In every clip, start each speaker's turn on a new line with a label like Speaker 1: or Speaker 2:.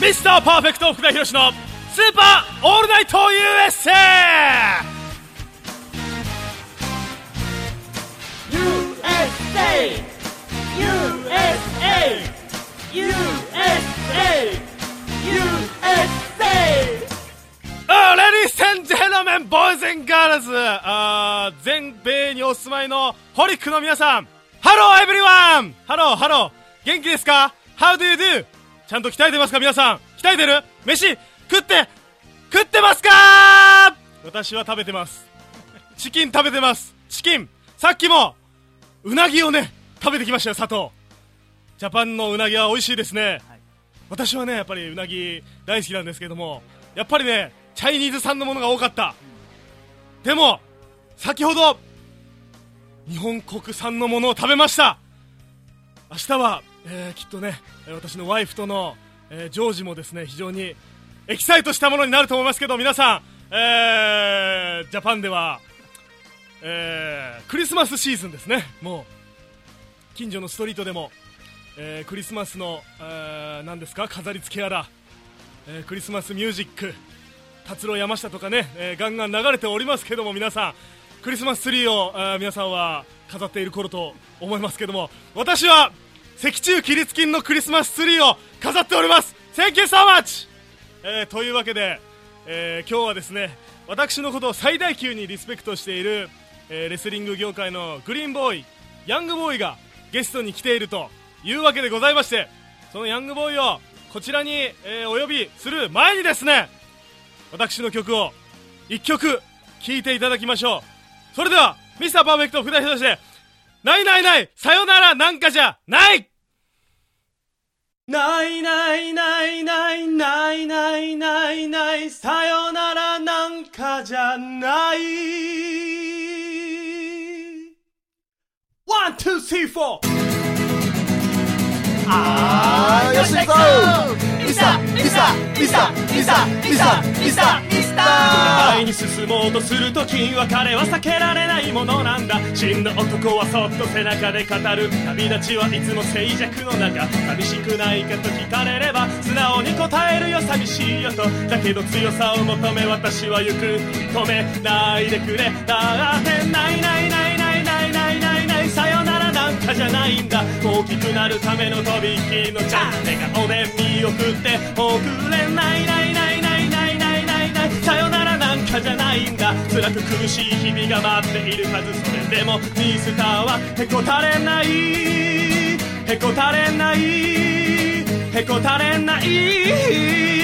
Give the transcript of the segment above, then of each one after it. Speaker 1: ミスターパーフェクト福田博のスーパーオールナイト USA あレディース・エンジェルメンボーイズ・エン・ガールズあー全米にお住まいのホリックの皆さんハローエブリワンハローハロー元気ですか ?How do you do? ちゃんと鍛えてますか皆さん鍛えてる飯食って食ってますか私は食べてますチキン食べてますチキンさっきもうなぎをね食べてきましたよ佐藤ジャパンのうなぎは美味しいですね、私はねやっぱりうなぎ大好きなんですけどもやっぱりねチャイニーズ産のものが多かったでも先ほど日本国産のものを食べました明日は、えーきっとねえー私のワイフとの、えージョージもですね非常にエキサイトしたものになると思いますけど皆さん、えージャパンでは、えークリスマスシーズンですねもう近所のストリートでも、えークリスマスの、えー何ですか飾り付けやら、えークリスマスミュージック達郎山下とかね、えーガンガン流れておりますけども皆さんクリスマスツリーを、えー皆さんは飾っている頃と思いますけども私は石中起立金のクリスマスツリーを飾っております Thank you so much! えーというわけで、えー今日はですね私のことを最大級にリスペクトしている、えーレスリング業界のグリーンボーイヤングボーイがゲストに来ているというわけでございましてそのヤングボーイをこちらに、えーお呼びする前にですね私の曲を1曲聴いていただきましょうそれではミスターパーフェクト福田博士で「ないないないさよならなんかじゃない!」
Speaker 2: ないないないないないないないないさよならなんかじゃないワン、ツー、スリー、フォー
Speaker 3: あーよし行こうミスターミスターミスターミスターミスターミスターミスタ
Speaker 2: 前に進もうとするときは彼は避けられないものなんだ真の男はそっと背中で語る旅立ちはいつも静寂の中寂しくないかと聞かれれば素直に答えるよ寂しいよとだけど強さを求め私は行く止めないでくれだってないないないないないないないないさよならなんかじゃないんだ大きくなるためのとびきりのチャン笑顔で見送っておくれないないないないないないないないさよならなんかじゃないんだ辛く苦しい日々が待っているはずそれでもミスターはへこたれないへこたれないへこたれない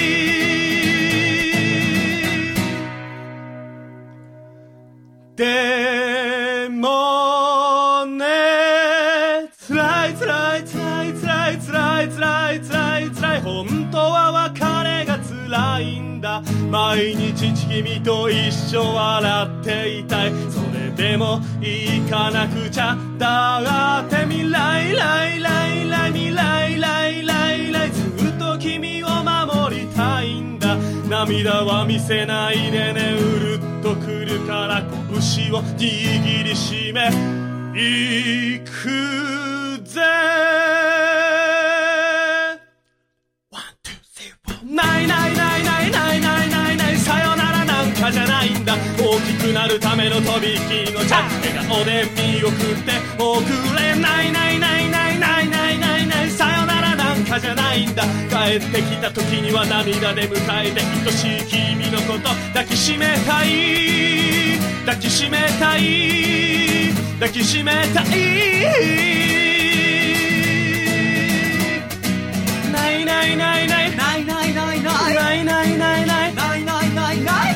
Speaker 2: でもね辛い辛い辛い辛い辛い辛い辛い辛い本当は別れが辛いんだ毎日君と一緒笑っていたいそれでも行かなくちゃだって未来来来来未来来来来ずっと君を守りたいんだ涙は見せないでねうるっとくるから拳を握りしめいくぜないないないないないないないないさよならなんかじゃないんだ大きくなるためのとびきりのチャン笑顔で見送っておくれないないないないないないないないさよならなんかじゃないんだ帰ってきた時には涙で迎えて愛しい君のこと抱きしめたい抱きしめたい抱きしめたいないないないない
Speaker 3: ーないないない
Speaker 2: ないないないな
Speaker 3: ないな
Speaker 2: いない
Speaker 3: いないない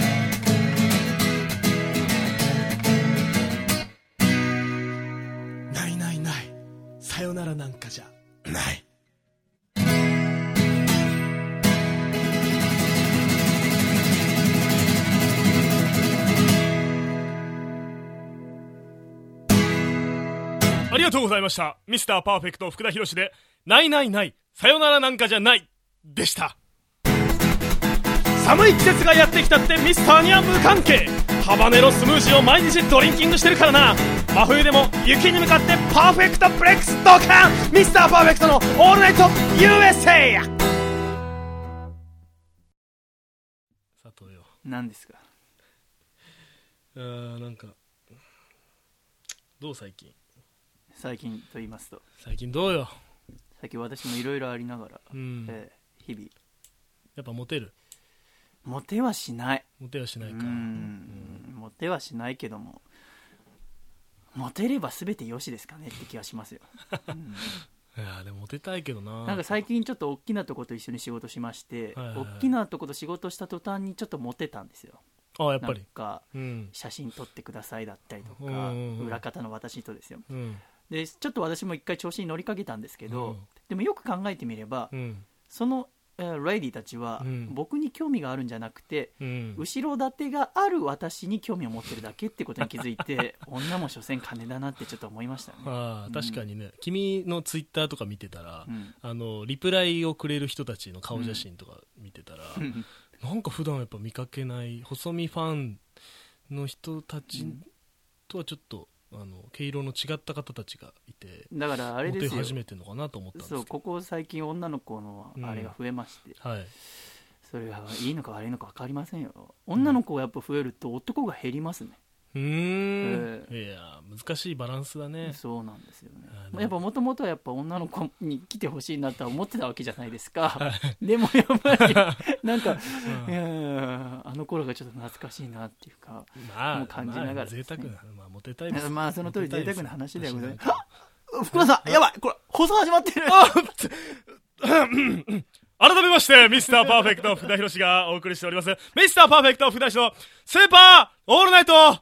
Speaker 2: ないないないさよならなんかじゃ
Speaker 4: ない
Speaker 1: ありがとうございましたミスターパーフェクト福田博で「ないないないさよならなんかじゃない」でした
Speaker 2: 寒い季節がやってきたってミスターには無関係ハバネロスムージーを毎日ドリンキングしてるからな真冬でも雪に向かってパーフェクトブレックスドカンミスターパーフェクトのオールナイト USA とよ
Speaker 1: 何ですか
Speaker 2: あーなんかどう最近
Speaker 1: 最近と言いますと
Speaker 2: 最近どうよ
Speaker 1: 最近私もいろいろありながら、
Speaker 2: うん
Speaker 1: ええ日々
Speaker 2: やっぱモテる
Speaker 1: モテはしない
Speaker 2: モテはしないうか
Speaker 1: んモテはしないけどもモテれば全てよしですかねって気がしますよ、うん
Speaker 2: いやーでもモテたいけどな
Speaker 1: なんか最近ちょっと大きなとこと一緒に仕事しまし
Speaker 2: は
Speaker 1: て、
Speaker 2: いはいはい
Speaker 1: 大きなとこと仕事した途端にちょっとモテたんですよ
Speaker 2: あやっ
Speaker 1: な
Speaker 2: ぱ
Speaker 1: ん
Speaker 2: り
Speaker 1: か
Speaker 2: うん
Speaker 1: 写真撮ってくださいだったりと
Speaker 2: うん
Speaker 1: か
Speaker 2: うんうん
Speaker 1: 裏方の私とですよ
Speaker 2: うん
Speaker 1: でちょっと私も一回調子に乗りかけたんですけど、
Speaker 2: うん
Speaker 1: でもよく考えてみれば、
Speaker 2: うん
Speaker 1: その、えーレディたちは、
Speaker 2: うん
Speaker 1: 僕に興味があるんじゃなくて
Speaker 2: うん
Speaker 1: 後ろ盾がある私に興味を持ってるだけってことに気づいて 女も所詮金だなってちょっと思いましたね、
Speaker 2: あー
Speaker 1: うん
Speaker 2: 確かにね、君のツイッターとか見てたら、
Speaker 1: うん
Speaker 2: あのリプライをくれる人たちの顔写真とか見てたら、なんか普段やっぱ見かけない細身ファンの人たちとはちょっと、あの毛色の違った方たちがいて
Speaker 1: だからあれ
Speaker 2: モ
Speaker 1: で
Speaker 2: テ
Speaker 1: すよ
Speaker 2: 始めてるのかなと思ったんですけ
Speaker 1: そう
Speaker 2: ど
Speaker 1: ここ最近女の子のあれが増えまして、
Speaker 2: はい、
Speaker 1: それがいいのか悪いのか分かりませんよ女の子がやっぱ増えると男が減りますね、
Speaker 2: うーん、
Speaker 1: え
Speaker 2: いやー難しいバランスだね
Speaker 1: そうなんですよね
Speaker 2: あでも
Speaker 1: まあやっぱもともとはやっぱ女の子に来てほしいなとは思ってたわけじゃないです かでもやっぱりなんか、いやいやいやあの頃がちょっと懐かしいなっていうか
Speaker 2: まあ
Speaker 1: もう感じながら
Speaker 2: まあ
Speaker 1: です
Speaker 2: 贅沢
Speaker 1: ね
Speaker 2: な、まあ、モテたいです
Speaker 1: まあその通り
Speaker 2: モテたいで
Speaker 1: 贅
Speaker 2: す
Speaker 1: 沢な話ではございま す
Speaker 2: 確か
Speaker 1: 福田さんやばいこれ放送始まってる
Speaker 2: 改めまして、ミスターパーフェクト福田博士がお送りしております。ミスターパーフェクト福田博士のスーパーオールナイト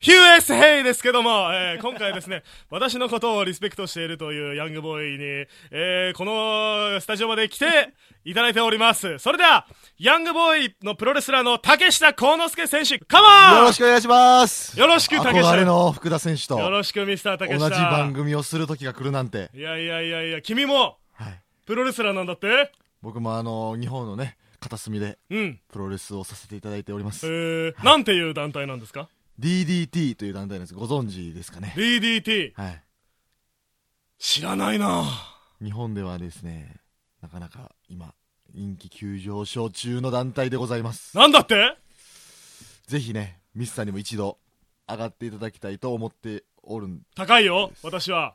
Speaker 2: USA ですけども、えー 今回はですね、私のことをリスペクトしているというヤングボーイに、えーこのスタジオまで来ていただいております。それでは、ヤングボーイのプロレスラーの竹下幸之助選手、カモン
Speaker 5: よろしくお願いします
Speaker 2: よろしく竹下
Speaker 5: 憧れの福田選手と
Speaker 2: よ
Speaker 5: 同
Speaker 2: ろしくミスター竹
Speaker 5: じ
Speaker 2: 下
Speaker 5: 番組をする時が来るなんて
Speaker 2: いやいやいやいや、君も
Speaker 5: はい
Speaker 2: プロレスラーなんだって
Speaker 5: 僕もあの日本のね片隅で
Speaker 2: うん。
Speaker 5: プロレスをさせていただいておりま
Speaker 2: え
Speaker 5: す
Speaker 2: ー、なんていう団体なんですか
Speaker 5: DDT という団体ですご存知ですかね
Speaker 2: ?DDT。
Speaker 5: はい
Speaker 2: 知らないな
Speaker 5: 日本ではですねなかなか今人気急上昇中の団体でございます
Speaker 2: なんだって
Speaker 5: ぜひねミスさんにも一度上がっていただきたいと思っておるん
Speaker 2: 高いよ私は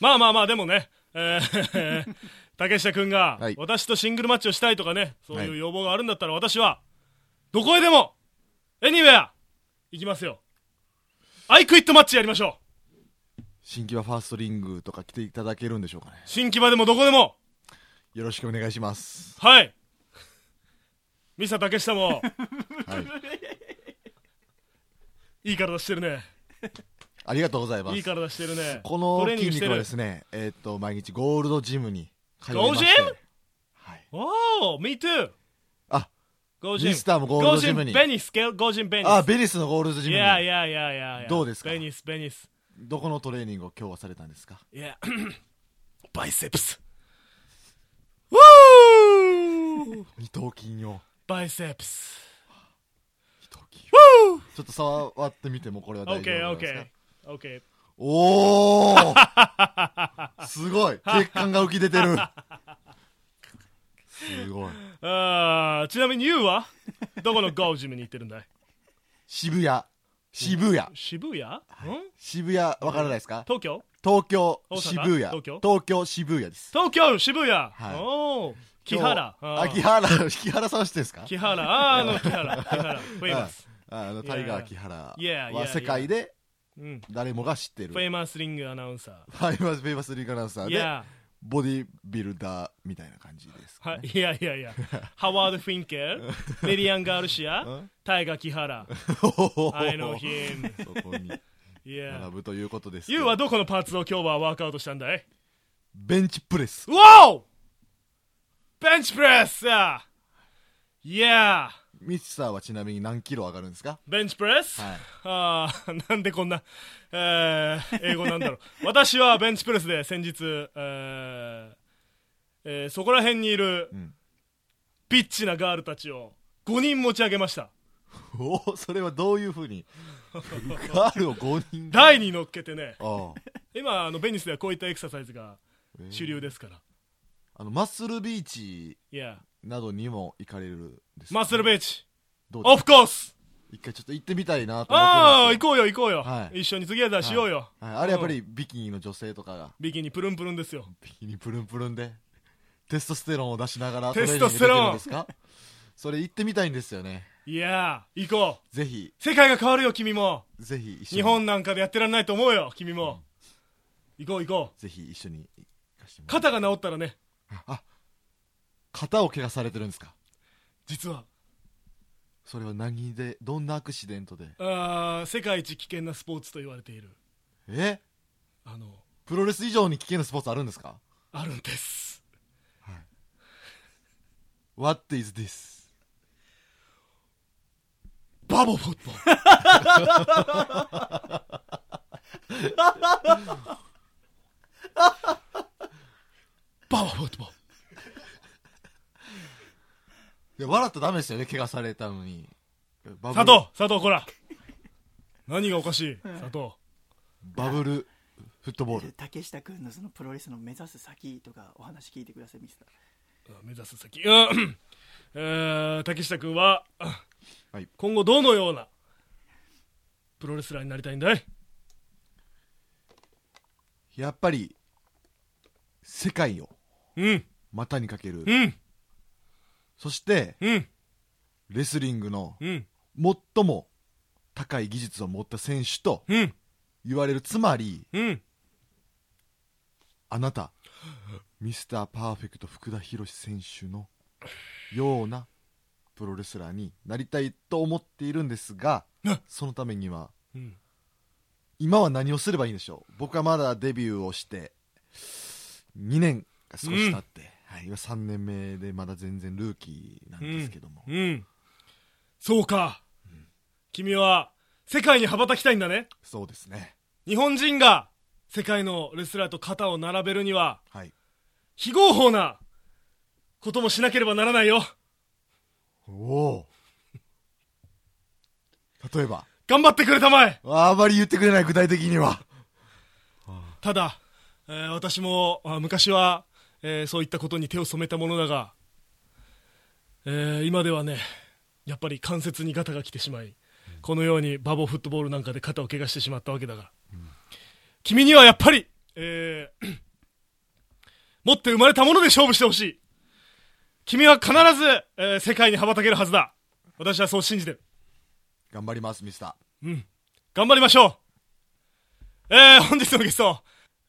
Speaker 2: まあまあまあでもねえー 竹下君が
Speaker 5: はい
Speaker 2: 私とシングルマッチをしたいとかねそういう
Speaker 5: はい
Speaker 2: 要望があるんだったら私はどこへでも Anywhere 行きますよアイクイットマッチやりましょう
Speaker 5: 新規はファーストリングとか来ていただけるんでしょうかね
Speaker 2: 新木場でもどこでも
Speaker 5: よろしくお願いします
Speaker 2: はいミサ竹下も
Speaker 5: はい
Speaker 2: いい体してるね
Speaker 5: ありがとうございます
Speaker 2: いい体してるね
Speaker 5: こ
Speaker 2: ト
Speaker 5: の
Speaker 2: レーニング
Speaker 5: 筋
Speaker 2: して
Speaker 5: 肉は
Speaker 2: る
Speaker 5: ですねえーっと毎日ゴールドジムに通いま
Speaker 2: ゴー
Speaker 5: して
Speaker 2: ルドジム
Speaker 5: はい
Speaker 2: おお Me too
Speaker 5: あ
Speaker 2: ゴージン
Speaker 5: ミスターもゴールドジムに
Speaker 2: ゴージンベニスケゴージンベニス
Speaker 5: あベニスのゴールドジ
Speaker 2: い
Speaker 5: ム
Speaker 2: やい
Speaker 5: に
Speaker 2: やいやいやいや
Speaker 5: どうですか
Speaker 2: ベニスベニス
Speaker 5: どこのトレーニングを今日はされたんですか
Speaker 2: い やバイセプ スウォ ー
Speaker 5: 二頭筋を
Speaker 2: バイセプス
Speaker 5: 二頭筋を
Speaker 2: ウォー
Speaker 5: ちょっと触ってみてもこれは
Speaker 2: オ
Speaker 5: 大
Speaker 2: ッ
Speaker 5: 丈
Speaker 2: ケーオ
Speaker 5: 夫
Speaker 2: ッ
Speaker 5: ですか
Speaker 2: ケーオッケー
Speaker 5: おお すごい血管が浮き出てるすごい
Speaker 2: あーちなみに YOU はどこのゴージムに行ってるんだい
Speaker 5: 渋谷渋谷
Speaker 2: 渋谷ん
Speaker 5: 渋谷わからないですか
Speaker 2: 東京
Speaker 5: 東京
Speaker 2: 大阪
Speaker 5: 渋谷
Speaker 2: 東京
Speaker 5: 東京渋谷です
Speaker 2: 東京渋谷、
Speaker 5: い
Speaker 2: おお木原
Speaker 5: 今日あ木
Speaker 2: 原
Speaker 5: 原木原さん知ってんですか
Speaker 2: 木原あーあの木原木 原フェイマス
Speaker 5: あのタイガー木原
Speaker 2: Yeah, yeah,
Speaker 5: は世界で
Speaker 2: うん
Speaker 5: 誰もが知ってる
Speaker 2: フェイマスリングアナウンサ
Speaker 5: ファイマス・フェイマス・リーガナウンサ
Speaker 2: ー
Speaker 5: ー
Speaker 2: い
Speaker 5: で
Speaker 2: や
Speaker 5: ボディビルダーみたいな感じですか
Speaker 2: は
Speaker 5: ね
Speaker 2: いやいやいやハワード・フィンケルメリアン・ガルシア
Speaker 5: ん
Speaker 2: タイガ・キハラ I know him
Speaker 5: そこに
Speaker 2: Yeah
Speaker 5: 並ぶということですけど
Speaker 2: YOU はどこのパーツを今日はワークアウトしたんだい
Speaker 5: ベンチプレス
Speaker 2: WOW! ベンチプレス Yeah
Speaker 5: ミスターはちなみに何キロ上がるんですか
Speaker 2: ベンチプレス、
Speaker 5: はい
Speaker 2: あーなんでこんな、えー英語なんだろう私はベンチプレスで先日、えーえーそこら辺にいる、
Speaker 5: ん
Speaker 2: ピッチなガールたちを5人持ち上げました
Speaker 5: おおそれはどういうふうにガールを5人あ
Speaker 2: 台に乗っけてね
Speaker 5: あ
Speaker 2: 今あのベニスではこういったエクササイズが主流ですから、
Speaker 5: あのマッスルビーチ
Speaker 2: Yeah.
Speaker 5: などにも行かれるんですか
Speaker 2: マッスルビーチ。
Speaker 5: どうですか
Speaker 2: Of course!
Speaker 5: 一回ちょっと行ってみたいなと思って
Speaker 2: ああ、
Speaker 5: ます
Speaker 2: 行こうよ行こうよ
Speaker 5: は。い
Speaker 2: 一緒にトゥゲーダーしようよ。
Speaker 5: はい、あれやっぱりビキニの女性とかが
Speaker 2: ビキニプルンプルンですよ。
Speaker 5: ビキニプルンプルンでテストステロンを出しながらトレ
Speaker 2: テ
Speaker 5: ーニ
Speaker 2: ス
Speaker 5: ング
Speaker 2: ト
Speaker 5: で
Speaker 2: ス
Speaker 5: きる
Speaker 2: テロ
Speaker 5: ん
Speaker 2: ン
Speaker 5: ですかそれ行ってみたいんですよね
Speaker 2: いやー、行こう。
Speaker 5: ぜひ
Speaker 2: 世界が変わるよ、君も。
Speaker 5: ぜひ一緒
Speaker 2: 日
Speaker 5: に
Speaker 2: 本なんかでやってらんないと思うよ、君も。行こう行こ
Speaker 5: ぜひ一緒に行かして
Speaker 2: う。
Speaker 5: もらう
Speaker 2: 肩が治ったらね、
Speaker 5: 肩を怪我されてるんですか
Speaker 2: 実は、
Speaker 5: それは何でどんなアクシデントで
Speaker 2: あー世界一危険なスポーツと言われている。
Speaker 5: え
Speaker 2: あの、
Speaker 5: プロレス以上に危険なスポーツあるんですか
Speaker 2: あるんです。
Speaker 5: What is this?
Speaker 2: バボフットボール。バボフットボール。
Speaker 5: いや笑ったらダメですよね怪我されたのにバブ
Speaker 2: 佐
Speaker 5: ル
Speaker 2: 藤佐藤こら何がおかしい佐藤
Speaker 5: バブルフットボール
Speaker 4: 竹下君のそのプロレスの目指す先とかお話聞いてくださいミスター
Speaker 2: 目指す先うんえー竹下君は
Speaker 5: はい
Speaker 2: 今後どのようなプロレスラーになりたいんだい
Speaker 5: やっぱり世界を
Speaker 2: うん
Speaker 5: 股にかける
Speaker 2: うん
Speaker 5: そして
Speaker 2: うん
Speaker 5: レスリングの
Speaker 2: うん
Speaker 5: 最も高い技術を持った選手と
Speaker 2: うん
Speaker 5: 言われるつまり
Speaker 2: うん
Speaker 5: あなたミスターパーフェクト福田博選手のようなプロレスラーになりたいと思っているんですが
Speaker 2: な
Speaker 5: そのためには
Speaker 2: うん
Speaker 5: 今は何をすればいいんでしょう僕はまだデビューをして2年が少し経って、はい、今3年目でまだ全然ルーキーなんですけども、
Speaker 2: うんそうか君は世界に羽ばたきたいんだね
Speaker 5: そうですね
Speaker 2: 日本人が世界のレスラーと肩を並べるには
Speaker 5: はい
Speaker 2: 非合法なこともしなければならないよ
Speaker 5: おお例えば
Speaker 2: 頑張ってくれたまえ
Speaker 5: ああまり言ってくれない具体的には
Speaker 2: ただ、えー私もあ昔は、えーそういったことに手を染めたものだが、えー今ではねやっぱり関節にガタが来てしまいこのようにバボフットボールなんかで肩を怪我してしまったわけだが、君にはやっぱり、えー 持って生まれたもので勝負してほしい君は必ず、えー世界に羽ばたけるはずだ私はそう信じてる
Speaker 5: 頑張りますミスタ
Speaker 2: 頑張りましょうえー、本日のゲスト、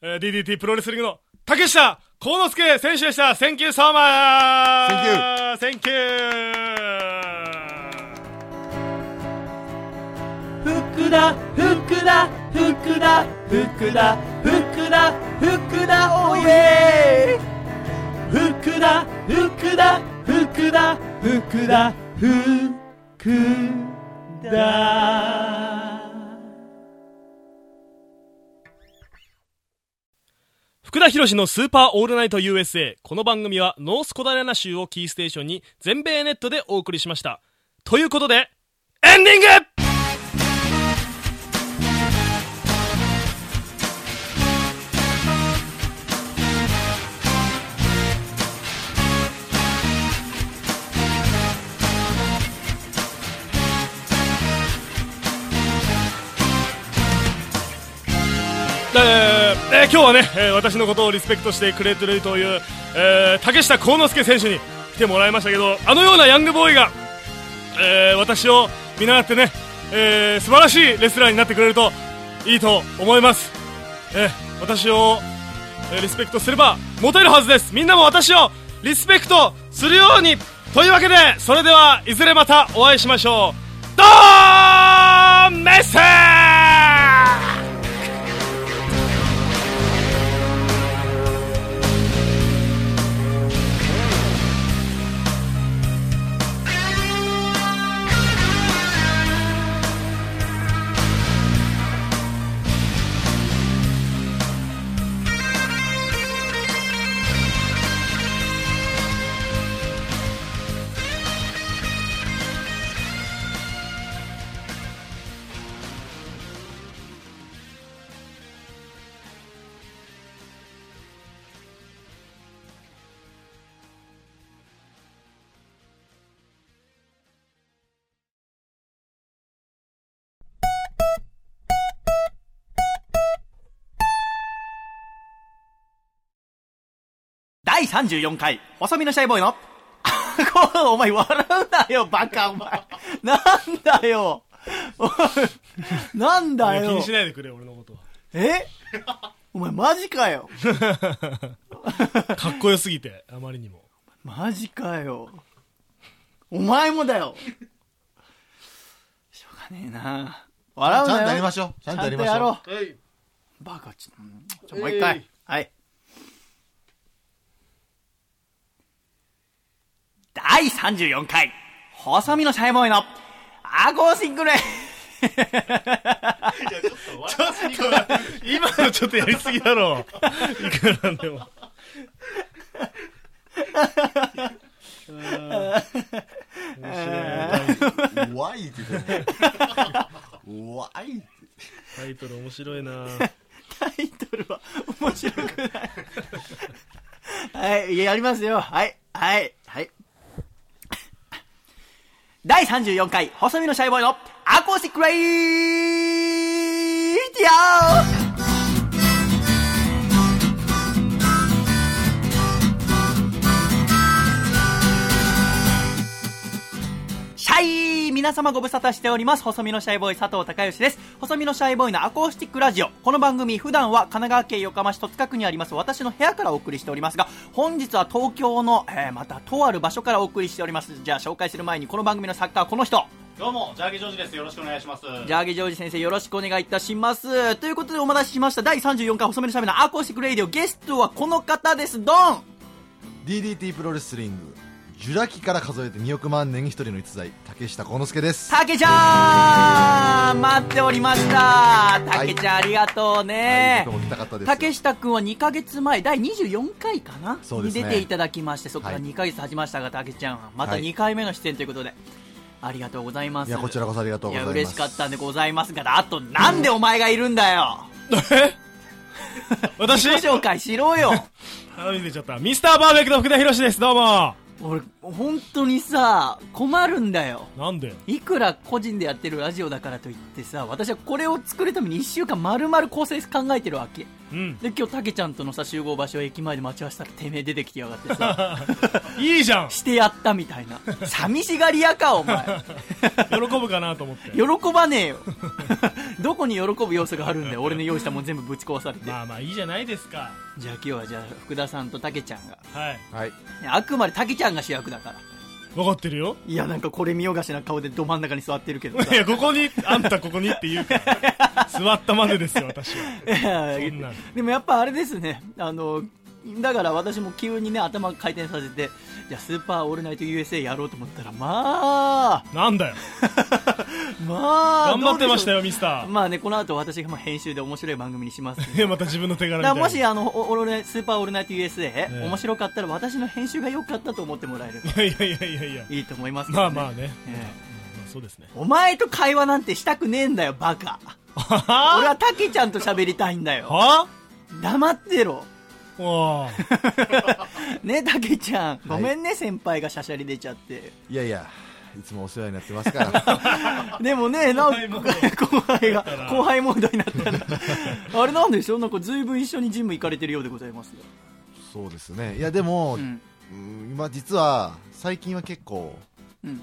Speaker 2: えー、DDT プロレスリングの竹下幸之助選手でした Thank you so much! Thank you!
Speaker 4: 福田福田福田福田福田福田おいえ福田福田福田福田福田
Speaker 2: 福田博のスーパーオールナイト USA この番組はノースコダレナ州をキーステーションに全米ネットでお送りしましたということでエンディングえーえー今日はね、えー私のことをリスペクトしてくれてるという、えー竹下幸之助選手に来てもらいましたけどあのようなヤングボーイが、えー私を見習ってね、えー素晴らしいレスラーになってくれるといいと思います、えー私を、えーリスペクトすればモテるはずですみんなも私をリスペクトするようにというわけでそれではいずれまたお会いしましょうドーンメッセー
Speaker 1: 第34回、細身のシャイボーイの、こうお前笑うなよ、バカ、お前。なんだよ。おいなんだ
Speaker 2: 気
Speaker 1: よ
Speaker 2: に。しないでくれ、俺のこと。
Speaker 1: えお前マジかよ。
Speaker 2: かっこよすぎて、あまりにも。
Speaker 1: マジかよ。お前もだよ。しょうがねえな。笑う
Speaker 5: ち
Speaker 1: な
Speaker 5: ゃ
Speaker 1: よ。
Speaker 5: んとやりましょうちゃんとやりましょ
Speaker 1: ちゃんと
Speaker 5: う
Speaker 1: やろう。
Speaker 2: はい。
Speaker 1: バカちょうんちょもう一回、
Speaker 2: えい
Speaker 1: はい第34回細身のシャイボーイのアコーシングレイ
Speaker 2: 今のちょっとやりすぎだろ。いくらなんでも。
Speaker 5: うわいって言ってたもんうわいって
Speaker 2: タイトル面白いな
Speaker 1: タイトルは面白くないはいやりますよはいはいはい第34回細身のシャイボーイのアコーシックレイディオシャイ皆様ご無沙汰しております。細身のシャイボーイ佐藤孝義です。細身のシャイボーイのアコースティックラジオ。この番組、普段は神奈川県横浜市戸塚区にあります私の部屋からお送りしておりますが、本日は東京の、えーまたとある場所からお送りしております。じゃあ紹介する前にこの番組の作家はこの人。
Speaker 6: どうも、ジャーゲジョージです。よろしくお願いします。
Speaker 1: ジャーゲジョージ先生よろしくお願いいたします。ということでお待たせしました。第34回細身のシャイボーイのアコースティックレイディオ。ゲストはこの方です。ドン
Speaker 5: DDT プロレスリングジュラ紀から数えて2億万年に一人の逸材竹下幸之助です
Speaker 1: たけちゃん待っておりましたたけちゃん、ありがとう
Speaker 5: はい
Speaker 1: ね
Speaker 5: 僕も来たかったです
Speaker 1: 竹下くんは2ヶ月前第24回かな、
Speaker 5: そうで
Speaker 1: に
Speaker 5: すね
Speaker 1: 出ていただきましてそこから
Speaker 5: はい
Speaker 1: 2ヶ月経ちましたが竹ちゃんまた
Speaker 5: はい
Speaker 1: 2回目の出演ということで、ありがとうございます
Speaker 5: いやこちらこそありがとうございます
Speaker 1: や嬉しかったんでございますがあとなんでお前がいるんだよ
Speaker 2: え私
Speaker 1: 自己紹介しろよ
Speaker 2: 花水出ちゃった。ミスターバーベキューの福田博です。どうも。
Speaker 1: 俺本当にさ困るんだよ
Speaker 2: なんで
Speaker 1: いくら個人でやってるラジオだからといってさ私はこれを作るために1週間丸々構成考えてるわけ
Speaker 2: うん。
Speaker 1: で今日たけちゃんとのさ集合場所駅前で待ち合わせたらてめえ出てきてやがって さ
Speaker 2: いいじゃん。
Speaker 1: してやったみたいな寂しがり屋かお 前
Speaker 2: 喜ぶかなと思って。
Speaker 1: 喜ばねえよ どこに喜ぶ要素があるんだよ俺の用意したもん全部ぶち壊されて、
Speaker 2: まあまあいいじゃないですか。
Speaker 1: じゃあ今日はじゃあ福田さんとたけちゃんが
Speaker 2: はい。
Speaker 5: はい
Speaker 1: あくまでたけちゃんが主役だから
Speaker 2: わかってるよ。
Speaker 1: いやなんかこれ見よがしな顔でど真ん中に座ってるけどさ
Speaker 2: いや、ここに、あんたここにって言うから。座ったまでですよ、私は。
Speaker 1: いや
Speaker 2: そんなの
Speaker 1: でもやっぱあれですねあのだから私も急にね頭回転させてじゃあスーパーオールナイト USA やろうと思ったらまあ
Speaker 2: なんだよ。
Speaker 1: まあ
Speaker 2: 頑張ってました
Speaker 1: よ
Speaker 2: よ、ミスタ
Speaker 1: まあねこの後私がまあ編集で面白い番組にし ますんで
Speaker 2: ー。いや、また自分の手柄
Speaker 1: だ
Speaker 2: み
Speaker 1: か
Speaker 2: た
Speaker 1: ら
Speaker 2: い
Speaker 1: も
Speaker 2: な
Speaker 1: しあのおオールナイスーパーオールナイト USA、
Speaker 2: え
Speaker 1: 面白かったら私の編集が良かったと思ってもらえれば
Speaker 2: いやいやいやいやいや。
Speaker 1: いいと思いますけ
Speaker 2: ま
Speaker 1: ど
Speaker 2: あ
Speaker 1: ね
Speaker 2: まあね。
Speaker 1: え
Speaker 2: まあそうですね。
Speaker 1: えお前と会話なんてしたくねえんだよバカ 俺
Speaker 2: は
Speaker 1: はタケちゃんと喋りたいんだ
Speaker 2: ぁ
Speaker 1: よ
Speaker 2: は
Speaker 1: 黙ってろ
Speaker 2: ぁおー
Speaker 1: ねタケちゃんご
Speaker 5: はい
Speaker 1: めんね、先輩がしゃしゃり出ちゃって
Speaker 5: いやいやいつもお世話になってますから
Speaker 1: でも ねなお
Speaker 2: 後輩モ
Speaker 1: 後輩が後輩モードになったら あれなんでしょうなんか随分一緒にジム行かれてるようでございますよ、
Speaker 5: そうですねいやでも、
Speaker 1: う
Speaker 5: うん
Speaker 1: ん
Speaker 5: 今実は最近は結構
Speaker 1: うん、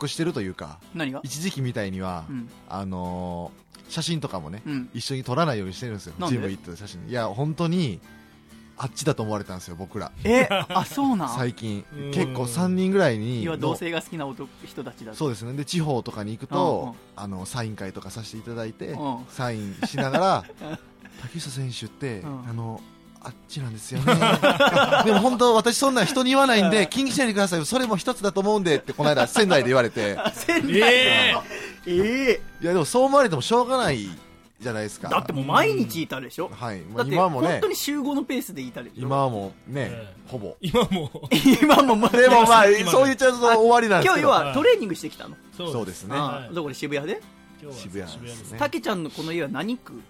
Speaker 5: 隠してるというか
Speaker 1: 何が
Speaker 5: 一時期みたいには、
Speaker 1: うん
Speaker 5: あのー写真とかもね、
Speaker 1: うん
Speaker 5: 一緒に撮らないようにしてるんですよ
Speaker 1: なんで
Speaker 5: ジム行った写真いや本当にあっちだと思われたんですよ僕ら
Speaker 1: えあそうなん
Speaker 5: 最近
Speaker 2: うん
Speaker 5: 結構3人ぐらいに
Speaker 1: 要は
Speaker 5: の
Speaker 1: 同性が好きな男人たちだと
Speaker 5: そうですねで地方とかに行くと、
Speaker 1: う
Speaker 5: あのサイン会とかさせていただいて、
Speaker 1: うん
Speaker 5: サインしなが ら竹下選手って、
Speaker 1: うん
Speaker 5: あのあっちなんですよね でも本当私そんな人に言わないん で気にしないでくださいそれも一つだと思うんでってこの間仙台で言われ て
Speaker 1: 仙台
Speaker 2: え
Speaker 1: ええ
Speaker 5: いやでもそう思われてもしょうがないじゃないですか
Speaker 1: だってもう毎日いたでしょ、
Speaker 5: はい、
Speaker 1: だ
Speaker 5: まあ、
Speaker 1: って
Speaker 5: 今はもう
Speaker 1: 本
Speaker 5: ね
Speaker 1: 当に集合のペースでいたでしょ
Speaker 5: 今はもうね、
Speaker 2: え
Speaker 5: ほぼ
Speaker 2: ー今もう、
Speaker 1: 今もまだ
Speaker 5: でもまあ
Speaker 2: 今ね
Speaker 5: そう言っちゃうと終わりなんで
Speaker 1: 今日
Speaker 5: すけ
Speaker 1: 要
Speaker 5: ど
Speaker 1: はトレーニングしてきたの、
Speaker 5: そうですね、
Speaker 1: あ
Speaker 2: はい
Speaker 1: あどこで渋谷で
Speaker 2: 今日は
Speaker 5: 渋谷ですね
Speaker 1: たけちゃんのこの家は何区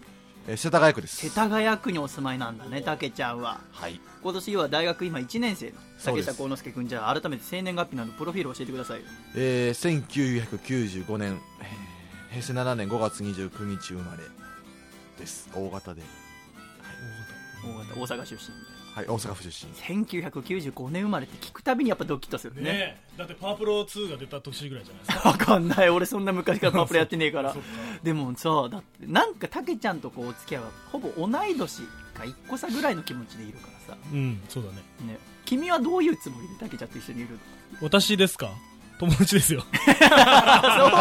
Speaker 5: えー世田谷区です
Speaker 1: 世田谷区にお住まいなんだねたけちゃんは
Speaker 5: はい
Speaker 1: 今年は大学今1年生の
Speaker 5: そ
Speaker 1: 竹
Speaker 5: うで
Speaker 1: 下
Speaker 5: す
Speaker 1: 幸之助君じゃあ改めて生年月日などプロフィール教えてくださいよ
Speaker 5: えー、1995年えー平成7年5月29日生まれです大型で
Speaker 2: 大
Speaker 1: もう大阪出身
Speaker 5: はい、大阪府出身
Speaker 1: 1995年生まれって聞くたびにやっぱドキッとするね
Speaker 2: ねえだってパープロ2が出た年ぐらいじゃないですか
Speaker 1: わかんない俺そんな昔からパープルやってねえからでもさだってなんかたけちゃんとこうお付き合いはほぼ同い年か1個差ぐらいの気持ちでいるからさ、
Speaker 2: うんそうだね
Speaker 1: ね、君はどういうつもりでたけちゃんと一緒にい るの
Speaker 2: 私ですか友達ですよ
Speaker 1: そう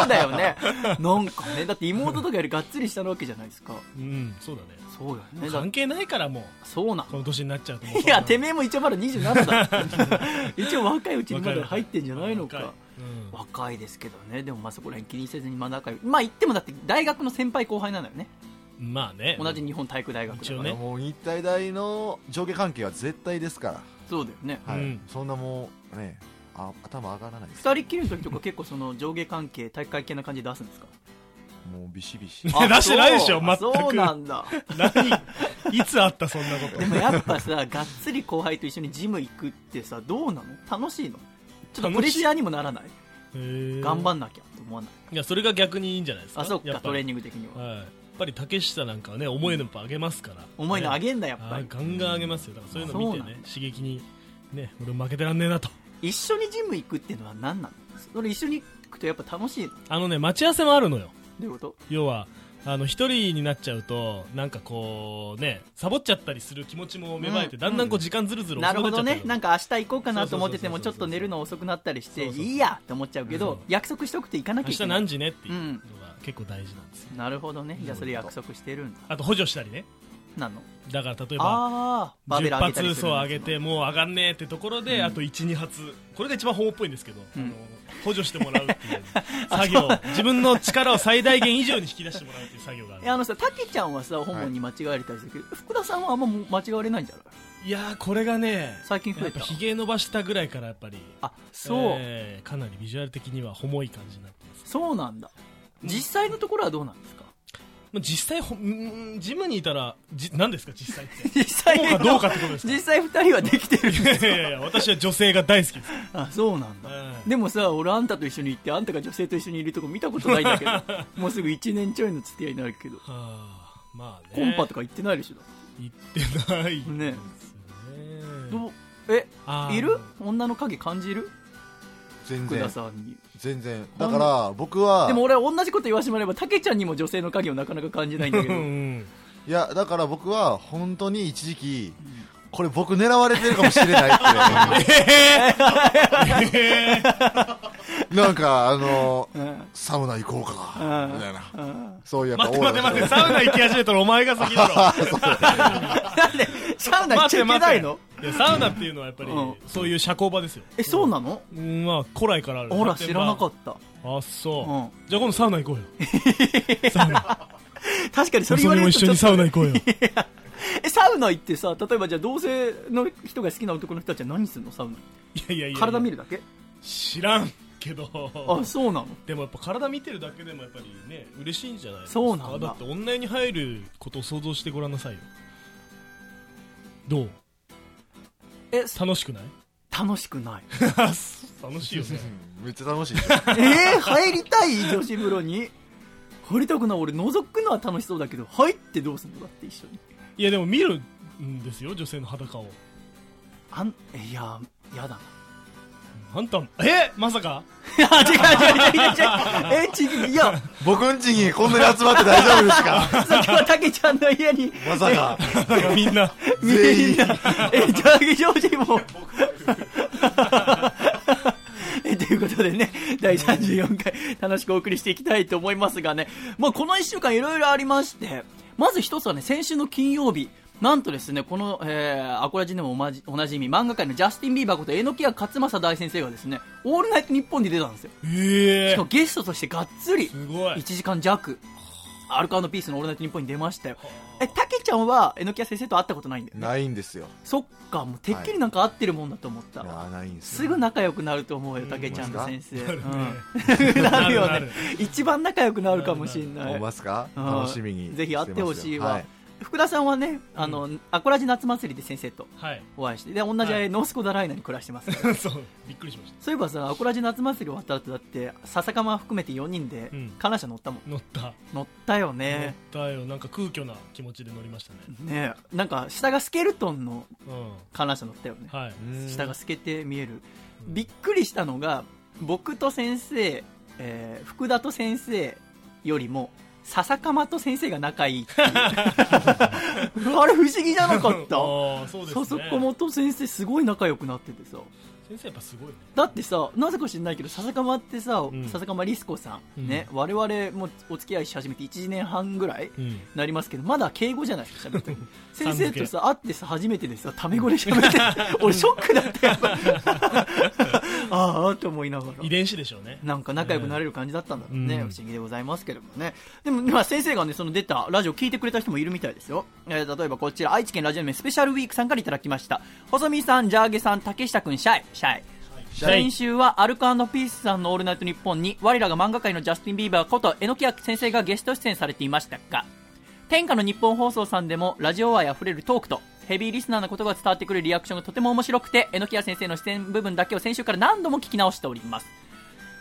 Speaker 1: だよねなんかねだって妹とかよりがっつりしたわけじゃないですか
Speaker 2: うんそうだね
Speaker 1: そうだよねだ
Speaker 2: 関係ないからも
Speaker 1: そうなの
Speaker 2: うこの年になっちゃうともう
Speaker 1: いやてめえも一応まだ27だ 一応若いうちにまだ入ってんじゃないの
Speaker 2: 若
Speaker 1: か
Speaker 2: うん
Speaker 1: 若いですけどねでもまあそこら辺気にせずにまあ仲良いまあ言ってもだって大学の先輩後輩なのよね
Speaker 2: まあね
Speaker 1: 同じ日本体育大学だから
Speaker 2: 一応ね
Speaker 5: もう日体大の上下関係は絶対ですか
Speaker 1: そうだよね
Speaker 5: ら、はい
Speaker 2: うん
Speaker 5: そんなもうねあ頭上がらないです
Speaker 1: 二人っきりの時とか結構その上下関係体育会系な感じで出すんですか
Speaker 5: もうビシビシ
Speaker 2: あ出してないでしょ
Speaker 1: そ
Speaker 2: 全
Speaker 1: うあ
Speaker 2: く
Speaker 1: そうなんだ
Speaker 2: 何いつあったそんなこと
Speaker 1: でもやっぱさがっつり後輩と一緒にジム行くってさどうなの楽しいのちょっとプレッシャーにもならない 頑張
Speaker 2: ん
Speaker 1: んなきゃと思わない
Speaker 2: いやそれが逆にいいんじゃないですか
Speaker 1: あそっ
Speaker 2: や
Speaker 1: か
Speaker 2: ぱ
Speaker 1: トレーニング的には
Speaker 2: はいやっぱり竹下なんかはね重いのやっぱ上げますから
Speaker 1: 重いのあげんだやっぱ
Speaker 2: あ
Speaker 1: り
Speaker 2: ガンガン上げますよだからそういうの見て
Speaker 1: そうな
Speaker 2: ね
Speaker 1: んだ
Speaker 2: 刺激にね俺負けてらんねえなと
Speaker 1: 一緒にジム行くっていうのは何なのそれ一緒に行くとやっぱ楽しいのど
Speaker 2: あのね待ち合わせもあるのよ
Speaker 1: ういうこと
Speaker 2: 要はあの一人になっちゃうとなんかこうねサボっちゃったりする気持ちも芽生えて、
Speaker 1: うん
Speaker 2: だんだんこう時間ずるずる
Speaker 1: な
Speaker 2: 遅
Speaker 1: る
Speaker 2: く
Speaker 1: ほ
Speaker 2: なっちゃ
Speaker 1: ど
Speaker 2: ったり
Speaker 1: ねなんか明日行こうかなと思っててもち
Speaker 2: そ
Speaker 1: ょ
Speaker 2: う
Speaker 1: っ
Speaker 2: そうそうそうそう
Speaker 1: と寝るの遅くなったりして
Speaker 2: そうそうそう
Speaker 1: いいやって思っちゃうけど約束しとくって行かなきゃ
Speaker 2: 明
Speaker 1: いけ
Speaker 2: 日
Speaker 1: ない
Speaker 2: 何時ねっていう
Speaker 1: う
Speaker 2: の
Speaker 1: ん
Speaker 2: が結構大事なんですよ、
Speaker 1: なるほどねじゃあそれ約束してるんだ
Speaker 2: あと補助したりね
Speaker 1: なの
Speaker 2: だから例えば
Speaker 1: ああバーベ
Speaker 2: 10
Speaker 1: ル上げたり
Speaker 2: 発
Speaker 1: す
Speaker 2: そ
Speaker 1: る
Speaker 2: うん
Speaker 1: だ
Speaker 2: 上げてもう上がんねえってところで、あと12発これが一番ホモっぽいんですけど、
Speaker 1: ん
Speaker 2: あの補助しても らうっていう作業自分の力を最大限以上に引き出してもらうっていう作業がある
Speaker 1: えあのさたけちゃんはさホモに間違われたりするけど、福田さんはあんま間違われないんじゃない
Speaker 2: いやーこれがね
Speaker 1: 最近増
Speaker 2: や
Speaker 1: え
Speaker 2: っぱ
Speaker 1: た
Speaker 2: ひげ伸ばしたぐらいからやっぱり
Speaker 1: あそう、
Speaker 2: えーかなりビジュアル的にはホモい感じになってます、
Speaker 1: そうなんだ実際のところはどうなんですか
Speaker 2: まあ、実際ほうんジムにいたらじ何ですか実際って
Speaker 1: 実際
Speaker 2: ホモかどうかってことですか
Speaker 1: 実際2人はできてるん
Speaker 2: い
Speaker 1: です
Speaker 2: やいやいや私は女性が大好きです、
Speaker 1: あそうなんだ
Speaker 2: え
Speaker 1: でもさ俺あんたと一緒に行ってあんたが女性と一緒にいるとこ見たことないん だけどもうすぐ1年ちょいの付き合いになるけど、
Speaker 2: ーはあまあね
Speaker 1: コンパとか行ってないでしょだっ
Speaker 2: 行ってない
Speaker 1: てね
Speaker 2: ですよね
Speaker 1: どうえ
Speaker 2: あー
Speaker 1: いる女の影感じる
Speaker 5: 全
Speaker 1: 福田
Speaker 5: 然
Speaker 1: さんに
Speaker 5: 全然だから僕は
Speaker 1: でも俺は同じこと言わせてもらえばたけちゃんにも女性の影をなかなか感じないんだけ
Speaker 2: う
Speaker 1: ど
Speaker 2: ん
Speaker 5: いやだから僕は本当に一時期これ僕狙われてるかもしれないって なんかあの
Speaker 1: うん
Speaker 5: サウナ行こうか
Speaker 1: うん
Speaker 5: みたいな
Speaker 1: うん
Speaker 5: そういうやっぱ
Speaker 2: 待って待って待って
Speaker 5: て
Speaker 2: サウナ行き始めたらお前が先だ ろ
Speaker 1: なんでサウナ行っちゃいけないの
Speaker 2: いやサウナっていうのはやっぱり、
Speaker 1: うん
Speaker 2: そういう社交場ですよ
Speaker 1: えそうなの
Speaker 2: うんまあ古来からある
Speaker 1: ほら知らなか
Speaker 2: っ
Speaker 1: った
Speaker 2: たあそう、
Speaker 1: う
Speaker 2: じゃあ今度サウナ行こうよ
Speaker 1: 確かにそ
Speaker 2: そ
Speaker 1: れ言わ
Speaker 2: れも
Speaker 1: れる
Speaker 2: 一
Speaker 1: と
Speaker 2: 緒に
Speaker 1: ちょ
Speaker 2: サ
Speaker 1: っ
Speaker 2: ウナ行こうよ
Speaker 1: とえサウナ行ってさ例えばじゃあ同性の人が好きな男の人たちは何するのサウナ
Speaker 2: いやいやいや
Speaker 1: 体見
Speaker 2: る
Speaker 1: るだけ
Speaker 2: 知らんけど
Speaker 1: あそうなの
Speaker 2: でもやっぱ体見てるだけでもやっぱりね嬉しいんじゃないですか
Speaker 1: そうなんだ
Speaker 2: だって女湯に入ることを想像してごらんなさいよどう
Speaker 1: え
Speaker 2: 楽しく ない
Speaker 1: 楽しくない
Speaker 2: 楽しいよね
Speaker 5: めっちゃ楽しいですよ
Speaker 1: えー、入りたい女子風呂に入りたくない俺覗くのは楽しそうだけど入ってどうするのだって一緒に
Speaker 2: いやでも見るんですよ女性の裸を
Speaker 1: あんえいややだ な
Speaker 2: あんたえまさか
Speaker 1: いや違う違 う違う違う違うえ違ういや
Speaker 5: 僕んちにこんなに集まって大丈夫で すか
Speaker 1: さっきはたけちゃんの家に
Speaker 5: まさか
Speaker 2: なんかみんな
Speaker 5: 全員
Speaker 1: え、ジャーゲジョージも。 えということでね、第34回楽しくお送りしていきたいと思いますがね、まあこの1週間いろいろありまして、まず一つはね、先週の金曜日、なんとですね、この、えー、アコラジでもおまじおなじみ、漫画界のジャスティン・ビーバーこと、榎谷勝正大先生がですね、オールナイト日本に出たんですよ。
Speaker 2: ええ
Speaker 1: しかもゲストとしてがっつり、
Speaker 2: すごい
Speaker 1: 1時間弱、アルカピースのオールナイト日本に出ましたよ。え、たけちゃんは榎谷先生と会ったことないんだよね。
Speaker 5: ないんですよ
Speaker 1: そっか、もうてっきりなんか合ってるもんだと思った。
Speaker 5: いやないんです
Speaker 1: す
Speaker 5: よ
Speaker 1: ぐ仲良くなると思うよ、たけちゃんと先生。うん
Speaker 2: な
Speaker 1: なる
Speaker 2: る
Speaker 1: よ
Speaker 2: な
Speaker 1: ね
Speaker 2: る。
Speaker 1: 一番仲良くなるかもしれな
Speaker 5: 思い
Speaker 1: い
Speaker 5: ま。すか
Speaker 1: うん
Speaker 5: 楽しみに
Speaker 1: ぜひ会ってほしいわ。
Speaker 5: て
Speaker 1: 福田さんはね、あの、アコラジ夏祭りで先生と
Speaker 2: はい
Speaker 1: お会いして、で、同じ、
Speaker 2: はい
Speaker 1: ノースコダライナに暮らしてます。
Speaker 2: そうびっくりしまし
Speaker 1: そういえばさ、アコラジ夏祭り終わった後だって、笹かま含めて4人で
Speaker 2: うん、
Speaker 1: 観覧車乗ったもん。
Speaker 2: た乗った
Speaker 1: 乗ったよ
Speaker 2: 乗
Speaker 1: ね
Speaker 2: っ。たよなんか空虚な気持ちで乗りましたね
Speaker 1: ねなんか、下がスケルトンの
Speaker 2: うん
Speaker 1: 観覧車乗ったよね。
Speaker 2: はい
Speaker 1: 下が透けて見える
Speaker 2: うん
Speaker 1: びっくりしたのが僕と先生、えー福田と先生よりも笹かまと先生が仲いいってい うあれ不思議じゃなかった
Speaker 2: ああそうですね
Speaker 1: 笹かまと先生すごい仲良くなっててさ
Speaker 2: 先生やっぱすごいね
Speaker 1: だってさなぜか知らないけど笹かまってさ、
Speaker 2: ん
Speaker 1: 笹かまりすこさん、
Speaker 2: うん
Speaker 1: ね我々もお付き合いし始めて1年半ぐらい、
Speaker 2: うん
Speaker 1: なりますけどまだ敬語じゃないですか喋ってる
Speaker 2: さん
Speaker 1: 先
Speaker 2: 付
Speaker 1: 生
Speaker 2: け
Speaker 1: とさ会ってさ初めてでさタメ語で喋って俺ショックだったよ ああって思いながら
Speaker 2: 遺伝子でしょうね
Speaker 1: なんか仲良くなれる感じだったんだろうね、
Speaker 2: うん
Speaker 1: 不思議でございますけどもねでも、まあ、先生がねその出たラジオ聞いてくれた人もいるみたいですよ、えー例えばこちら愛知県ラジオ名スペシャルウィークさんからいただきました細見さんジャーゲさん竹下くんシャイシャイ
Speaker 5: シャイ
Speaker 1: 先週はアルコピースさんの「オールナイトニッポン」に我らが漫画界のジャスティン・ビーバーこと榎木明先生がゲスト出演されていましたが天下の日本放送さんでもラジオ愛あふれるトークとヘビーリスナーなことが伝わってくるリアクションがとても面白くて榎谷先生の視点部分だけを先週から何度も聞き直しております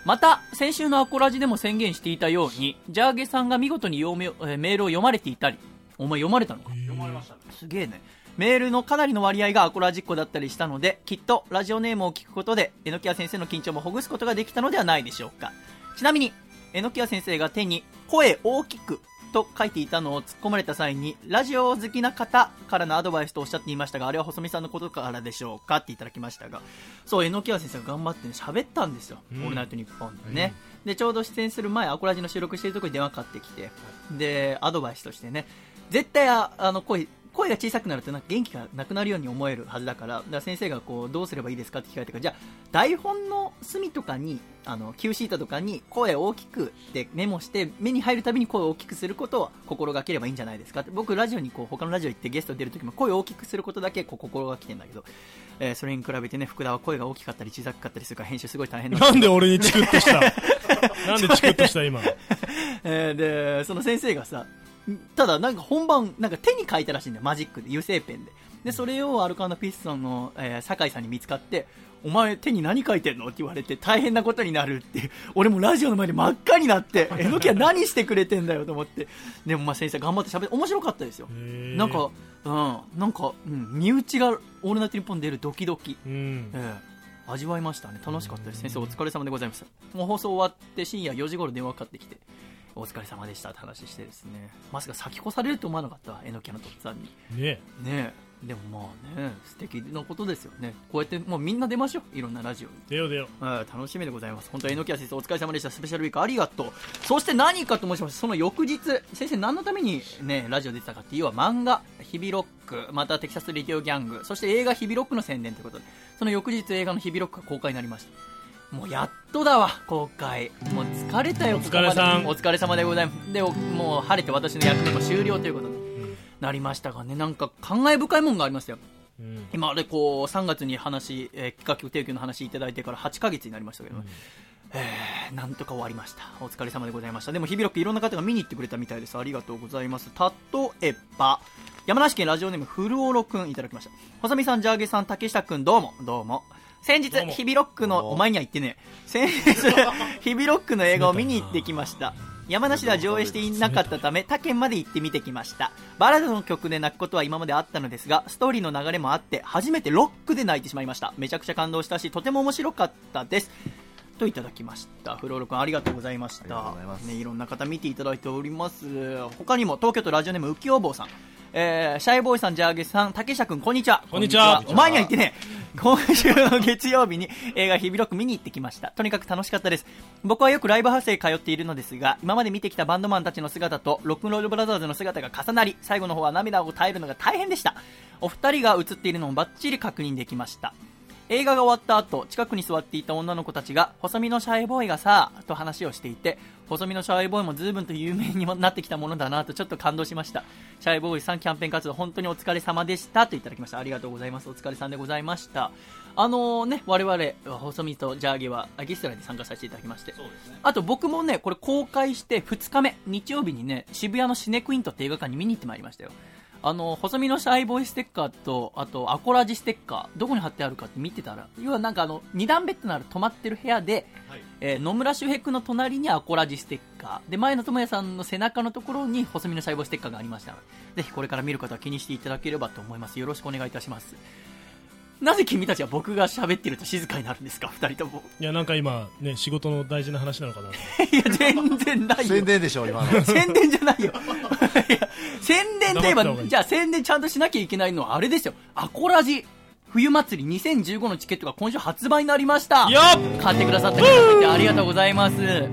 Speaker 1: また先週のアコラジでも宣言していたようにジャーゲさんが見事に読めえーメールを読まれていたりお前読まれたのか
Speaker 7: 読まれましたね
Speaker 1: すげえねメールのかなりの割合がアコラジっ子だったりしたのできっとラジオネームを聞くことで榎谷先生の緊張もほぐすことができたのではないでしょうかちなみに榎谷先生が手に「声大きく」と書いていたのを突っ込まれた際にラジオ好きな方からのアドバイスとおっしゃっていましたがあれは細見さんのことからでしょうかっていただきましたがそう榎谷先生が頑張ってね喋ったんですよ「
Speaker 2: うん
Speaker 1: オールナイトニッポン」でね、でちょうど出演する前アコラジの収録してるとこに電話かかってきてでアドバイスとしてね絶対ああの声声が小さくなるとなんか元気がなくなるように思えるはずだからだから先生がこうどうすればいいですかって聞かれたからじゃあ台本の隅とかにあの Q シートとかに声を大きくってメモして目に入るたびに声を大きくすることを心がければいいんじゃないですかって僕ラジオにこう他のラジオ行ってゲスト出るときも声を大きくすることだけこう心がけてんだけど、えーそれに比べてね福田は声が大きかったり小さかったりするから編集すごい大変なんですよ
Speaker 2: なんで俺にチクッとした なんでチクッとした今
Speaker 1: えーでその先生がさただなんか本番なんか手に書いたらしいんだよマジックで油性ペンででそれをアルカンドピースさんの、えー酒井さんに見つかってお前手に何書いてんのって言われて大変なことになるっていう俺もラジオの前で真っ赤になってえのきは何してくれてんだよと思ってでもまあ先生頑張って喋って面白かったですよ
Speaker 2: な
Speaker 1: なんか、うん、なんか、うん、身内が「オールナイトニッポン」出るドキドキ
Speaker 2: うん
Speaker 1: ええ、味わいましたね楽しかったです先生お疲れ様でございましたもう放送終わって深夜4時頃電話かかってきてお疲れ様でしたって話してですねまさか先越されると思わなかったわえのきのとっつぁんに
Speaker 2: ね
Speaker 1: ねえでもまあね素敵なことですよねこうやってもうみんな出ましょういろんなラジオに
Speaker 2: 出よう出よ
Speaker 1: はい楽しみでございます本当えのき先生お疲れ様でしたスペシャルウィークありがとうそして何かと申しますとその翌日先生何のためにねラジオ出てたかっていうは漫画「ヒビロック」また「テキサス・レディオ・ギャング」そして映画「ヒビロック」の宣伝ということでその翌日映画の「ヒビロック」が公開になりましたもうやっとだわ公開もう疲れたよ
Speaker 2: お疲れさん
Speaker 1: ここまでお疲れ様でございますでおもう晴れて私の役目も終了ということになりましたがねなんか感慨深いもんがありますよ
Speaker 2: う、うん、
Speaker 1: 今あれこう3月に話、えー企画提供の話いただいてから8ヶ月になりましたけどね、えーなんとか終わりましたお疲れ様でございましたでも日々ロックいろんな方が見に行ってくれたみたいですありがとうございます例えば山梨県ラジオネームフルオロくんいただきました細見さんジャーゲさん竹下くんどうもどうも先日
Speaker 2: どうも
Speaker 1: 日々ロックのお前には言ってねえ 先日日々ロックの映画を見に行ってきました山梨では上映していなかったため他県まで行って見てきましたバラードの曲で泣くことは今まであったのですがストーリーの流れもあって初めてロックで泣いてしまいましためちゃくちゃ感動したしとても面白かったですといただきましたフロール君ありがとうございまし
Speaker 5: ありがとう
Speaker 1: た
Speaker 5: ございます
Speaker 1: ね、いろんな方見ていただいております他にも東京都ラジオネーム浮世坊さんえー、シャイボーイさん、ジャーゲさん、竹下くん、こんにちは。
Speaker 2: こんにちは
Speaker 1: お前には言ってねえ。今週の月曜日に映画日々ロック見に行ってきました。とにかく楽しかったです。僕はよくライブハウスへ通っているのですが、今まで見てきたバンドマンたちの姿と、ロックンロールブラザーズの姿が重なり、最後の方は涙を耐えるのが大変でした。お二人が映っているのもバッチリ確認できました。映画が終わった後、近くに座っていた女の子たちが、細身のシャイボーイがさ、と話をしていて、細身のシャイボーイも随分と有名になってきたものだなとちょっと感動しました。シャイボーイさんキャンペーン活動本当にお疲れ様でしたといただきました。ありがとうございます。お疲れさんでございました。あのね、我々、細身とジャーゲはゲストラで参加させていただきまして、
Speaker 7: そうですね
Speaker 1: あと僕もね、これ公開して2日目、日曜日にね、渋谷のシネクイントって映画館に見に行ってまいりましたよ。あの細身のシャイボーイステッカーとあとアコラジステッカーどこに貼ってあるかって見てたら要はなんかあの2段ベッドのある止まってる部屋で、
Speaker 8: はい
Speaker 1: えー野村周平君の隣にアコラジステッカーで前野智也さんの背中のところに細身のシャイボーイステッカーがありましたのでぜひこれから見る方は気にしていただければと思いますよろしくお願いいたしますなぜ君たちは僕が喋ってると静かになるんですか2人とも
Speaker 2: いやなんか今ね仕事の大事な話なのかなと
Speaker 1: いや全然ないよ
Speaker 5: 宣伝でしょ 今の
Speaker 1: 宣伝じ ゃないよ。いや宣伝といえ
Speaker 2: 黙った方が
Speaker 1: ば、
Speaker 2: いい
Speaker 1: じゃあ宣伝ちゃんとしなきゃいけないのはあれですよ。アコラジ冬祭り2015のチケットが今週発売になりました。
Speaker 9: よ
Speaker 1: 買ってくださった方々ありがとうございます。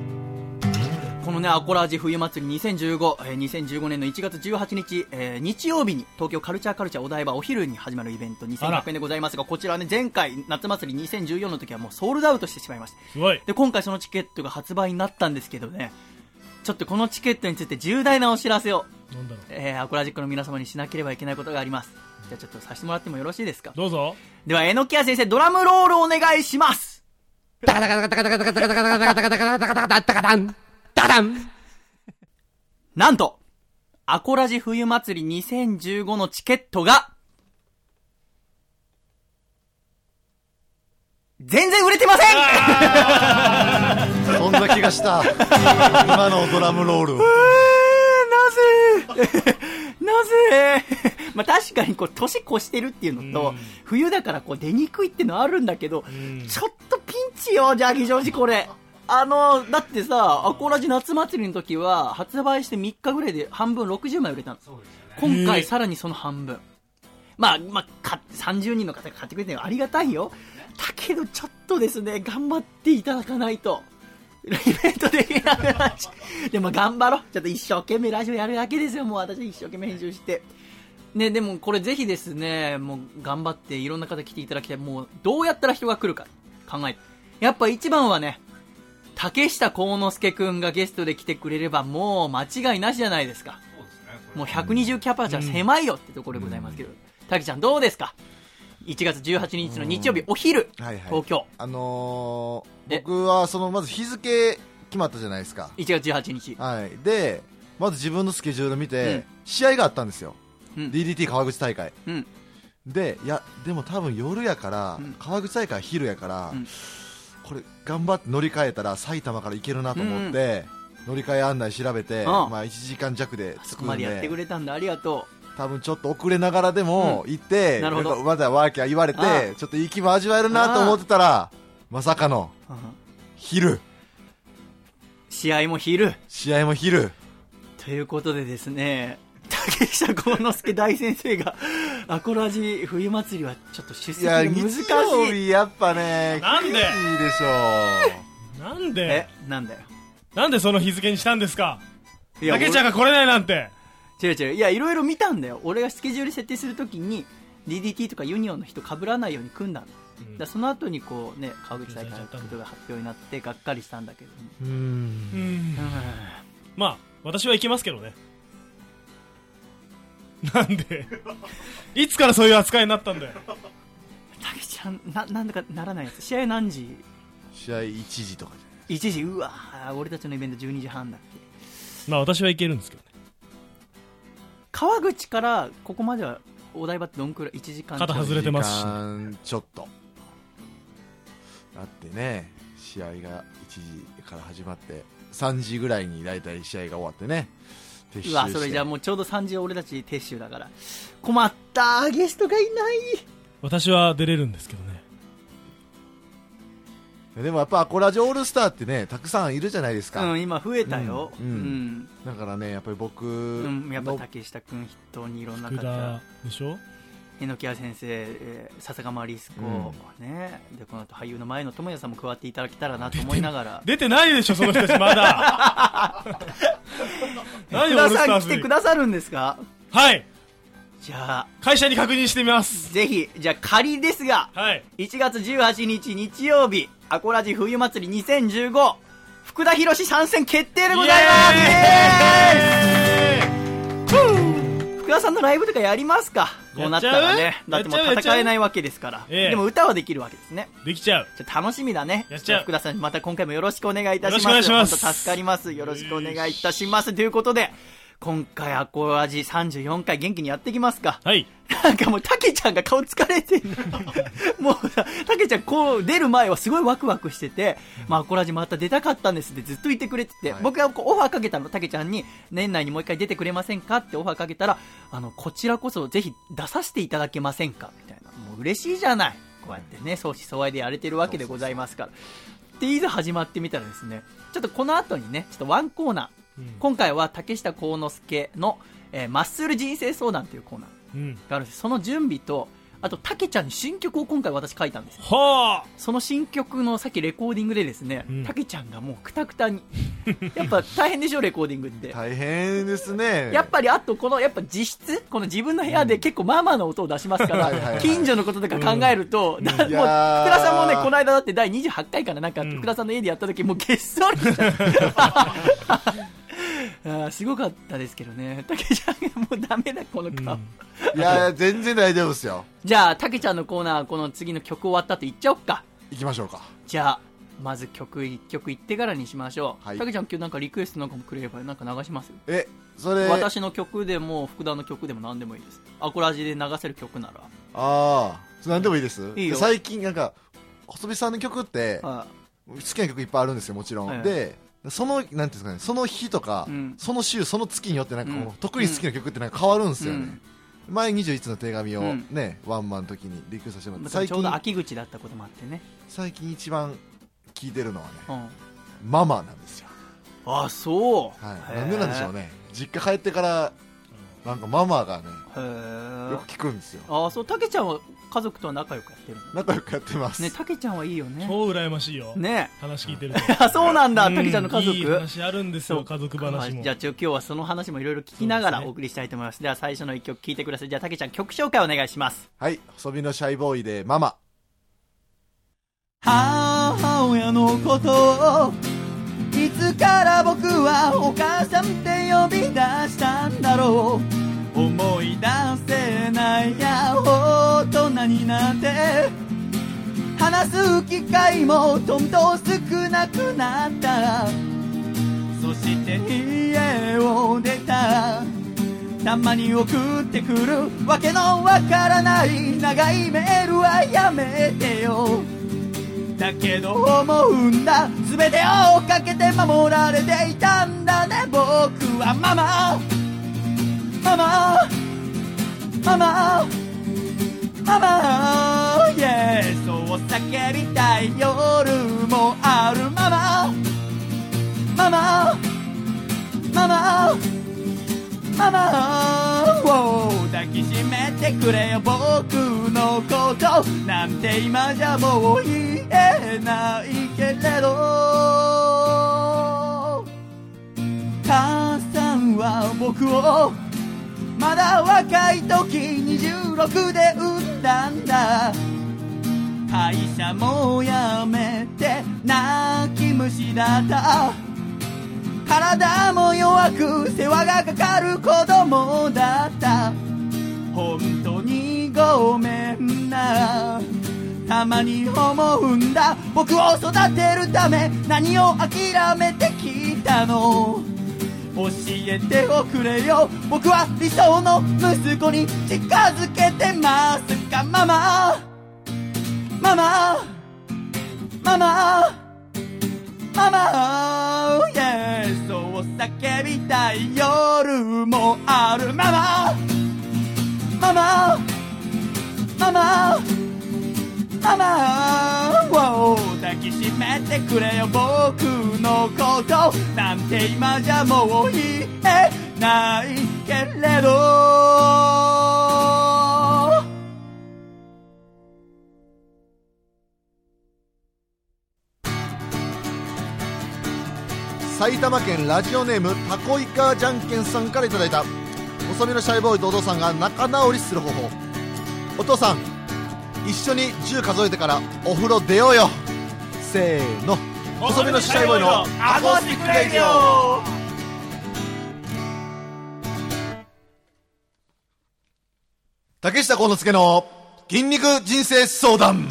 Speaker 1: このね、アコラジ冬祭り2015、えー2015年の1月18日、えー日曜日に東京カルチャーカルチャーお台場お昼に始まるイベント2100円でございますが、こちらはね、前回夏祭り2014の時はもうソールドアウトしてしまいました。
Speaker 2: すごい
Speaker 1: で今回そのチケットが発売になったんですけどねちょっとこのチケットについて重大なお知らせを、
Speaker 2: なんだろう
Speaker 1: えーアコラジックの皆様にしなければいけないことがありますじゃあちょっとさせてもらってもよろしいですか
Speaker 2: どうぞ
Speaker 1: ではえのきや先生ドラムロールお願いしますなんとアコラジ冬祭り2015のチケットが全然売れてません
Speaker 5: そんな気がした今のドラムロールを
Speaker 1: なぜなぜ まあ確かにこう年越してるっていうのと、冬だからこう出にくいってのあるんだけど、ちょっとピンチよ、ジャギジョージこれ。あの、だってさ、アコラジ夏祭りの時は、発売して3日ぐらいで半分60枚売れたの。今回さらにその半分。まあ、まあ、か30人の方が買ってくれてるのはありがたいよ。だけどちょっとですね、頑張っていただかないと。イベントできなくなっちゃう。でも頑張ろう。ちょっと一生懸命ラジオやるだけですよ。もう私は一生懸命編集して。ね、でもこれぜひですね、もう頑張っていろんな方来ていただきたい。もうどうやったら人が来るか考える。やっぱ一番はね、竹下幸之助くんがゲストで来てくれればもう間違いなしじゃないですか。もう120キャパじゃ狭いよってところでございますけど。竹ちゃんどうですか ?1 月18日の日曜日お昼、
Speaker 5: はいはい
Speaker 1: 東京。
Speaker 5: あのー
Speaker 1: え
Speaker 5: 僕はそのまず日付決まったじゃないですか
Speaker 1: 1月18日。
Speaker 5: はいでまず自分のスケジュール見
Speaker 1: う
Speaker 5: て、
Speaker 1: ん
Speaker 5: 試合があったんですよ、
Speaker 1: うん
Speaker 5: DDT 川口大会
Speaker 1: うん。
Speaker 5: でいやでも多分夜やから、
Speaker 1: うん
Speaker 5: 川口大会は昼やから、
Speaker 1: うん
Speaker 5: これ頑張って乗り換えたら埼玉から行けるなと思って、乗り換え案内調べて、
Speaker 1: ん
Speaker 5: まあ、1時間弱で
Speaker 1: そ
Speaker 5: 着
Speaker 1: こ
Speaker 5: く
Speaker 1: ま
Speaker 5: ん
Speaker 1: でやってく
Speaker 5: で
Speaker 1: れたんだ、ありがと
Speaker 5: 多分ちょっと遅れながらでも行って、
Speaker 1: うんなるほど
Speaker 5: やっぱまだワーキャー言われ
Speaker 1: あ
Speaker 5: てちょっと息も味わえるなと思ってたらまさかの
Speaker 1: う。
Speaker 5: 昼
Speaker 1: 試合も昼。
Speaker 5: 試合も昼
Speaker 1: ということでですね、竹下幸之助大先生が、アコラジ冬祭りはちょっと出
Speaker 5: い
Speaker 1: 席が
Speaker 5: や 日
Speaker 1: 難
Speaker 5: 曜
Speaker 1: しい。
Speaker 5: 日やっぱね
Speaker 2: なんで
Speaker 5: いいでしょ
Speaker 2: なんで
Speaker 1: え、なんだよ。
Speaker 2: なんでその日付にしたんですか
Speaker 1: いや、
Speaker 2: 竹ちゃんが来れないなんて
Speaker 1: 俺違う違う。いや、いろいろ見たんだよ。俺がスケジュール設定するときに、DDT とかユニオンの人被らないように組んだの。だからその後にこうね、川口大会のことが発表になって、がっかりしたんだけどね、
Speaker 5: ううん
Speaker 2: うん
Speaker 1: うん
Speaker 2: まあ私は行けますけどねなんでいつからそういう扱いになったんだよ
Speaker 1: 竹ちゃん、な、なんだかならないやつ。試合何時
Speaker 5: 試合1時とかじゃない
Speaker 1: ?1 時、うわぁ俺たちのイベント12時半だっけ。
Speaker 2: まあ私は行けるんですけどね
Speaker 1: 川口からここまではお台場ってどんくらい1時間
Speaker 2: 肩外れてますし
Speaker 5: 時間ちょっとだってね試合が1時から始まって3時ぐらいに大体試合が終わってね撤収して
Speaker 1: うわそれじゃあもうちょうど3時は俺たち撤収だから困ったーゲストがいない
Speaker 2: 私は出れるんですけどね
Speaker 5: でもやっぱアコラジオールスターってねたくさんいるじゃないですか、
Speaker 1: うん今増えたよう
Speaker 5: うんん、だからねやっぱり僕
Speaker 1: うんやっぱ
Speaker 5: の
Speaker 1: 竹下君筆頭にいろんな
Speaker 2: 福
Speaker 1: 方
Speaker 2: 田でしょ
Speaker 1: 榎谷先生、えー笹川リスコ、ねでこの後俳優の前野智也さんも加わっていただけたらなと思いながら
Speaker 2: 出てないでしょその人たちまだ何 オー
Speaker 1: 福田
Speaker 2: ルスタ
Speaker 1: さ
Speaker 2: ー
Speaker 1: ん来
Speaker 2: ズ
Speaker 1: て
Speaker 2: に
Speaker 1: くださるんですか
Speaker 2: はい
Speaker 1: じゃあ
Speaker 2: 会社に確認してみます
Speaker 1: ぜひじゃあ仮ですが
Speaker 2: はい
Speaker 1: 1月18日日曜日アコラジ冬祭り2015福田博士参戦決定でございます
Speaker 2: イエーイ
Speaker 1: イエーイ福田さんのライブとかやりますかこうなったらねだ
Speaker 2: や
Speaker 1: っ
Speaker 2: ってちゃう
Speaker 1: もう
Speaker 2: やっちゃう
Speaker 1: 戦えないわけですから、
Speaker 2: ええ
Speaker 1: でも歌はできるわけですね
Speaker 2: できちゃう
Speaker 1: ちょっと楽しみだね
Speaker 2: やっちゃう
Speaker 1: 福田さんまた今回もよろしくお願いいたします
Speaker 2: よろしくお願いします
Speaker 1: 本当助かりますよろしくお願いいたしますということで今回アコラジ34回元気にやっていきますか。
Speaker 10: はい。
Speaker 1: なんかもう、たけちゃんが顔疲れてる。 もうさ、たけちゃんこう出る前はすごいワクワクしてて、まあ、アコラジまた出たかったんですってずっと言ってくれてて、
Speaker 5: はい
Speaker 1: 僕がこうオファーかけたの、たけちゃんに、年内にもう一回出てくれませんかってオファーかけたら、あの、こちらこそぜひ出させていただけませんかみたいな。もう嬉しいじゃない。こうやってね、相思相愛でやれてるわけでございますから。で、いざ始まってみたらですね、ちょっとこの後にね、ちょっとワンコーナー、今回は竹下幸之助の、えーマッスル人生相談というコーナー。
Speaker 10: うん。
Speaker 1: があるんですその準備とあとたけちゃんに新曲を今回私書いたんですよ
Speaker 10: はあ
Speaker 1: その新曲のさっきレコーディングでですね
Speaker 10: うん
Speaker 1: たけ、ちゃんがもうくたく たにやっぱ大変でしょレコーディングって
Speaker 5: 大変ですね
Speaker 1: やっぱりあとこのやっぱ自室この自分の部屋で結構ママの音を出しますか
Speaker 5: はいはいは
Speaker 1: ら
Speaker 5: い
Speaker 1: 近所のこととか考えると、だもう福
Speaker 5: いやー
Speaker 1: 田さんもねこの間だって第28回からなんか福田さんの家でやった時もうげっそりしちゃう あーすごかったですけどねたけちゃんがもうダメだこの顔、
Speaker 5: いや全然大丈夫ですよ
Speaker 1: じゃあ、たけちゃんのコーナー、この次の曲終わったと言っちゃおっか。
Speaker 5: 行きましょうか
Speaker 1: じゃあ、まず曲一曲言ってからにしましょう。
Speaker 5: はい
Speaker 1: たけちゃん今日なんかリクエストなんかもくれればなんか流しますよ。
Speaker 5: えそれ
Speaker 1: 私の曲でも、福田の曲でも何でもいいです。アコラジで流せる曲なら。
Speaker 5: ああそれ何でもいいです
Speaker 1: いいよ
Speaker 5: で最近なんか細見さんの曲って好
Speaker 1: は
Speaker 5: きな曲いっぱいあるんですよもちろん、
Speaker 1: はい
Speaker 5: でそのなんていうんですかねその日とか、
Speaker 1: うん
Speaker 5: その週その月によってなんかこう、
Speaker 1: うん
Speaker 5: 特に好きな曲ってなんか変わるんで
Speaker 1: い。
Speaker 5: すよね、前21の手紙を
Speaker 1: うん
Speaker 5: ね、ワンマンの時にリクエストしても
Speaker 1: うん。
Speaker 5: らっ
Speaker 1: また
Speaker 5: て最
Speaker 1: ちょうど
Speaker 5: 近
Speaker 1: 秋口だったこともあってね。
Speaker 5: 最近一番聴いてるのはね
Speaker 1: うん。
Speaker 5: ママなんですよ、
Speaker 1: あ、そう。
Speaker 5: はい、
Speaker 1: へー
Speaker 5: なんでなんでしょう。ね実家帰ってからなんかママがね
Speaker 1: へ
Speaker 5: よ
Speaker 1: ー
Speaker 5: く聞くんですよ
Speaker 1: あ、そう、たけちゃんは家族とは仲良くやってるの
Speaker 5: 仲良くやってます、
Speaker 1: ね、たけちゃんはいいよね。
Speaker 2: 超羨ましいよ。
Speaker 1: ね。
Speaker 2: 話聞いてると。
Speaker 1: あ、そうなんだ、たけちゃんの家
Speaker 2: ういい
Speaker 1: 族。
Speaker 2: 話あるんですよ、家族
Speaker 1: まあ
Speaker 2: 話も
Speaker 1: じゃ。あちょ今日はその話もいろいろ聞きな
Speaker 2: そ
Speaker 1: が
Speaker 2: うです
Speaker 1: ら
Speaker 2: ね
Speaker 1: お送りしたいと思いますでは最初の一曲聞いてくださいじゃあたけちゃん曲紹介お願いします
Speaker 5: はい細身のシャイボーイでママ
Speaker 1: 母親のことをいつから僕はお母さんって呼び出したんだろう思い出せないや大人になって話す機会もどんどん少なくなったそして家を出たらたまに送ってくるわけのわからない長いメールはやめてよだけど思うんだ全てをかけて守られていたんだね僕はママママママママ Yes そう叫びたい夜もあるママママママママを抱きしめてくれよ僕のことなんて今じゃもう言えないけれど母さんは僕をまだ若い時26で産んだんだ会社も辞めて泣き虫だった体も弱く世話がかかる子供だった本当にごめんなたまに思うんだ僕を育てるため何を諦めてきたの教えておくれよ僕は理想の息子に近づけてますかママママママママ Yes そう叫びたい夜もあるママママママママを抱きしめてくれよ僕のことなんて今じゃもう言えないけれど
Speaker 5: 埼玉県ラジオネームタコイカじゃんけんさんからいただいた細身のシャイボーイとお父さんが仲直りする方法お父さん一緒に10数えてからお風呂出ようよせーの細身のシャイボーイのアコースティックレイディオ竹下幸之助の筋肉人生相談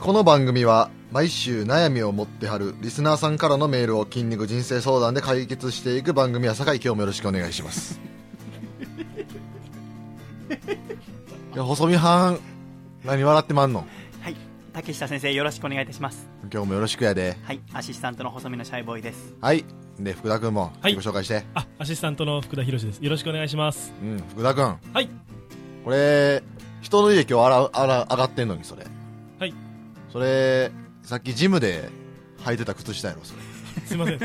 Speaker 5: この番組は毎週悩みを持ってはるリスナーさんからのメールを筋肉人生相談で解決していく番組や酒井今日もよろしくお願いしますいや細見はん何笑ってまんの
Speaker 1: はい竹下先生よろしくお願いいたします
Speaker 5: 今日もよろしくやで
Speaker 1: はいアシスタントの細身のシャイボーイです
Speaker 5: はいで福田君も
Speaker 11: はい
Speaker 5: 自己紹介して、
Speaker 11: あアシスタントの福田博ですよろしくお願いします
Speaker 5: うん福田君
Speaker 11: はい
Speaker 5: これ人の利益をあらあら上がってんのにそれ
Speaker 11: はい
Speaker 5: それさっきジムで履いてた靴下やろそれ
Speaker 11: すいません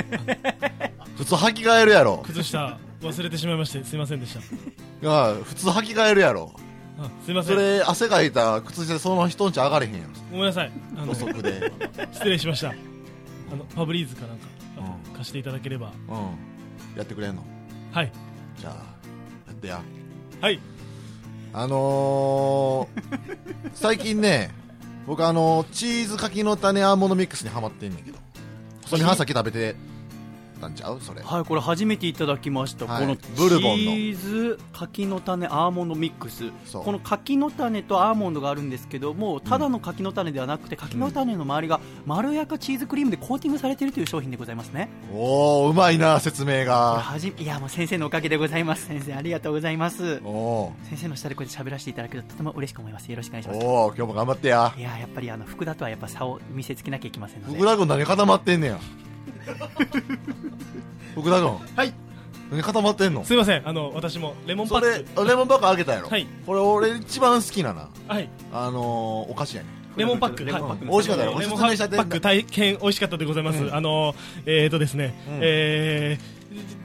Speaker 11: あ
Speaker 5: 普通履き替えるやろ
Speaker 11: 靴下忘れてしまいましてすいませんでした
Speaker 5: いや普通履き替えるやろ
Speaker 11: あすいませ
Speaker 5: そ
Speaker 11: ん
Speaker 5: れ汗かいた靴下でそのまま人んち上がれへんやろ
Speaker 11: ごめんなさいあの
Speaker 5: 土足で
Speaker 11: 失礼しましたあのパブリーズかなんかあ
Speaker 5: う
Speaker 11: 貸していただければ
Speaker 5: うんやってくれんの
Speaker 11: はい
Speaker 5: じゃあやってや
Speaker 11: はい
Speaker 5: あのー、最近ね僕あのーチーズ柿の種アーモンドミックスにハマってんねんけど細見半先食べてたんちゃうそれ
Speaker 1: はいこれ初めていただきました、
Speaker 5: はい
Speaker 1: この
Speaker 5: ブルボンの
Speaker 1: チーズ柿の種アーモンドミックス
Speaker 5: そう
Speaker 1: この柿の種とアーモンドがあるんですけどもただの柿の種ではなくて柿の種の周りがまろやかチーズクリームでコーティングされているという商品でございますね
Speaker 5: おおうまいな説明
Speaker 1: これ
Speaker 5: が
Speaker 1: はじめいやもう先生のおかげでございます先生ありがとうございます
Speaker 5: おお
Speaker 1: 先生の下でこうやって喋らせていただくととても嬉しく思いますよろしくお願いし
Speaker 5: ー
Speaker 1: ます
Speaker 5: おー今日も頑張ってや
Speaker 1: いややっぱりあの福田とはやっぱ差を見せつけなきゃいけませんので
Speaker 5: 福田君何固まってんねや福田君はい何固まってんの
Speaker 11: すいませんあの私もレモンパ
Speaker 5: そ
Speaker 11: ッ
Speaker 5: れ
Speaker 11: ク
Speaker 5: レモンバックあげたやろ、
Speaker 11: はい
Speaker 5: これ俺一番好きなな
Speaker 11: はい
Speaker 5: あのー、お菓子やね
Speaker 11: レモンパック
Speaker 1: レモンパック
Speaker 5: うん美味しかったよ
Speaker 11: レモン
Speaker 5: ご
Speaker 11: パ
Speaker 5: 説明しちゃって
Speaker 11: ック大変美味しかったでございます、あのえーとですね、
Speaker 5: うん
Speaker 11: え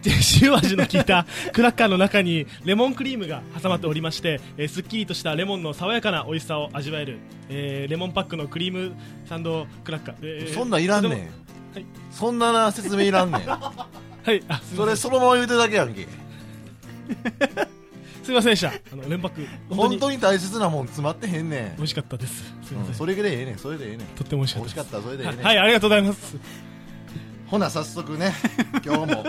Speaker 11: ー、 塩味の効いたクラッカーの中にレモンクリームが挟まっておりまして、えーすっきりとしたレモンの爽やかな美味しさを味わえる、えーレモンパックのクリームサンドクラッカー、えー
Speaker 5: そんなんいらんねん、
Speaker 11: はい
Speaker 5: そんなな説明いらん ねん
Speaker 11: はいあすい
Speaker 5: そ
Speaker 11: ませ
Speaker 5: れ
Speaker 11: ん
Speaker 5: そのまま言うてるだけやんけ
Speaker 11: すいませんでしたあのレモンパック本当
Speaker 5: 本
Speaker 11: に
Speaker 5: 当に大切なもん詰まってへんね
Speaker 11: 美味しかったですすい
Speaker 5: ん、
Speaker 11: ま
Speaker 5: う
Speaker 11: せ
Speaker 5: ん、
Speaker 11: ん、
Speaker 5: それでええねんそれでええねん
Speaker 11: とっても美味しか
Speaker 5: 美
Speaker 11: った
Speaker 5: 味
Speaker 11: で
Speaker 5: し
Speaker 11: す
Speaker 5: かったそれでええ
Speaker 11: は
Speaker 5: ね
Speaker 11: い、
Speaker 5: ん、
Speaker 11: はいありがとうございます
Speaker 5: ほな早速ね 今日も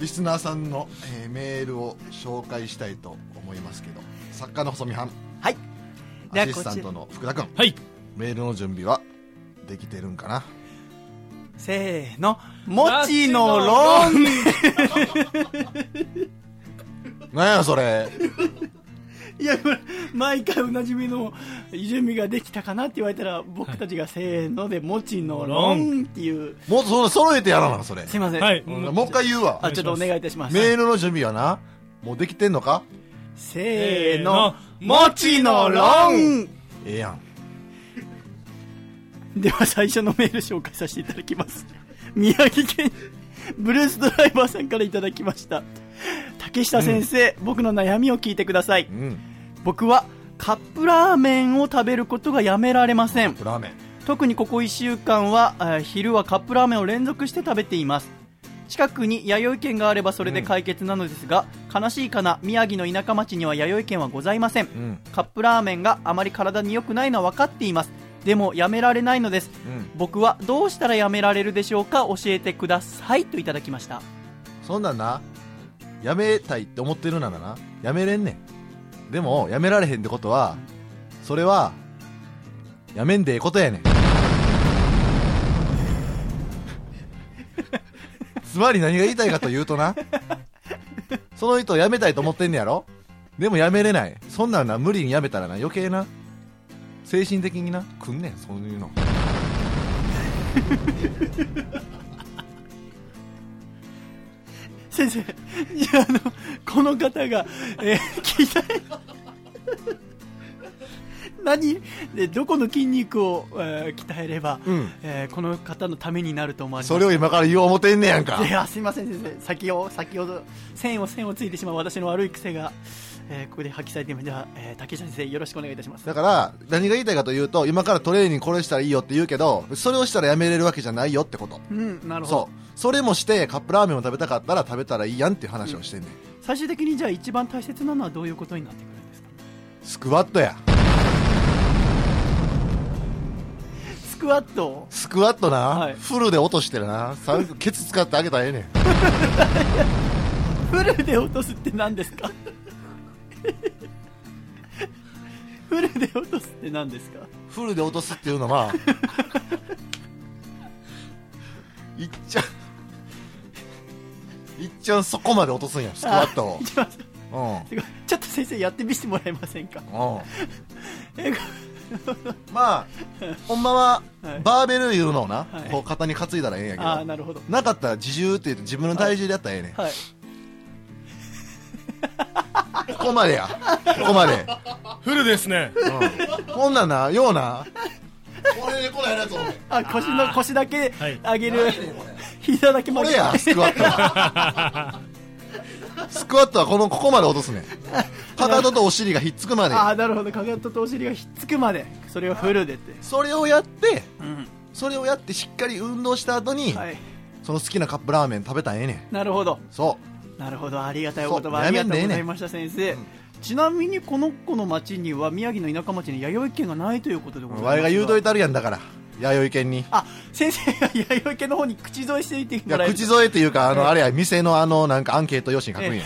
Speaker 5: リスナーさんの、えーメールを紹介したいと思いますけど作家の細見はん
Speaker 1: はいで
Speaker 5: ア
Speaker 1: は
Speaker 5: シスタントの福田君
Speaker 11: はい
Speaker 5: メールの準備はできてるんかな
Speaker 1: せーのもちのろん
Speaker 5: なんやそれ
Speaker 1: いや、ほら毎回おなじみの準備ができたかなって言われたら、僕たちがせーので、もちのろんっていう。
Speaker 5: もっとその揃えてやらなそれ
Speaker 1: すいません。
Speaker 11: はい
Speaker 5: うんもう一回言うわ
Speaker 1: あ、ちょっとお願いいたします。
Speaker 5: メールの準備はなもうできてんのか
Speaker 1: せーの、もちのろん
Speaker 5: ええやん
Speaker 1: では最初のメール紹介させていただきます宮城県ブルースドライバーさんからいただきました竹下先生、僕の悩みを聞いてください、
Speaker 5: ん
Speaker 1: 僕はカップラーメンを食べることがやめられません
Speaker 5: ラーメン
Speaker 1: 特にここ1週間はあー昼はカップラーメンを連続して食べています近くに弥生県があればそれで解決なのですが、悲しいかな宮城の田舎町には弥生県はございません、
Speaker 5: ん
Speaker 1: カップラーメンがあまり体に良くないのは分かっていますでもやめられないのです、
Speaker 5: う
Speaker 1: 僕はどうしたらやめられるでしょうか教えてくださいといただきました
Speaker 5: そんなんなやめたいって思ってるならなやめれんねんでもやめられへんってことはそれはやめんでええことやねん つまり何が言いたいかというとなその人をやめたいと思ってんねやろでもやめれないそんなんな無理にやめたらな余計な精神的になくんねんそういうの
Speaker 1: 先生いやあのこの方が、えー聞いた何でどこの筋肉を、えー鍛えれば、
Speaker 5: うん
Speaker 1: えーこの方のためになると思われます
Speaker 5: それを今から言おう思てんねやんか
Speaker 1: いやすいません先生先を先ほど線を線をついてしまう私の悪い癖が、えーここで発揮されていますでは、えー竹下先生よろしくお願いいたします
Speaker 5: だから、何が言いたいかというと、今からトレーニングこれしたらいいよって言うけど、それをしたらやめれるわけじゃないよってこと。
Speaker 1: うんなるほど
Speaker 5: そう。それもして、カップラーメンを食べたかったら食べたらいいやんっていう話をしてんねん。
Speaker 1: 最終的にじゃあ一番大切なのはどういうことになってくるんですか
Speaker 5: スクワットや。
Speaker 1: スクワットを
Speaker 5: スクワットな、
Speaker 1: はい
Speaker 5: フルで落としてるな。さケツ使ってあげたらええねん。
Speaker 1: フルで落とすって何ですかフルで落とすって何ですか
Speaker 5: フルで落とすっていう のはいっちゃんいっちゃんそこまで落とすんやスクワットを
Speaker 1: いきます
Speaker 5: うん
Speaker 1: てかちょっと先生やってみせてもらえませんか
Speaker 5: う
Speaker 1: え
Speaker 5: んまあほんまは
Speaker 1: はい
Speaker 5: バーベルいうのをな、
Speaker 1: はい
Speaker 5: こう肩に担いだらええんやけど
Speaker 1: ああなるほど
Speaker 5: なかったら自重って言って自分の体重でやったらええねん、
Speaker 1: はい
Speaker 5: ここまでやここまで、
Speaker 2: フルですね
Speaker 5: うん、こんなんなようなこれでこないなと思う
Speaker 1: あ腰の腰だけ
Speaker 11: はい
Speaker 1: 上げる、膝だけ
Speaker 5: こ
Speaker 1: 曲
Speaker 5: れ
Speaker 1: げる
Speaker 5: やスクワットはスクワットはこのここまで落とすねんかかととお尻がひっつくまで
Speaker 1: ああなるほどかかととお尻がひっつくまでそれをフルでって
Speaker 5: それをやって
Speaker 1: うん
Speaker 5: それをやってしっかり運動した後に、
Speaker 1: はい
Speaker 5: その好きなカップラーメン食べたらええねん
Speaker 1: なるほど
Speaker 5: そ
Speaker 1: なるほどありがたいお言
Speaker 5: そう
Speaker 1: 葉ありがとう
Speaker 5: 悩み
Speaker 1: ご
Speaker 5: んでえ
Speaker 1: ざ
Speaker 5: えね
Speaker 1: い
Speaker 5: ん
Speaker 1: ました先生、ちなみにこの子の町には宮城の田舎町に弥生県がないということでござ
Speaker 5: う
Speaker 1: います
Speaker 5: わいが言うとい
Speaker 1: た
Speaker 5: たるやんだから弥生県にい
Speaker 1: あ先生が弥生県の方に口添えしていても
Speaker 5: や
Speaker 1: らえる
Speaker 5: 口添えっていうかあの、あれや店のあのなんかアンケート用紙に書くんや、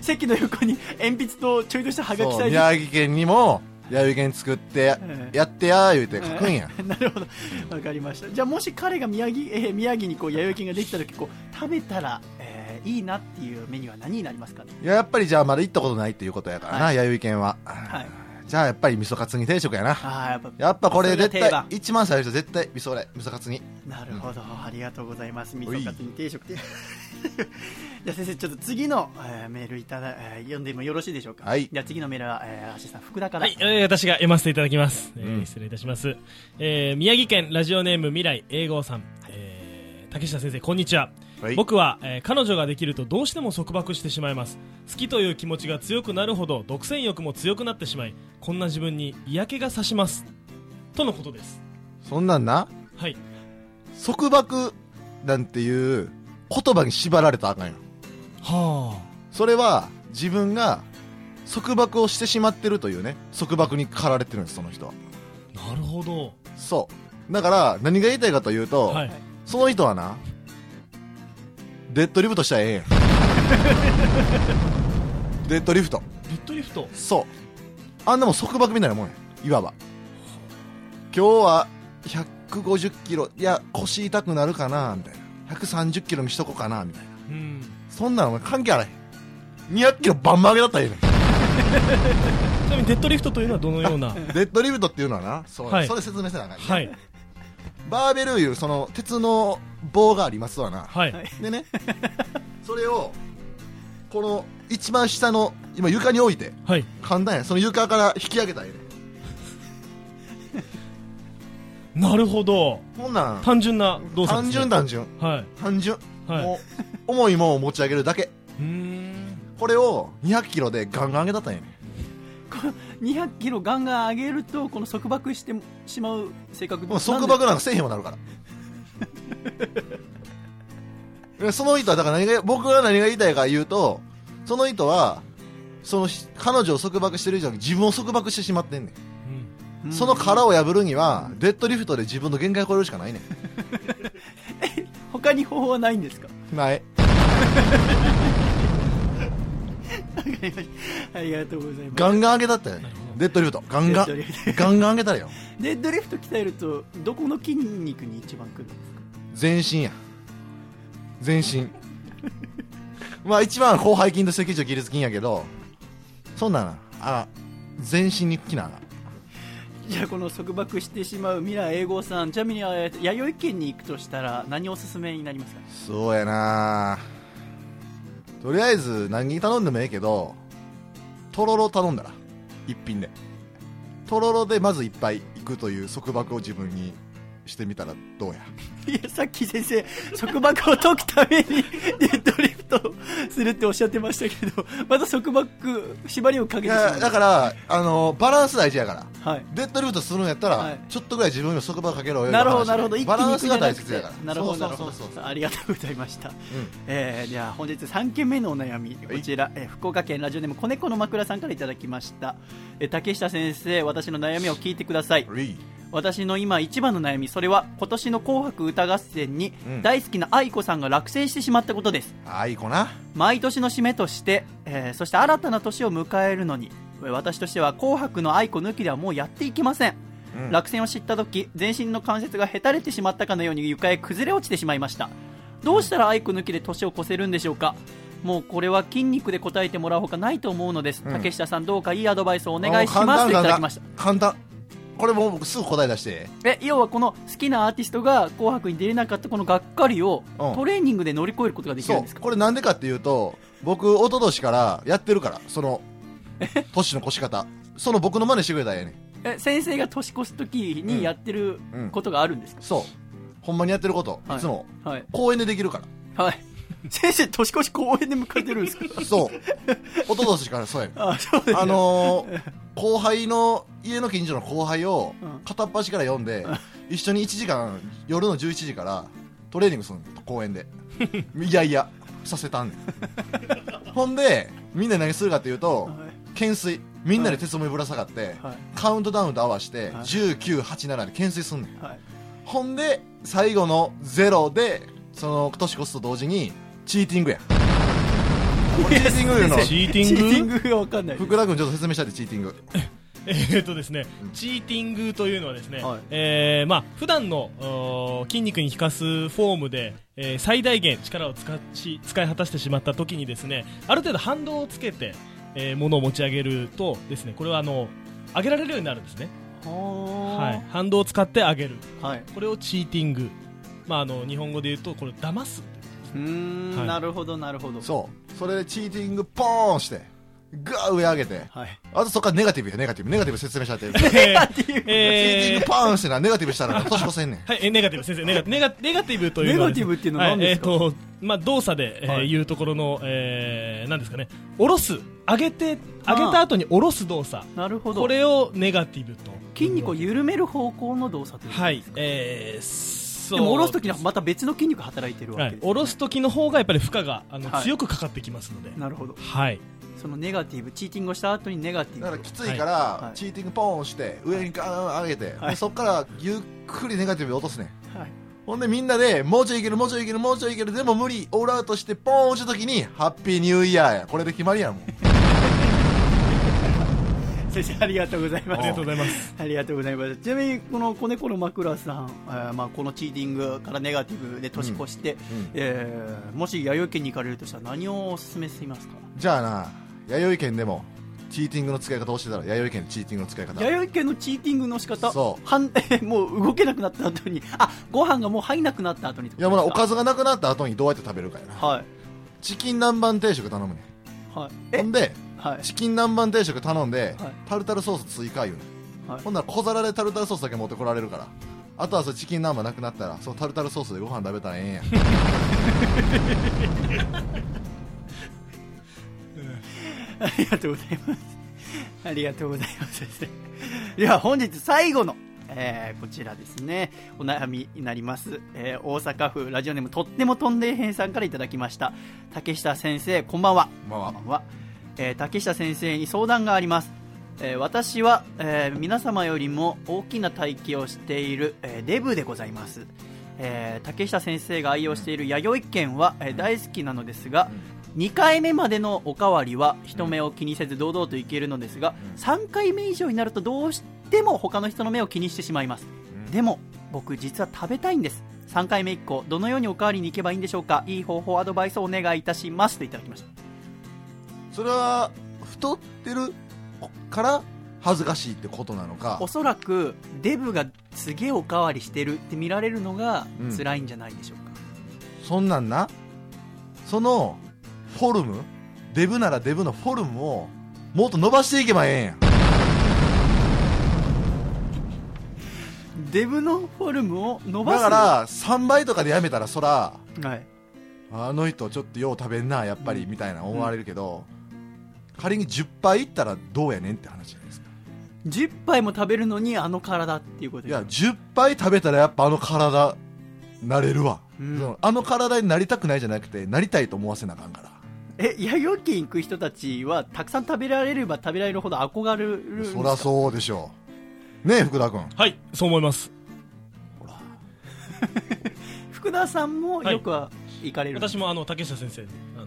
Speaker 1: 席の横に鉛筆とちょいとしたはがき
Speaker 5: そ
Speaker 1: サ
Speaker 5: う
Speaker 1: イズな
Speaker 5: 宮城県にも弥生県作って
Speaker 1: ええ
Speaker 5: やってや言うて書くん や、
Speaker 1: るほどわかりましたじゃあもし彼が宮城,、えー宮城にこう弥生県ができた時こう食べたら、えーいいなっていうメニューは何になりますかね
Speaker 5: いややっぱりじゃあまだ行ったことないっていうことやからな、
Speaker 1: は
Speaker 5: 弥生県は、
Speaker 1: はい
Speaker 5: じゃあやっぱり味噌カツ煮定食やな
Speaker 1: ああやっぱ
Speaker 5: やっぱこれ
Speaker 1: そが
Speaker 5: 絶対
Speaker 1: 定番
Speaker 5: 一番最初絶対味噌れ味噌カツ煮
Speaker 1: なるほど、ありがとうございます味
Speaker 5: おい
Speaker 1: 噌カツに定食で じゃあ先生ちょっと次の、えーメールいただ、えー読んでもよろしいでしょうか
Speaker 5: はい
Speaker 1: じゃあ次のメールは、えー、アシスタント福田から、
Speaker 11: はい、えー私が読ませていただきます、えー
Speaker 5: うん
Speaker 11: 失礼いたします、えー宮城県ラジオネーム未来英語さん、えー竹下先生こんにちは、
Speaker 5: はい
Speaker 11: 僕は、えー彼女ができるとどうしても束縛してしまいます好きという気持ちが強くなるほど独占欲も強くなってしまいこんな自分に嫌気がさしますとのことです
Speaker 5: そんなんな
Speaker 11: はい
Speaker 5: 束縛なんていう言葉に縛られたらあかんよ
Speaker 11: は
Speaker 5: それは自分が束縛をしてしまってるというね束縛に駆られてるんですその人は
Speaker 11: あなるほど
Speaker 5: そうだから何が言いたいかというと、
Speaker 11: はい
Speaker 5: その人はなデッドリフトしたらええん やデッドリフト
Speaker 11: デッドリフト
Speaker 5: そうあんなもん束縛みたいなもんやいわば今日は150キロいや腰痛くなるかなみたいな130キロにしとこうかなみたいな
Speaker 11: うん
Speaker 5: そんなのお前関係あらへん200キロバンバン上げだったらええねん
Speaker 11: ちなみにデッドリフトというのはどのような
Speaker 5: デッドリフトっていうのはな、そう
Speaker 11: はい
Speaker 5: それ説明せなあかんね、
Speaker 11: はい
Speaker 5: バーベルいうその鉄の棒がありますわな、
Speaker 11: はい、
Speaker 1: はい
Speaker 5: でねそれをこの一番下の今床に置いて
Speaker 11: はい、
Speaker 5: 簡単やその床から引き上げたらえ
Speaker 11: なるほど
Speaker 5: えねんこんなん
Speaker 11: 単純な動作
Speaker 5: 単
Speaker 11: です、ね
Speaker 5: 純、単純
Speaker 11: は
Speaker 5: 単純、
Speaker 11: いはい
Speaker 5: もう重いもんを持ち上げるだけ
Speaker 11: うーん
Speaker 5: これを2 0 0キロでガンガン上げたったんやねん
Speaker 1: 200キロガンガン上げるとこの束縛してしまう性格
Speaker 5: もう束
Speaker 1: なん
Speaker 5: 縛
Speaker 1: で
Speaker 5: なんかせえへんようになるからでその人はだから何 が僕が何が言いたいか言うとその人はそのひ彼女を束縛してる以上に自分を束縛してしまってんねん、
Speaker 11: うん
Speaker 1: うん
Speaker 5: その殻を破るにはデッドリフトで自分の限界を超えるしかないね
Speaker 1: 他に方法はないんですか
Speaker 5: んない
Speaker 1: ありがとうございます
Speaker 5: ガンガン上げたったよねデッドリフトガンガン
Speaker 1: デッドリフ
Speaker 5: ガンガン上げたらよ
Speaker 1: デッドリフト鍛えるとどこの筋肉に一番くるんですか
Speaker 5: 全身や全身 まあ一番広背筋と脊柱起立筋やけどそんなんなあ全身にきなあかん
Speaker 1: じゃあこの束縛してしまう未来英語さんちなみにえー弥生県に行くとしたら何をおすすめになりますか
Speaker 5: そうやなとりあえず何に頼んでもええけどとろろ頼んだら一品でとろろでまずいっぱい行くという束縛を自分にしてみたらどうや
Speaker 1: いやさっき先生束縛を解くために デッドリフトをするっておっしゃってましたけどまた束縛縛りをか
Speaker 5: い
Speaker 1: けてしま
Speaker 5: や
Speaker 1: う
Speaker 5: だからあのバランス大事やから
Speaker 1: はい
Speaker 5: デッドリフトするんやったら、
Speaker 1: はい
Speaker 5: ちょっとぐらい自分の束縛かけろよ
Speaker 1: なるほどなるほど一気
Speaker 5: バ
Speaker 1: に
Speaker 5: ラ
Speaker 1: 行
Speaker 5: ン
Speaker 1: く
Speaker 5: ス
Speaker 1: じゃ
Speaker 5: が
Speaker 1: な
Speaker 5: 大
Speaker 1: く
Speaker 5: 切
Speaker 1: て
Speaker 5: やから
Speaker 1: なるほどなる
Speaker 5: そ
Speaker 1: ほ
Speaker 5: うそうそうそう
Speaker 1: どありがとうございました
Speaker 5: うん
Speaker 1: えー、では本日3件目のお悩みこちら、えー福岡県ラジオネーム子猫の枕さんからいただきました、えー竹下先生私の悩みを聞いてください
Speaker 5: リ
Speaker 1: 私の今一番の悩みそれは今年の「紅白歌合戦」に
Speaker 5: うん
Speaker 1: 大好きな愛子さんが落選してしまったことです
Speaker 5: ーあいこな
Speaker 1: 毎年の締めとして、えーそして新たな年を迎えるのに私としては紅白の愛子抜きではもうやっていけません、
Speaker 12: うん
Speaker 1: 落選を知った時全身の関節がへたれてしまったかのように床へ崩れ落ちてしまいましたどうしたら愛子抜きで年を越せるんでしょうかもうこれは筋肉で答えてもらうほかないと思うのです、
Speaker 12: うん
Speaker 1: 竹下さんどうかいいアドバイスをお
Speaker 5: お
Speaker 1: 願いしますといただきました
Speaker 5: 簡単これもう僕すぐ答え出して
Speaker 1: え要はこの好きなアーティストが「紅白」に出れなかったこのがっかりを
Speaker 5: うん
Speaker 1: トレーニングで乗り越えることができるん
Speaker 5: そ
Speaker 1: です
Speaker 5: う
Speaker 1: か
Speaker 5: これなんでかっていうと僕一昨年からやってるから その年の越し方その僕の真似してくれたらええねん
Speaker 1: え先生が年越す時にやってる
Speaker 12: うん
Speaker 1: ことがあるんですか、
Speaker 5: そうほんまにやってること、
Speaker 1: はい
Speaker 5: い、つも
Speaker 1: はい
Speaker 5: 公園でできるか
Speaker 1: はい先生年越し公園で迎えてるんですか
Speaker 5: らそう一昨年からそうやねん
Speaker 1: あそうです
Speaker 5: あのー後輩の家の近所の後輩を
Speaker 1: うん
Speaker 5: 片っ端から読んで、一緒に1時間夜の11時からトレーニングするの 公園でいやいやさせたんねんほんでみんな何するかっていうと、
Speaker 1: はい
Speaker 5: 懸垂みんなで鉄もぶら下がって、
Speaker 1: はい
Speaker 5: カウントダウンと合わせ
Speaker 1: は
Speaker 5: て、
Speaker 1: い
Speaker 5: 1987で懸垂すんねん
Speaker 1: はい
Speaker 5: ほんで最後のゼロでその年越すと同時にチーティングやこれチーティングいうの
Speaker 11: チーテ
Speaker 1: チーテ
Speaker 11: ィ
Speaker 1: ィ
Speaker 11: ング
Speaker 1: ングが分かんないです
Speaker 5: 福田君ちょっと説明したいでチーティング
Speaker 11: えーっとですね、チーティングというのはですね、
Speaker 1: はい
Speaker 11: えーまあ普段のおー筋肉に効かすフォームで、えー最大限力を使っし使い果たしてしまった時にですね、ある程度反動をつけて、えー、物を持ち上げるとですね、これはあの上げられるようになるんですね。は、
Speaker 1: はい
Speaker 11: 反動を使って上げる。
Speaker 1: はい
Speaker 11: これをチーティング。まああの日本語で言うとこれ騙す。
Speaker 1: うーん、
Speaker 11: はい
Speaker 1: なるほどなるほど
Speaker 5: そうそれでチーティングポーンしてガー上上げて
Speaker 1: はい
Speaker 5: あとそっからネガティブやネガティブネガティブ説明したっ て
Speaker 11: えー
Speaker 5: チーティン
Speaker 11: え
Speaker 5: グ
Speaker 11: ー
Speaker 5: パーンしてなネガティブしたら年越せんねん
Speaker 11: はい、えネガティブ先生ネガネガネガティブというのはですね
Speaker 1: ネガティブっていうのは何ですか
Speaker 11: はいえーとまあ、動作で、えー
Speaker 1: はい
Speaker 11: い、うところの、えー、なんですかね下ろす上げて上げた後に下ろす動作
Speaker 1: なるほど
Speaker 11: これをネガティブと
Speaker 1: 筋肉を緩める方向の動作ということ
Speaker 11: はいえー、そう
Speaker 1: でも下ろす時にはまた別の筋肉働いてるわ
Speaker 11: は
Speaker 1: け
Speaker 11: い
Speaker 1: です、
Speaker 11: 下ろす時の方がやっぱり負荷があの、
Speaker 1: はい
Speaker 11: 強くかかってきますので
Speaker 1: なるほど
Speaker 11: はい
Speaker 1: そのネガティブチーティングをした後にネガティ
Speaker 5: だか
Speaker 1: ブ
Speaker 5: らきついか
Speaker 1: いは
Speaker 5: ら
Speaker 1: い
Speaker 5: チーティングポーンして上にガーン上げて
Speaker 1: はい
Speaker 5: でそっからゆっくりネガティブ落とすねん
Speaker 1: はい
Speaker 5: ほんでみんなでもうちょいいけるもうちょいいけるもうちょいいけるでも無理オールアウトしてポーン落ちた時にハッピーニューイヤーやこれで決まりやもん
Speaker 1: 先生ありがとうございます
Speaker 11: ありがとうございます
Speaker 1: ありがとうございますちなみにこの子猫のマクラさん、えーまあ、このチーティングからネガティブで年越して、えーもし弥生県に行かれるとしたら何をおすすめしますか
Speaker 5: じゃあな弥生県でもチーティングの使い方をしてたら弥生県のチーティングの使い方
Speaker 1: 弥生県のチーティングの仕方
Speaker 5: そう
Speaker 1: はん もう動けなくなった後にあご飯がもう入んなくなった後にって
Speaker 5: い
Speaker 1: こ
Speaker 5: や
Speaker 1: とで
Speaker 5: もう
Speaker 1: す
Speaker 5: なおかずがなくなった後にどうやって食べるかやな
Speaker 1: はい
Speaker 5: チキン南蛮定食頼むね
Speaker 1: はい
Speaker 5: んほ
Speaker 1: え
Speaker 5: んで
Speaker 1: はい
Speaker 5: チキン南蛮定食頼んで、
Speaker 1: はい
Speaker 5: タルタルソース追加言うねん、
Speaker 1: はい
Speaker 5: ほんなら小皿でタルタルソースだけ持ってこられるからあとはそのチキン南蛮なくなったらそのタルタルソースでご飯食べたらええんや
Speaker 1: ありがとうございます。 ありがとうございます。先生では本日最後の、えーこちらですね、お悩みになります、えー大阪府ラジオネームとっても飛んでへんさんからいただきました。竹下先生、こんばんは。
Speaker 5: まあ
Speaker 1: こ
Speaker 5: ま
Speaker 1: んばんは、えー竹下先生に相談があります、えー私は、えー皆様よりも大きな体型をしている、えーデブでございます、えー竹下先生が愛用している弥生県は、えー大好きなのですが、2回目までのおかわりは人目を気にせず堂々といけるのですが、3回目以上になるとどうしても他の人の目を気にしてしまいます、でも僕実は食べたいんです3回目以降どのようにおかわりに行けばいいんでしょうかいい方法アドバイスをお願いいたしますといただきました
Speaker 5: それは太ってるから恥ずかしいってことなのか
Speaker 1: おそらくデブがすげえおかわりしてるって見られるのが
Speaker 5: うん
Speaker 1: 辛いんじゃないでしょうか、
Speaker 5: そんなんなそのフォルムデブならデブのフォルムをもっと伸ばしていけばええんや
Speaker 1: デブのフォルムを伸ば
Speaker 5: だ
Speaker 1: す
Speaker 5: から3倍とかでやめたらそら
Speaker 1: はい、
Speaker 5: あの人ちょっとよう食べんなやっぱりみたいな思われるけど、仮に10杯いったらどうやねんって話じゃないですか
Speaker 1: 10杯も食べるのにあの体っていうこと
Speaker 5: い
Speaker 1: で
Speaker 5: や
Speaker 1: す
Speaker 5: 10杯食べたらやっぱあの体なれるわ、
Speaker 1: うん
Speaker 5: そのあの体になりたくないじゃなくてなりたいと思わせなあかんから
Speaker 1: え弥生県行く人たちはたくさん食べられれば食べられるほど憧れるんです
Speaker 5: そ
Speaker 1: から
Speaker 5: そうでしょうねえ福田君
Speaker 11: はいそう思います
Speaker 1: 福田さんもよくは行かれるんです
Speaker 11: 私もあの竹下先生にあの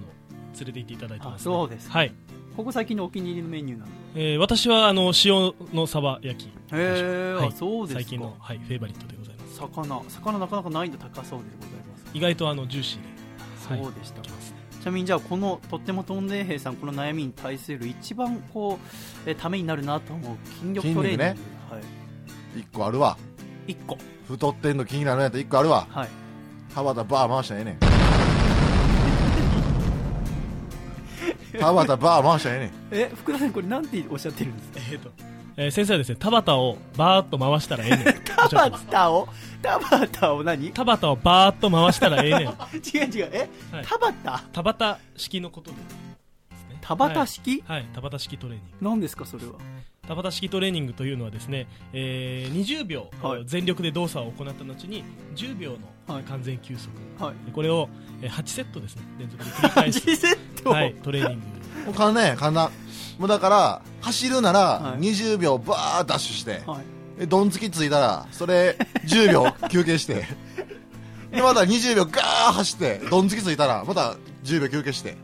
Speaker 11: 連れて行っていただいてます、
Speaker 1: あそうです
Speaker 11: はい
Speaker 1: ここ最近のお気に入りのメニューなんで
Speaker 11: えー私はあの塩のサバ焼き
Speaker 1: へえ、
Speaker 11: はい
Speaker 1: あそうですか
Speaker 11: 最近の、はい、フェイバリットでございます
Speaker 1: 魚魚なかなかないんで高そうでございます
Speaker 11: 意外とあのジューシーではい
Speaker 1: そうでしたか、ちなみにじゃあこのとってもとんでい平さんこの悩みに対する一番こうえーためになるなと思う筋力トレーニング
Speaker 5: 筋肉
Speaker 1: はい、
Speaker 5: 一個あるわ
Speaker 1: 一個
Speaker 5: 太ってんの気になるんやったら一個あるわ
Speaker 1: はい
Speaker 5: 田畑バー回したらええ ねん田畑バー回したらええねん
Speaker 1: え福田さんこれなんておっしゃってるんですか
Speaker 11: えーとえー先生はですね田畑をバーッと回したら ええねん
Speaker 1: 田畑を田畑を何違
Speaker 11: 田畑をバーッと回したらええねん
Speaker 1: う 違うえ、
Speaker 11: はい
Speaker 1: 田畑
Speaker 11: 田畑式のことでですね
Speaker 1: 田畑式、
Speaker 11: はい、はい田畑式トレーニング
Speaker 1: なんですかそれは
Speaker 11: 田畑式トレーニングというのはですね、えー20秒、
Speaker 1: はい
Speaker 11: 全力で動作を行った後に10秒
Speaker 1: は
Speaker 11: の
Speaker 1: い
Speaker 11: 完全休息、
Speaker 1: はい
Speaker 11: これを、えー8セットですね連続で繰り 返す
Speaker 1: ジセット、
Speaker 11: はい、トレーニング
Speaker 5: もう簡単やん簡単もうだから走るな
Speaker 1: は
Speaker 5: ら
Speaker 1: い
Speaker 5: 20秒バーダッシュして、
Speaker 1: はい
Speaker 5: でどんつきついたらそれ10秒休 憩してでまた20秒ガー走ってどんつきついたらまた10秒休憩して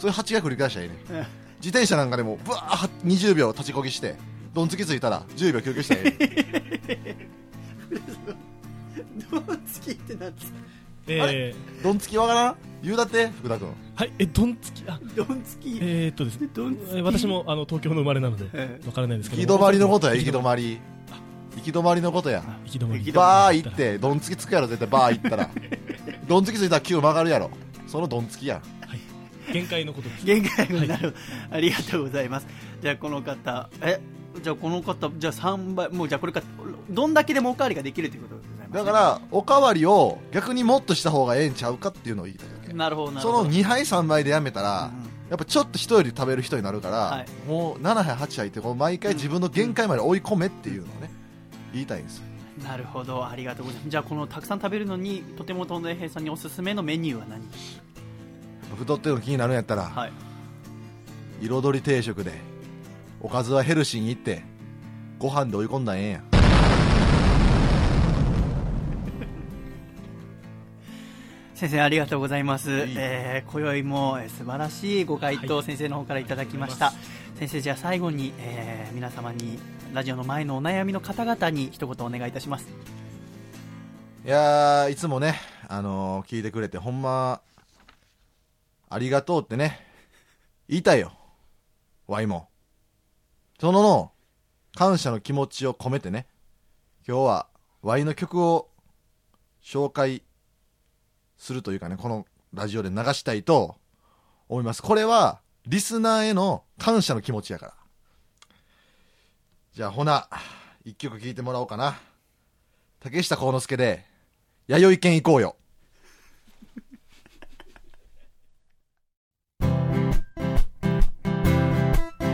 Speaker 5: それ8回繰り返したらいいね
Speaker 1: はい
Speaker 5: 自転車なんかでもバー20秒立ちこぎしてどんつきついたら10秒休憩したらいいね
Speaker 1: どんつきってなんですか
Speaker 11: え
Speaker 5: どんつきわからん言うだって福田君
Speaker 11: ーはいえどんつきあ
Speaker 1: どんつき
Speaker 11: えー、っとですね
Speaker 1: どんつ
Speaker 11: え
Speaker 1: き
Speaker 11: ー私もあの東京の生まれなので
Speaker 1: ええ
Speaker 11: わからないですけ
Speaker 5: 行
Speaker 11: ど
Speaker 5: き止まりのことや行き
Speaker 11: 行
Speaker 5: 止まり行き止まりのことや
Speaker 11: き止まり
Speaker 1: 行き止
Speaker 5: バー行ってどんつきつくやろ絶対バー行っ たらどんつきついたら急曲がるやろそのどんつきやん
Speaker 11: 限界のことです
Speaker 1: 限界になる、ありがとうございますじゃあこの方えじゃあこの方じゃあ3倍もうじゃあこれからどんだけでもおかわりができるということでございますね、
Speaker 5: だからおかわりを逆にもっとした方がええんちゃうかっていうのを言いたいわけ
Speaker 1: なるほどなる
Speaker 5: そ
Speaker 1: ほど
Speaker 5: の2杯3杯でやめたら、
Speaker 1: うん
Speaker 5: やっぱちょっと人より食べる人になるから、
Speaker 1: はい
Speaker 5: もう7杯8杯ってこう毎回自分の限界まで追い込めっていうのをね言いたいんですよ
Speaker 1: なるほどありがとうございますじゃあこのたくさん食べるのにとてもとんで平さんにおすすめのメニューは何
Speaker 5: 太ってるの気になるんやったら、
Speaker 1: はい
Speaker 5: 彩り定食でおかずはヘルシーに行ってご飯で追い込んだらええんや
Speaker 1: 先生ありがとうございます、
Speaker 5: い
Speaker 1: えー、今宵もえー素晴らしいご回答、先生の方からいただきました先生じゃあ最後に、えー皆様にラジオの前のお悩みの方々に一言お願いいたします
Speaker 5: いやーいつもね、あのー聞いてくれてほんまありがとうってね言いたいよワイもそのの感謝の気持ちを込めてね今日はワイの曲を紹介するというかねこのラジオで流したいと思いますこれはリスナーへの感謝の気持ちやからじゃあほな一曲聴いてもらおうかな竹下幸之助で弥生県行こうよワ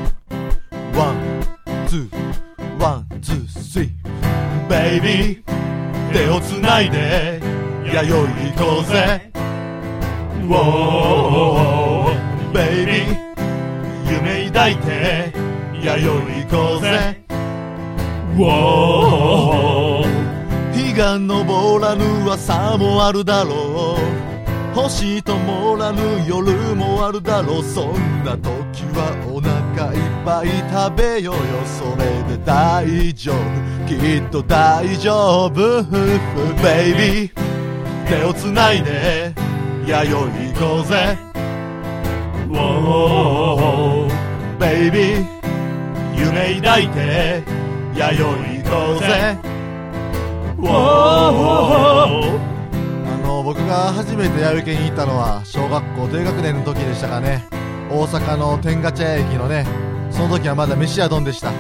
Speaker 5: ンツーワンツースリ
Speaker 13: ベイビー手をつないで弥生行こうぜ Wow ベイビー夢抱いて弥生行こうぜ Wow 日が昇らぬ朝もあるだろう星ともらぬ夜もあるだろうそんな時はお腹いっぱい食べようよそれで大丈夫きっと大丈夫ベイビー手をつないで弥生行こうぜ Wow ベイビー夢抱いて弥生行こうぜ Whoa.
Speaker 5: ーあの僕が初めて弥生県に行ったのは小学校低学年の時でしたかね大阪の天下茶屋駅のねその時はまだ飯屋丼でした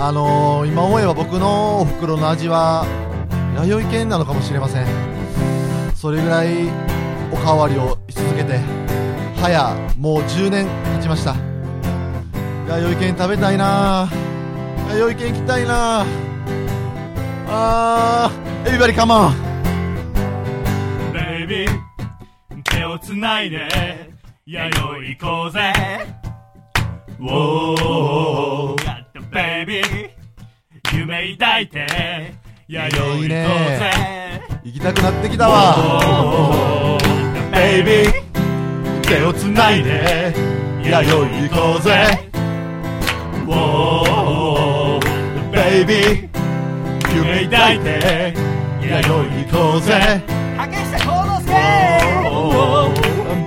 Speaker 5: あのー、今思えば僕のお袋の味は弥生県なのかもしれませんそれぐらいおかわりをし続けてはやもう10年経ちました弥生県食べたいなぁ弥生県行きたいなぁあーエビバリカモン
Speaker 13: ベイビー手をつないで弥生行こうぜ Whoa ベイビー夢抱いて弥生行こう
Speaker 5: いい
Speaker 13: ぜ
Speaker 5: 行きたくなってきたわ
Speaker 13: ベイビー手をつないで弥生行こうぜ Wow, baby 夢抱いて弥生行こうぜ
Speaker 12: 竹下幸之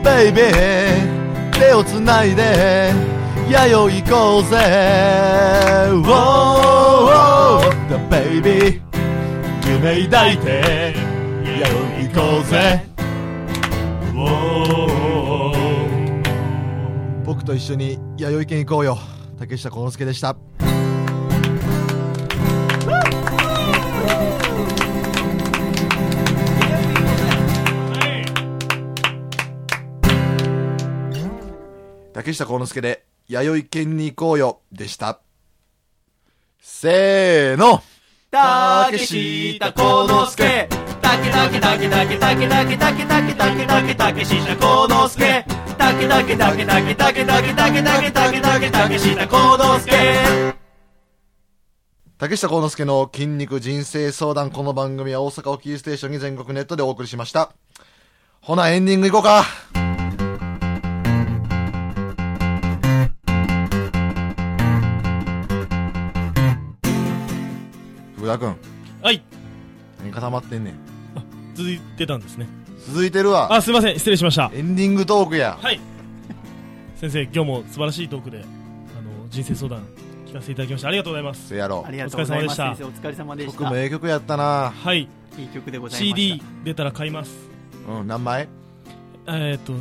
Speaker 12: 介
Speaker 5: Baby 手をつないで弥生行こうぜ Wow, the Baby
Speaker 13: 夢抱いて弥生行こうぜ Wow
Speaker 5: 僕と一緒に弥生県行こうよ竹下幸之助でした竹下幸之助で弥生県に行こうよでしたせーの
Speaker 4: たけしたこのすけたけたけたけたけたけたけたけたけたけたけたけしたこのすけたけたけたけたけたけたけたけたけたけたけたけしたこのすけ
Speaker 5: 竹下幸之助の筋肉人生相談この番組は大阪をキーステーションに全国ネットでお送りしましたほなエンディング行こうか福田君
Speaker 11: はい
Speaker 5: 何固まってんねん
Speaker 11: 続いてたんですね
Speaker 5: 続いてるわ
Speaker 11: あすいません失礼しました
Speaker 5: エンディングトークや
Speaker 11: はい先生今日も素晴らしいトークであの人生相談聞かせていただきましてありがとうございます
Speaker 5: せやろ
Speaker 1: ありがとうござい
Speaker 11: お疲れ様で
Speaker 1: ます
Speaker 11: した
Speaker 1: 先生お疲れ様でし
Speaker 5: 曲も
Speaker 1: た
Speaker 5: ええ曲やったな
Speaker 11: はい
Speaker 1: いい曲でございました
Speaker 11: CD 出たら買います
Speaker 5: うん何枚
Speaker 11: えーっと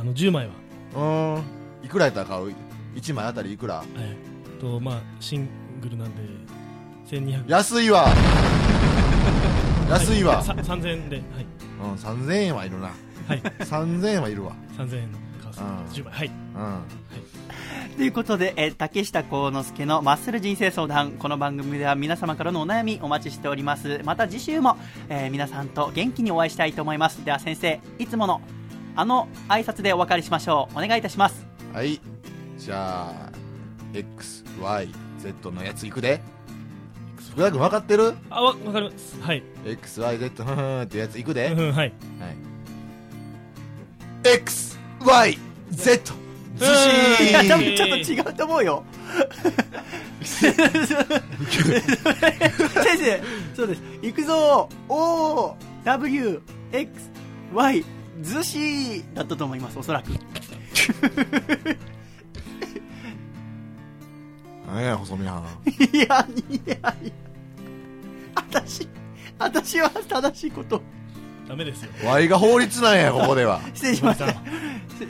Speaker 11: あの10枚は
Speaker 5: うんいくらやったら買う1枚あたりいくら
Speaker 11: えーっとまあシングルなんで1200
Speaker 5: 安いわ安いわ、
Speaker 11: さ3000円ではい
Speaker 5: うん、3000円はいるな
Speaker 11: はい
Speaker 5: 3000円はいるわ
Speaker 11: 3000円の買わせて
Speaker 5: うん
Speaker 11: 10枚はい
Speaker 5: うん
Speaker 1: ということで、えー竹下幸之助のマッスル人生相談この番組では皆様からのお悩みお待ちしておりますまた次週も、えー皆さんと元気にお会いしたいと思いますでは先生いつものあの挨拶でお別れしましょうお願いいたします
Speaker 5: はいじゃあ XYZ のやついくで福田君分かってる
Speaker 11: あわわかりますはい
Speaker 5: ?XYZ ふふんってやついくで
Speaker 11: う、んはい
Speaker 5: はい、XYZ ずし
Speaker 1: いや多分
Speaker 5: ー
Speaker 1: ちょっと違うと思うよ先生そうです行くぞ OWXY ずしーだったと思いますおそらく
Speaker 5: 何や細身はん
Speaker 1: いやいやいや私私は正しいこと
Speaker 11: ダメですよ
Speaker 5: Y が法律なんやここでは
Speaker 1: 失礼しま した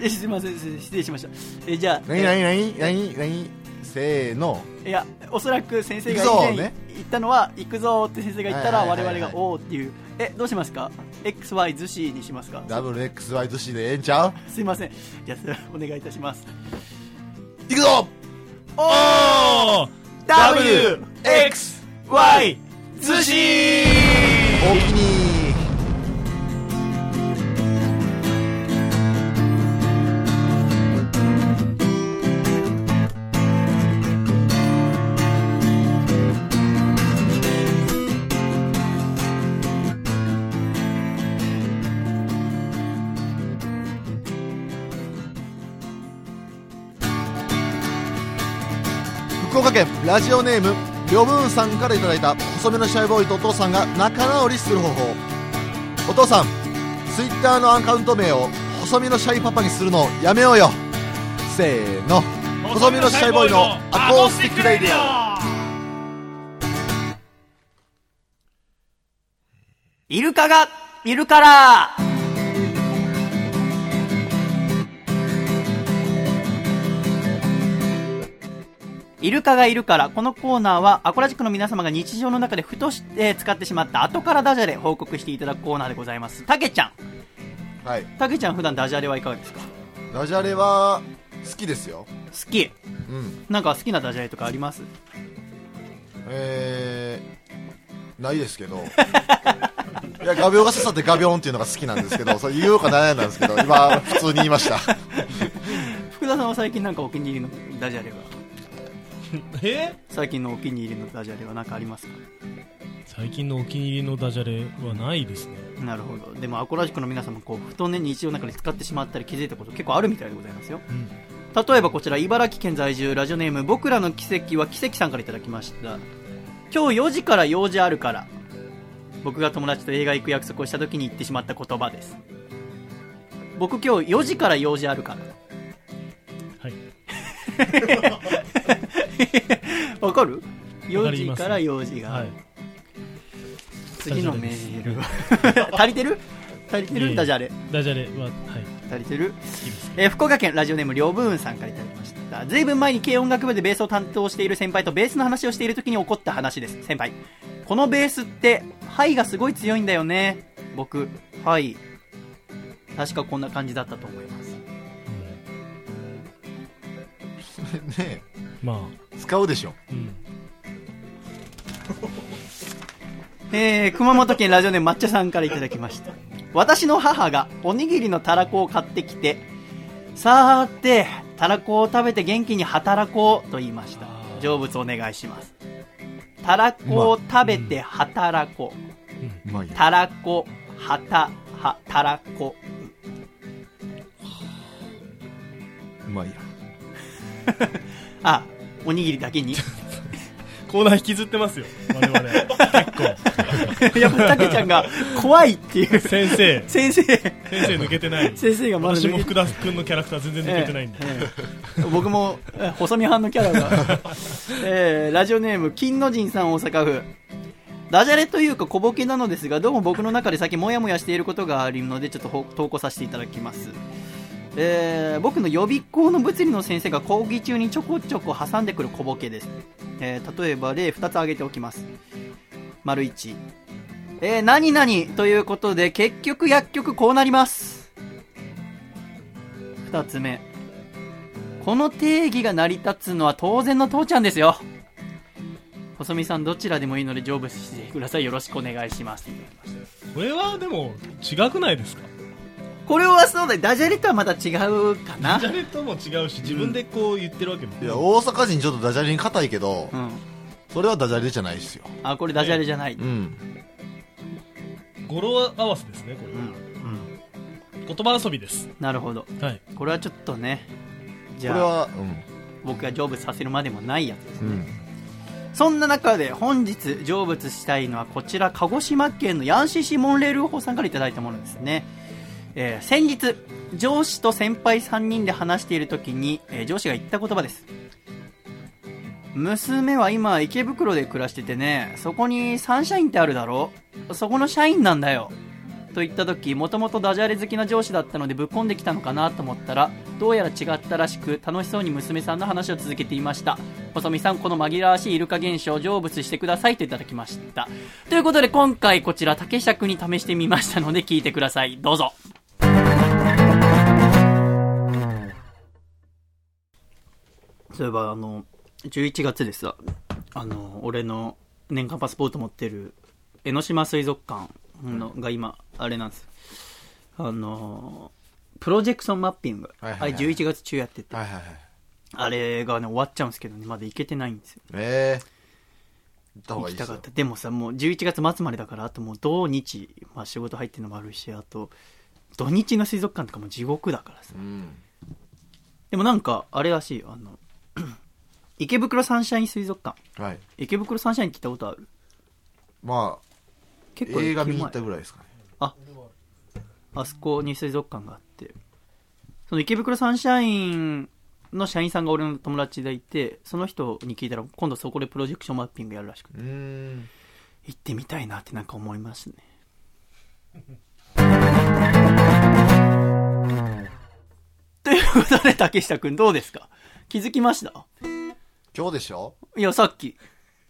Speaker 1: えすいませんす失礼しましたえじゃあ
Speaker 5: 何何何何何せーの
Speaker 1: えいやおそらく先生が
Speaker 5: 行くぞ
Speaker 1: 以前
Speaker 5: ね
Speaker 1: 言ったのは「行くぞ」って先生が言ったら
Speaker 5: はいは
Speaker 1: 我
Speaker 5: いはいは
Speaker 1: 々
Speaker 5: い
Speaker 1: が「おーっていうえどうしますか XY 寿司にしますか
Speaker 5: ダブル XY ずしでええんちゃう
Speaker 1: すいませんじゃあそれお願いいたします
Speaker 5: いくぞ
Speaker 1: おー
Speaker 11: あ
Speaker 1: WXY 寿司
Speaker 5: おおきに福岡県ラジオネームりょぶんさんからいただいた細めのシャイボーイとお父さんが仲直りする方法お父さんツイッターのアカウント名を細身のシャイパパにするのをやめようよせーの細身のシャイボーイのアコースティックレディオ
Speaker 1: イルカがいるからイルカがいるからこのコーナーはアコラジックの皆様が日常の中でふとして使ってしまった後からダジャレ報告していただくコーナーでございますたけちゃん
Speaker 5: はい
Speaker 1: たけちゃん普段ダジャレはいかがですか
Speaker 5: ダジャレは好きですよ
Speaker 1: 好き
Speaker 5: うん
Speaker 1: なんか好きなダジャレとかあります
Speaker 5: えー、ないですけどいや画鋲が刺さって画鋲音っていうのが好きなんですけどそれ言おうか悩んだんですけど今普通に言いました
Speaker 1: 福田さんは最近なんかお気に入りのダジャレは
Speaker 11: え
Speaker 1: 最近のお気に入りのダジャレは何かありますか
Speaker 11: 最近のお気に入りのダジャレはないですね
Speaker 1: なるほどでもアコラジックの皆様こう布団ね日常の中で使ってしまったり気づいたこと結構あるみたいでございますよ、例えばこちら茨城県在住ラジオネーム僕らの奇跡は奇跡さんからいただきました今日4時から用事あるから僕が友達と映画行く約束をした時に言ってしまった言葉です僕今日4時から用事あるから
Speaker 11: はい
Speaker 1: わかる
Speaker 11: わか
Speaker 1: ?4
Speaker 11: り
Speaker 1: 時
Speaker 11: ます
Speaker 1: から用事があ
Speaker 11: は
Speaker 1: る、
Speaker 11: い
Speaker 1: 次のメールは 足りてる足りて
Speaker 11: いえい
Speaker 1: る
Speaker 11: え
Speaker 1: ダジャレ
Speaker 11: ダジャレははい
Speaker 1: 足りてる
Speaker 11: 好きです
Speaker 1: えー福岡県ラジオネーム両部雲さんからいただきましたずいぶん前に軽音楽部でベースを担当している先輩とベースの話をしている時に起こった話です先輩このベースって肺がすごい強いんだよね僕はい確かこんな感じだったと思います
Speaker 5: ね
Speaker 11: ま
Speaker 5: え使うでしょ
Speaker 11: あうん
Speaker 1: えー、熊本県ラジオネーム抹茶さんからいただきました私の母がおにぎりのたらこを買ってきてさーてたらこを食べて元気に働こうと言いました成仏お願いしますたらこを食べて働こう
Speaker 5: うまいよ
Speaker 1: たらこはたはたらこ
Speaker 5: うまいよ
Speaker 1: あおにぎりだけに
Speaker 11: コーナー引きずってますよ我 々結
Speaker 1: やっぱたけちゃんが怖いっていう
Speaker 11: 構先生
Speaker 1: 先生
Speaker 11: 先生抜けてない
Speaker 1: 先生がまだ抜
Speaker 11: 私
Speaker 1: け
Speaker 11: も福田君のキャラクター全然抜けてないんで、
Speaker 1: ええええ僕もええ細身派のキャラ が、ええラジオネーム金の神さん大阪府ダジャレというか小ボケなのですがどうも僕の中で先モヤモヤしていることがあるのでちょっとほ投稿させていただきます、ええ僕の予備校の物理の先生が講義中にちょこちょこ挟んでくる小ボケです、ええ例えば例2つ挙げておきます丸1えー、何々ということで結局薬局こうなります2つ目この定義が成り立つのは当然の父ちゃんですよ細見さんどちらでもいいので成仏してくださいよろしくお願いします
Speaker 11: これはでも違くないですか
Speaker 1: これはそうだダジャレとはまた違うかな
Speaker 11: ダジャレとも違うし自分でこう言ってるわけも、
Speaker 5: いや大阪人ちょっとダジャレに硬いけど、
Speaker 1: うん
Speaker 5: それはダジャレじゃないですよ
Speaker 1: あこれダジャレじゃない、
Speaker 5: うん
Speaker 11: 語呂合わせですねこれは、言葉遊びです
Speaker 1: なるほど
Speaker 11: はい
Speaker 1: これはちょっとねじ
Speaker 5: これ
Speaker 1: ゃあ
Speaker 5: は
Speaker 1: 僕が成仏させるまでもないやつです
Speaker 5: うん、うん、
Speaker 1: そんな中で本日成仏したいのはこちら鹿児島県のヤンシシモンレールホさんからいただいたものですね、えー先日上司と先輩3人で話している時に、えー上司が言った言葉です娘は今池袋で暮らしててねそこにサンシャインってあるだろそこの社員なんだよと言った時もともとダジャレ好きな上司だったのでぶっ込んできたのかなと思ったらどうやら違ったらしく楽しそうに娘さんの話を続けていました細見さんこの紛らわしいイルカ現象成仏してくださいといただきましたということで今回こちら竹下くんに試してみましたので聞いてくださいどうぞそういえばあの11月でさあの俺の年間パスポート持ってる江ノ島水族館のが今あれなんですあのプロジェクションマッピング、
Speaker 5: はいはい
Speaker 1: あ
Speaker 5: はい
Speaker 1: れ11月中やってて、
Speaker 5: はいはいはい
Speaker 1: あれがね終わっちゃうんですけどねまだ行けてないんですよ
Speaker 5: ええ行った方
Speaker 1: 行
Speaker 5: がい
Speaker 1: き
Speaker 5: い
Speaker 1: た
Speaker 5: です
Speaker 1: かっ
Speaker 5: よ
Speaker 1: たでもさもう11月末までだからあともう土日、まあ、仕事入ってるのもあるしあと土日の水族館とかも地獄だからさ
Speaker 5: うん
Speaker 1: でもなんかあれらしいよあの 池袋サンシャイン水族館
Speaker 5: はい
Speaker 1: 池袋サンシャインって聞いたことある
Speaker 5: まあ
Speaker 1: 結構
Speaker 5: 映画見に行っ
Speaker 1: 駅
Speaker 5: た
Speaker 1: 前
Speaker 5: ぐらいですかね
Speaker 1: あそこに水族館があってその池袋サンシャインの社員さんが俺の友達でいてその人に聞いたら今度そこでプロジェクションマッピングやるらしくて
Speaker 5: うーん
Speaker 1: 行ってみたいなってなんか思い ますねということで竹下くんどうですか気づきました
Speaker 5: 今日でしょ
Speaker 1: いやさっき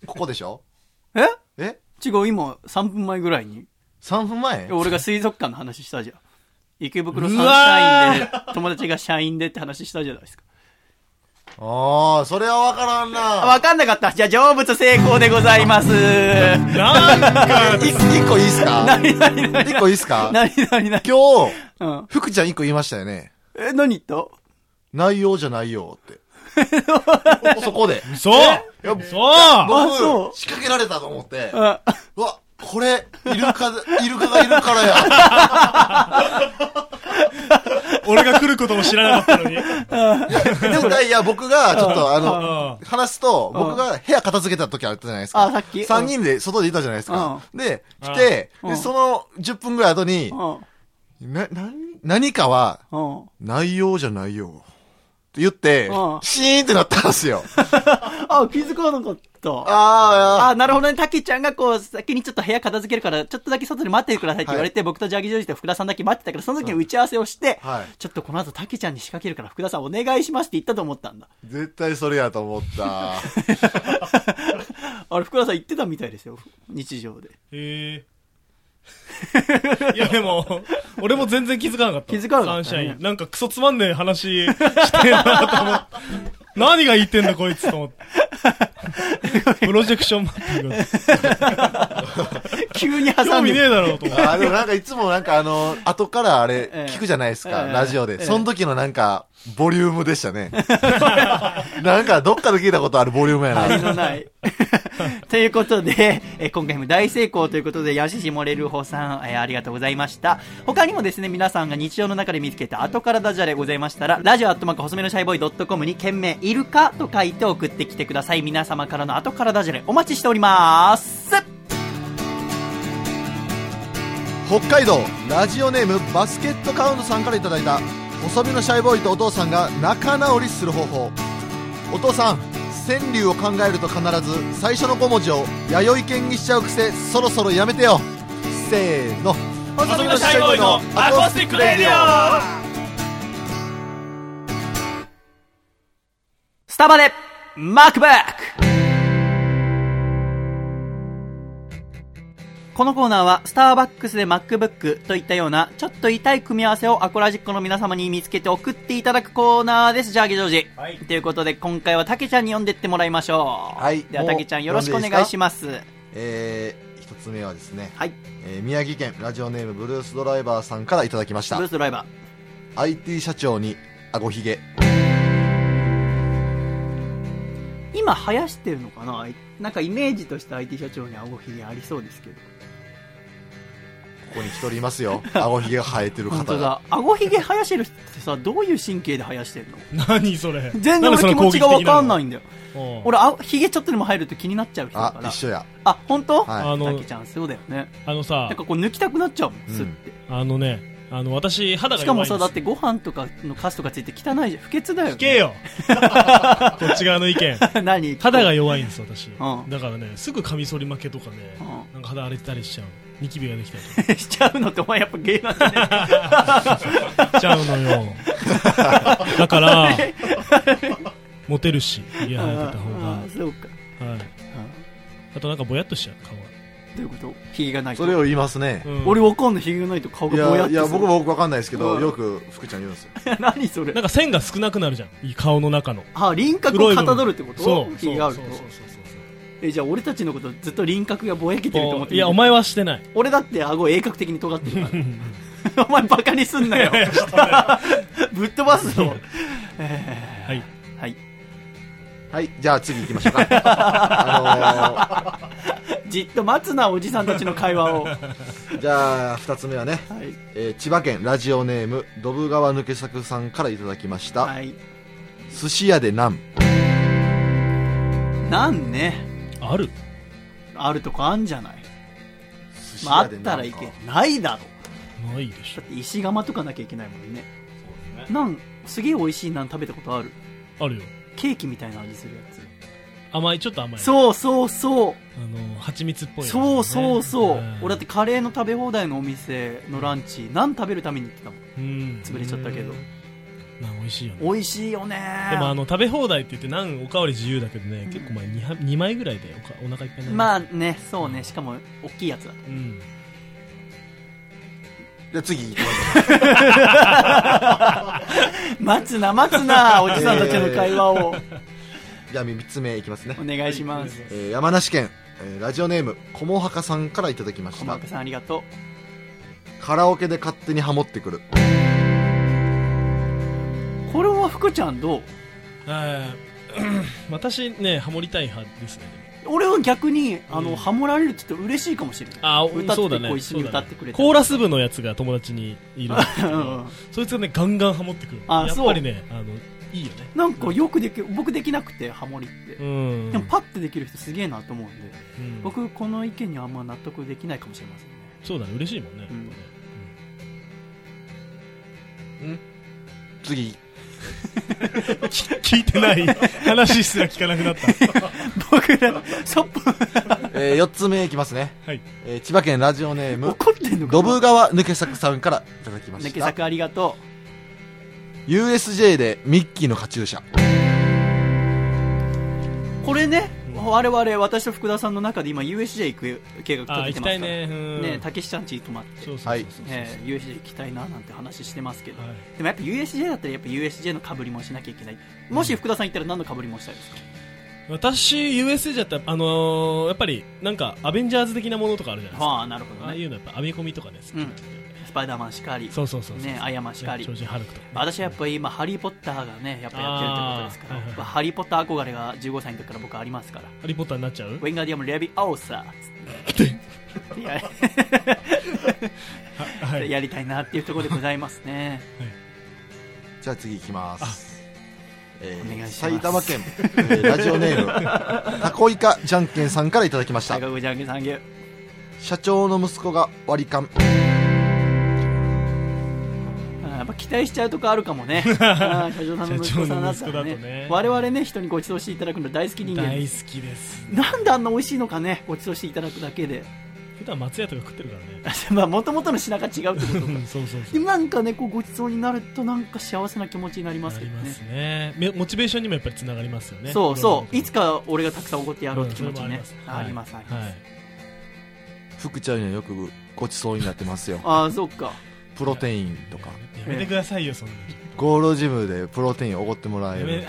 Speaker 5: ここでしょ
Speaker 1: え
Speaker 5: え
Speaker 1: 違う今3分前ぐらいに
Speaker 5: 3分前
Speaker 1: 俺が水族館の話したじゃん池袋サンシャインで友達が社員でって話したじゃないですか
Speaker 5: ああそれはわからん
Speaker 1: あ
Speaker 5: な
Speaker 1: わかんなかったじゃあ成仏成功でございます
Speaker 11: なんか
Speaker 5: い一個いいっすか
Speaker 1: 何何何
Speaker 5: 一個いいっすか
Speaker 1: 何何何
Speaker 5: 今日
Speaker 1: うん
Speaker 5: 福ちゃん一個言いましたよね
Speaker 1: え何言った
Speaker 5: 内容じゃないよって そこで
Speaker 11: そう
Speaker 5: いや
Speaker 11: そう
Speaker 1: あそう
Speaker 5: 僕仕掛けられたと思って
Speaker 1: あ
Speaker 5: うわこれ イルカイルカがいるからや
Speaker 11: 俺
Speaker 2: が来ることも知らなかった のに。
Speaker 5: でも、いや、僕が、ちょっと、あの
Speaker 2: う、
Speaker 5: 話すと、僕が部屋片付けた時あったじゃないですか。
Speaker 1: あさっき
Speaker 5: 3人で外でいたじゃないですか。で、来て、
Speaker 1: う
Speaker 5: で、
Speaker 1: ん
Speaker 5: その10分ぐらい後に、な、な、何かは、
Speaker 1: うん。うん。
Speaker 5: 内容じゃないよ。って言って
Speaker 1: うん、
Speaker 5: シーンってなったんですよ。
Speaker 1: あ、気づかなかった。
Speaker 5: ああ、
Speaker 1: あ、なるほどね。たけちゃんがこう、先にちょっと部屋片付けるから、ちょっとだけ外で待っててくださいって言われて、僕とジャギジョージと福田さんだけ待ってたから、その時に打ち合わせをして、
Speaker 5: はい
Speaker 1: ちょっとこの後たけちゃんに仕掛けるから、福田さんお願いしますって言ったと思ったんだ。
Speaker 5: 絶対それやと思った。
Speaker 1: あれ、福田さん言ってたみたいですよ。日常で。
Speaker 2: へえ。いやでも、俺も全然気づかなかった。
Speaker 1: 気づかなかったね
Speaker 2: サンシャイン。なんかクソつまんねえ話してんなと思って。何が言ってんだこいつと思 って。プロジェクションマッピング。
Speaker 1: 急に挟んで。
Speaker 2: 興味ねえだろうと思って。
Speaker 5: あーでもなんかいつもなんかあの、後からあれ
Speaker 1: ええ
Speaker 5: 聞くじゃないですか、
Speaker 1: ええ
Speaker 5: ラジオで、
Speaker 1: ええ
Speaker 5: その時のなんか、ボリュームでしたね。なんかどっかで聞いたことあるボリュームや
Speaker 1: あり
Speaker 5: な。
Speaker 1: のない。 ということで、えー今回も大成功ということで、ヤシシモレルホさん、えーありがとうございました。他にもですね、皆さんが日常の中で見つけた後からダジャレございましたら、ラジオアットマーク細めのシャイボーイドットコムに懸命イルカと書いて送ってきてください。皆様からの後からダジャレお待ちしております。
Speaker 5: 北海道、ラジオネームバスケットカウントさんからいただいた、細身のシャイボーイとお父さんが仲直りする方法。お父さん、川柳を考えると必ず最初の5文字を弥生犬にしちゃう癖、そろそろやめてよ。せーの。細身のシャイボーイのアコースティックレディオ
Speaker 1: スタバで、マークバックこのコーナーは、スターバックスで MacBook といったような、ちょっと痛い組み合わせをアコラジックの皆様に見つけて送っていただくコーナーです。ジャーゲジョージ。
Speaker 14: はい
Speaker 1: ということで、今回はタケちゃんに読んでってもらいましょう。
Speaker 5: はい
Speaker 1: では、
Speaker 5: もう
Speaker 1: タケちゃんよろしくお願いします。
Speaker 5: えー、一つ目はですね、
Speaker 1: はい。
Speaker 5: えー宮城県ラジオネームブルースドライバーさんからいただきまし
Speaker 1: ブ
Speaker 5: た
Speaker 1: ルースドライバ
Speaker 5: IT 社長にあごひげ
Speaker 1: ー。今、生やしてるのかななんかイメージとして IT 社長に顎ひげありそうですけど。
Speaker 5: ここに一人いま すよあごひげが生えてる
Speaker 1: 本
Speaker 5: 方
Speaker 1: 当
Speaker 5: が
Speaker 1: だ。顎ひげ生やしてる人ってさ、どういう神経で生やしてんの
Speaker 2: 何それ。。
Speaker 1: 全然俺気持ちがわかんないいんだよ。
Speaker 2: うん
Speaker 1: 俺、あ、ひげちょっとでも入ると気になっちゃう人だか
Speaker 5: あ
Speaker 1: ら。
Speaker 5: 一緒や
Speaker 1: あ、本当？
Speaker 5: はい
Speaker 2: あの
Speaker 1: たけちゃん、そうだよね。
Speaker 2: あのさ
Speaker 1: なん、かこう抜きたくなっちゃうもん、
Speaker 5: うん
Speaker 1: すって。
Speaker 2: あのね、あの私、肌が
Speaker 1: し
Speaker 2: 弱
Speaker 1: か
Speaker 2: いん
Speaker 1: も
Speaker 2: ですよ。
Speaker 1: さ、だってご飯とかのカスとかついて汚いじゃん。不潔だよ、ね。
Speaker 2: 聞け よ。こっち側の意見。
Speaker 1: 何
Speaker 2: 肌が弱いんです私、
Speaker 1: うん
Speaker 2: だからねすぐカミソリ負けとかね、
Speaker 1: う
Speaker 2: なんか肌荒れてたりしちゃうニキビができたり
Speaker 1: しちゃう のってお前やっぱ芸なんだね。
Speaker 2: とかしちゃうの よだからモテるし家生えてた方が、
Speaker 1: あ
Speaker 2: は
Speaker 1: ーそうか。
Speaker 2: い、あとなんかぼやっとしちゃう顔
Speaker 1: どういうことひげがないと。
Speaker 5: それを言いますね、
Speaker 2: が、うん
Speaker 1: 俺わかんない。ひげがないと顔
Speaker 5: い
Speaker 1: がぼや
Speaker 5: や
Speaker 1: っ
Speaker 5: いや僕
Speaker 1: も。
Speaker 5: も僕わかんないですけど、
Speaker 1: うん
Speaker 5: よく福ちゃん言うんです よ
Speaker 1: 何それ
Speaker 2: なん。か線が少なくなるじゃん顔の中の
Speaker 1: あ、輪郭
Speaker 2: 黒
Speaker 1: を
Speaker 2: い部
Speaker 1: か
Speaker 2: 分
Speaker 1: たどるってこと
Speaker 2: そう
Speaker 1: ひげがあると
Speaker 2: そう。そうそうそう
Speaker 1: え、じゃあ俺たちのことずっと輪郭がぼやけてると思っ
Speaker 2: そう
Speaker 1: て
Speaker 2: いやお前はしてない
Speaker 1: 俺だって顎鋭角的に尖ってるからお前バカにすん なよぶっ飛ばすぞ
Speaker 2: はい
Speaker 1: はい
Speaker 5: はいじゃあ次行きましょう かあ
Speaker 1: じっと待つなおじさんたちの会話をは
Speaker 5: のーじゃあ二つ目はね、
Speaker 1: い、
Speaker 5: えー千葉県ラジオネームドブ川抜け作さんからいただきました、
Speaker 1: はい、
Speaker 5: 寿司屋でなん
Speaker 1: なんね
Speaker 2: ある
Speaker 1: あるとこあんじゃない、
Speaker 5: 寿
Speaker 1: まあ、あったらいけないだろ
Speaker 2: ないでし
Speaker 1: だって石窯とかなきゃいけないもんねなんすげえ美味しいなん食べたことある
Speaker 2: ょあるよ
Speaker 1: ケーキみたいな味するや
Speaker 2: 甘いちょっと甘い
Speaker 1: つそうそうそ
Speaker 2: あ
Speaker 1: う
Speaker 2: の蜂蜜っぽいやつね、
Speaker 1: そうそうそう、
Speaker 2: ん
Speaker 1: 俺だってカレーの食べ放題のお店のランチ何食べるために行ってたもん
Speaker 2: うん
Speaker 1: 潰れちゃったけど
Speaker 2: うんまあ美味しいよね
Speaker 1: 美味しいよね
Speaker 2: でもあの食べ放題って言って何おかわり自由だけどね、結構前 2, 2枚ぐらいでおかお腹いっぱいに
Speaker 1: ま
Speaker 2: な
Speaker 1: あ
Speaker 2: る、
Speaker 1: ね、そうね、しかも大きいやつだと。
Speaker 2: うん、
Speaker 5: じゃあ次行きましょ
Speaker 1: 待つな、待つ な、おじさんたちの会話を。
Speaker 5: うじゃあ三つ目いきますね
Speaker 1: お願いします。
Speaker 5: えー山梨県、えーラジオネームこもはかさんからいただきまし
Speaker 1: 小
Speaker 5: た
Speaker 1: 松さんありがと
Speaker 5: カラオケで勝手にハモってくる
Speaker 1: う。これは福ちゃんどう
Speaker 2: あー私ねハモりたい派ですね
Speaker 1: 俺は逆にあの、ハモられるって言って嬉しいかもしれない
Speaker 2: あ
Speaker 1: 歌って
Speaker 2: そうだね
Speaker 1: こう一緒に
Speaker 2: そうだね
Speaker 1: 歌ってくれた
Speaker 2: コーラス部のやつが友達に いるんですけ
Speaker 1: う
Speaker 2: ど
Speaker 1: ん
Speaker 2: そいつがねガンガンハモってくる
Speaker 1: あ
Speaker 2: やっぱりねあのいいよね
Speaker 1: なんかよくでき僕できなくてハモリって、
Speaker 2: うん
Speaker 1: でもパッてできる人すげえなと思うんで
Speaker 2: うん
Speaker 1: 僕この意見にはあんま納得できないかもしれませんね
Speaker 2: そうだね嬉しいもんね
Speaker 1: うん
Speaker 2: やっぱね
Speaker 5: 次
Speaker 2: 聞いてない話すら聞かなくなった
Speaker 1: 僕らそっぽ
Speaker 5: えー、4つ目いきますね、
Speaker 2: はい
Speaker 5: えー千葉県ラジオネーム
Speaker 1: 怒ってんのか
Speaker 5: ドブ川抜け作さんからいただきま
Speaker 1: 抜
Speaker 5: し
Speaker 1: け
Speaker 5: た
Speaker 1: 作ありがと
Speaker 5: USJ でミッキーのカチューシャ
Speaker 1: うこれね、我々私と福田さんの中で今 USJ 行く計画
Speaker 2: あ
Speaker 1: 立
Speaker 2: ー行きた
Speaker 1: ててますか
Speaker 2: い
Speaker 1: ら
Speaker 2: ねうん
Speaker 1: ねたけしちゃん家泊まって
Speaker 2: そうそうそう
Speaker 5: はい
Speaker 1: えー USJ 行きたいななんて話してますけど、
Speaker 2: はい
Speaker 1: でもやっぱ USJ だったらやっぱ USJ のかぶりもしなきゃいけないもし福田さん行ったら何のかぶりもしたいですか、
Speaker 2: 私 USA じゃったあのーやっぱりなんかアベンジャーズ的なものとかあるじゃないですか
Speaker 1: はあなるほど
Speaker 2: ああい
Speaker 1: ね
Speaker 2: うのやっぱ編み込みとかね好きなんで
Speaker 1: スパイダーマンしかり
Speaker 2: そうそうそうそう
Speaker 1: ねアイアンマンしかり
Speaker 2: 超人ハルクとかね
Speaker 1: 私はやっぱり今「ハリー・ポッター」がねやっぱやってるってことです
Speaker 2: あーは
Speaker 1: から、
Speaker 2: いはい
Speaker 1: まあハリー・ポッター憧れが15歳の時から僕ありますから
Speaker 2: ハリーポッターになっちゃう
Speaker 1: ウェンガディアム・レビ・アオーサーってや
Speaker 2: ははい
Speaker 1: やりたいなっていうところでございますね
Speaker 5: じゃあ次いきますえ
Speaker 1: お願いします
Speaker 5: 埼玉県、えーラジオネー ムタコイカじゃんけんさんからいただきました
Speaker 1: 大学じゃんけんさんげ
Speaker 5: 社長の息子が割り勘
Speaker 1: やっぱ期待しちゃうとこあるかも ねあー社長さんの息子さんだ
Speaker 2: 社長の
Speaker 1: ったら
Speaker 2: 息子だ
Speaker 1: ね
Speaker 2: とね
Speaker 1: 我々ね人にご馳走していただくの大好き人間
Speaker 2: 大
Speaker 1: で
Speaker 2: 好
Speaker 1: す
Speaker 2: きです
Speaker 1: なんであんな美味しいのかねご馳走していただくだけで
Speaker 2: 普段松屋とか食ってるからね
Speaker 1: まあ元々の品が 違うってことか
Speaker 2: うんそうそうそ
Speaker 1: で
Speaker 2: う
Speaker 1: もなんかねこうご馳走になるとなんか幸せな気持ちになります
Speaker 2: あ
Speaker 1: け
Speaker 2: り
Speaker 1: ど
Speaker 2: ま
Speaker 1: ね
Speaker 2: すねめモチベーションにもやっぱりつながりますよね
Speaker 1: そうそうい
Speaker 2: つ
Speaker 1: つか俺がたくさんおごってやろうって気持ちね、あ
Speaker 2: あ
Speaker 1: り
Speaker 2: り
Speaker 1: ま
Speaker 2: ますす
Speaker 1: あ
Speaker 2: は
Speaker 1: り
Speaker 2: い
Speaker 1: ます、
Speaker 2: はい
Speaker 5: 福ちゃんにはよくごちそうになってますよ
Speaker 1: ああそっか
Speaker 5: プロテインとか
Speaker 2: やめてくださいよそんな
Speaker 5: ゴールドジムでプロテインおごってもらえ
Speaker 2: やめ
Speaker 5: る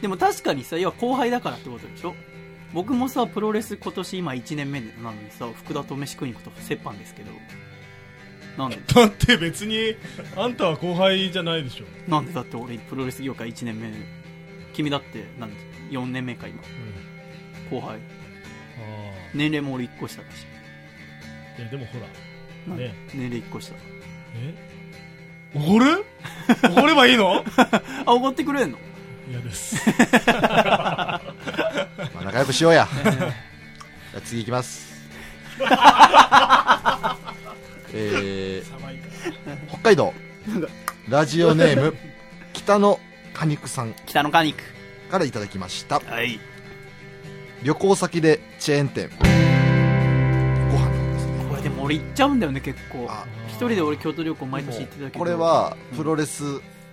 Speaker 1: でも確かにさ要は後輩だからってことでしょ僕もさプロレス今年今1年目なのにさ福田と飯食いに行くと折半ですけどなんで
Speaker 2: だって別にあんたは後輩じゃないでしょ
Speaker 1: なんでだって俺プロレス業界1年目君だってなんで4年目か今
Speaker 2: うん
Speaker 1: 後
Speaker 2: あ
Speaker 1: 輩
Speaker 2: あ
Speaker 1: 年齢も俺1個下だし
Speaker 2: いやでもほら
Speaker 1: なんで
Speaker 2: ね
Speaker 1: 年齢1個下
Speaker 2: えおごるおごればいいの
Speaker 1: あおごってくれんの
Speaker 2: 嫌です
Speaker 5: まあ仲良くしようやじゃあ次いきますえー、北海道ラジオネーム北野果肉さん
Speaker 1: 北のカニク
Speaker 5: からいただきました
Speaker 1: はい
Speaker 5: 旅行先でチェーン店ご飯なんですね
Speaker 1: これでも俺行っちゃうんだよね結構
Speaker 5: あ
Speaker 1: 一人で俺京都旅行毎年行ってたけど
Speaker 5: これはプロレス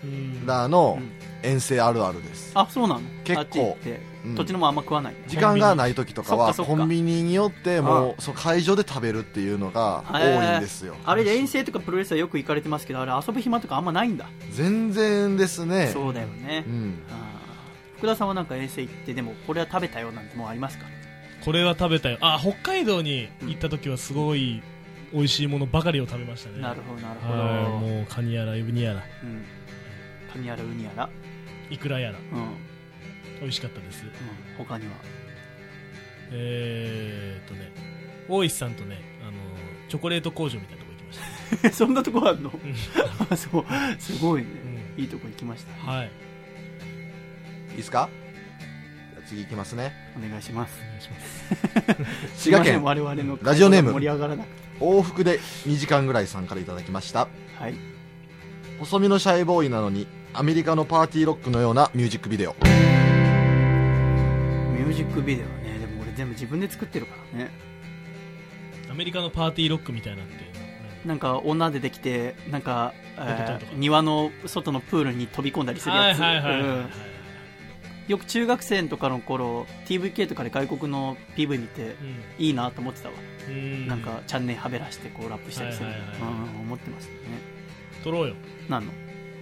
Speaker 2: うん
Speaker 5: ラーの
Speaker 1: うん
Speaker 5: 遠征あるあるです、
Speaker 1: あそうなの
Speaker 5: 結構
Speaker 1: あっち行って、
Speaker 5: うん
Speaker 1: 土地のもんあんま食わない
Speaker 5: 時間がない時とかは
Speaker 1: そっかそっ
Speaker 5: コ
Speaker 1: か
Speaker 5: ンビニによってもうその会場で食べるっていうのが多いんですよ
Speaker 1: あれ遠征とかプロレスはよく行かれてますけどあれ遊ぶ暇とかあんまないんだ、
Speaker 5: 全然ですね
Speaker 1: そうだよね、
Speaker 5: うん
Speaker 1: あー福田さんはなんか遠征行ってでもこれは食べたよなんてもうありますか
Speaker 2: これは食べたよあ北海道に行った時はすごい美味しいものばかりを食べましたね
Speaker 1: なるほどなるほ
Speaker 2: はい
Speaker 1: ど、
Speaker 2: もうカニやらウニやら
Speaker 1: うん、カニやらウニやら、
Speaker 2: イクラやら
Speaker 1: うんうん、
Speaker 2: 美味しかったです
Speaker 1: 他には
Speaker 2: えーっとね大石さんとねあのチョコレート工場みたいなとこ行きました、
Speaker 1: えそんなとこある の あそうすごいね、
Speaker 2: う
Speaker 1: いいとこ行きました、
Speaker 2: はい
Speaker 5: いいですかじゃあ次いきますね
Speaker 1: お願いします
Speaker 2: お願いします
Speaker 5: 滋賀
Speaker 1: すいま
Speaker 5: 県
Speaker 1: せん我々の
Speaker 5: ラジオネーム
Speaker 1: 盛り上がらなくて
Speaker 5: 往復で2時間ぐらいさんからいただきました
Speaker 1: はい
Speaker 5: 細身のシャイボーイなのにアメリカのパーティーロックのようなミュージックビデオ
Speaker 1: ミュージックビデオねでも俺全部自分で作ってるからね
Speaker 2: アメリカのパーティーロックみたいなって
Speaker 1: なんか女出てきてなんか、え
Speaker 2: どこどこ
Speaker 1: ー庭の外のプールに飛び込んだりする
Speaker 2: は
Speaker 1: や
Speaker 2: い
Speaker 1: つ、
Speaker 2: はいはいはい、
Speaker 1: うんよく中学生とかの頃 TVK とかで外国の PV 見ていいなと思ってたわ、
Speaker 2: うんうん
Speaker 1: なんかチャンネルはべらしてこうラップしたりするの、
Speaker 2: はいはいはい
Speaker 1: うん思ってますね
Speaker 2: 撮ろうよ
Speaker 1: なんの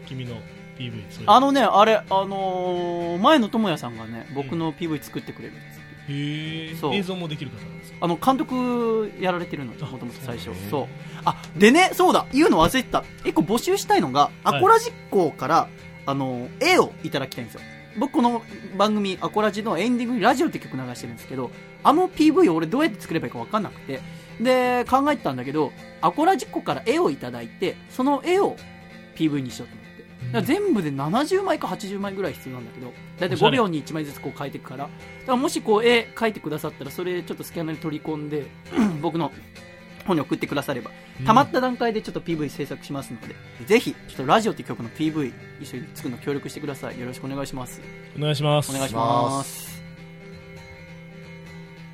Speaker 2: 君の PV それ
Speaker 1: あのねあれあのー前の智也さんがね僕の PV 作ってくれるんです、
Speaker 2: へえ
Speaker 1: そう
Speaker 2: 映像もできる方なんですか
Speaker 1: あの監督やられてるのもともと最初
Speaker 2: そうね
Speaker 1: そうあでねそうだ言うの忘れてた一個募集したいのが、
Speaker 2: はい
Speaker 1: アコラジ校からあの絵をいただきたいんですよ僕この番組アコラジのエンディングにラジオって曲流してるんですけどあの PV を俺どうやって作ればいいか分かんなくてで考えてたんだけどアコラジッコから絵をいただいてその絵を PV にしようと思ってだから全部で70枚か80枚ぐらい必要なんだけど大体
Speaker 11: おしゃ
Speaker 1: 5
Speaker 11: れ
Speaker 1: 秒に1枚ずつこう変えていくからだからもしこう絵描いてくださったらそれちょっとスキャナーに取り込んで 僕の本に送ってくだされば溜まった段階でちょっと PV 制作しますので、ぜひちょっとラジオっていう曲の PV 一緒に作るの協力してくださいよろしくお願いします
Speaker 11: お願いします
Speaker 1: お願いし
Speaker 5: ま
Speaker 1: ます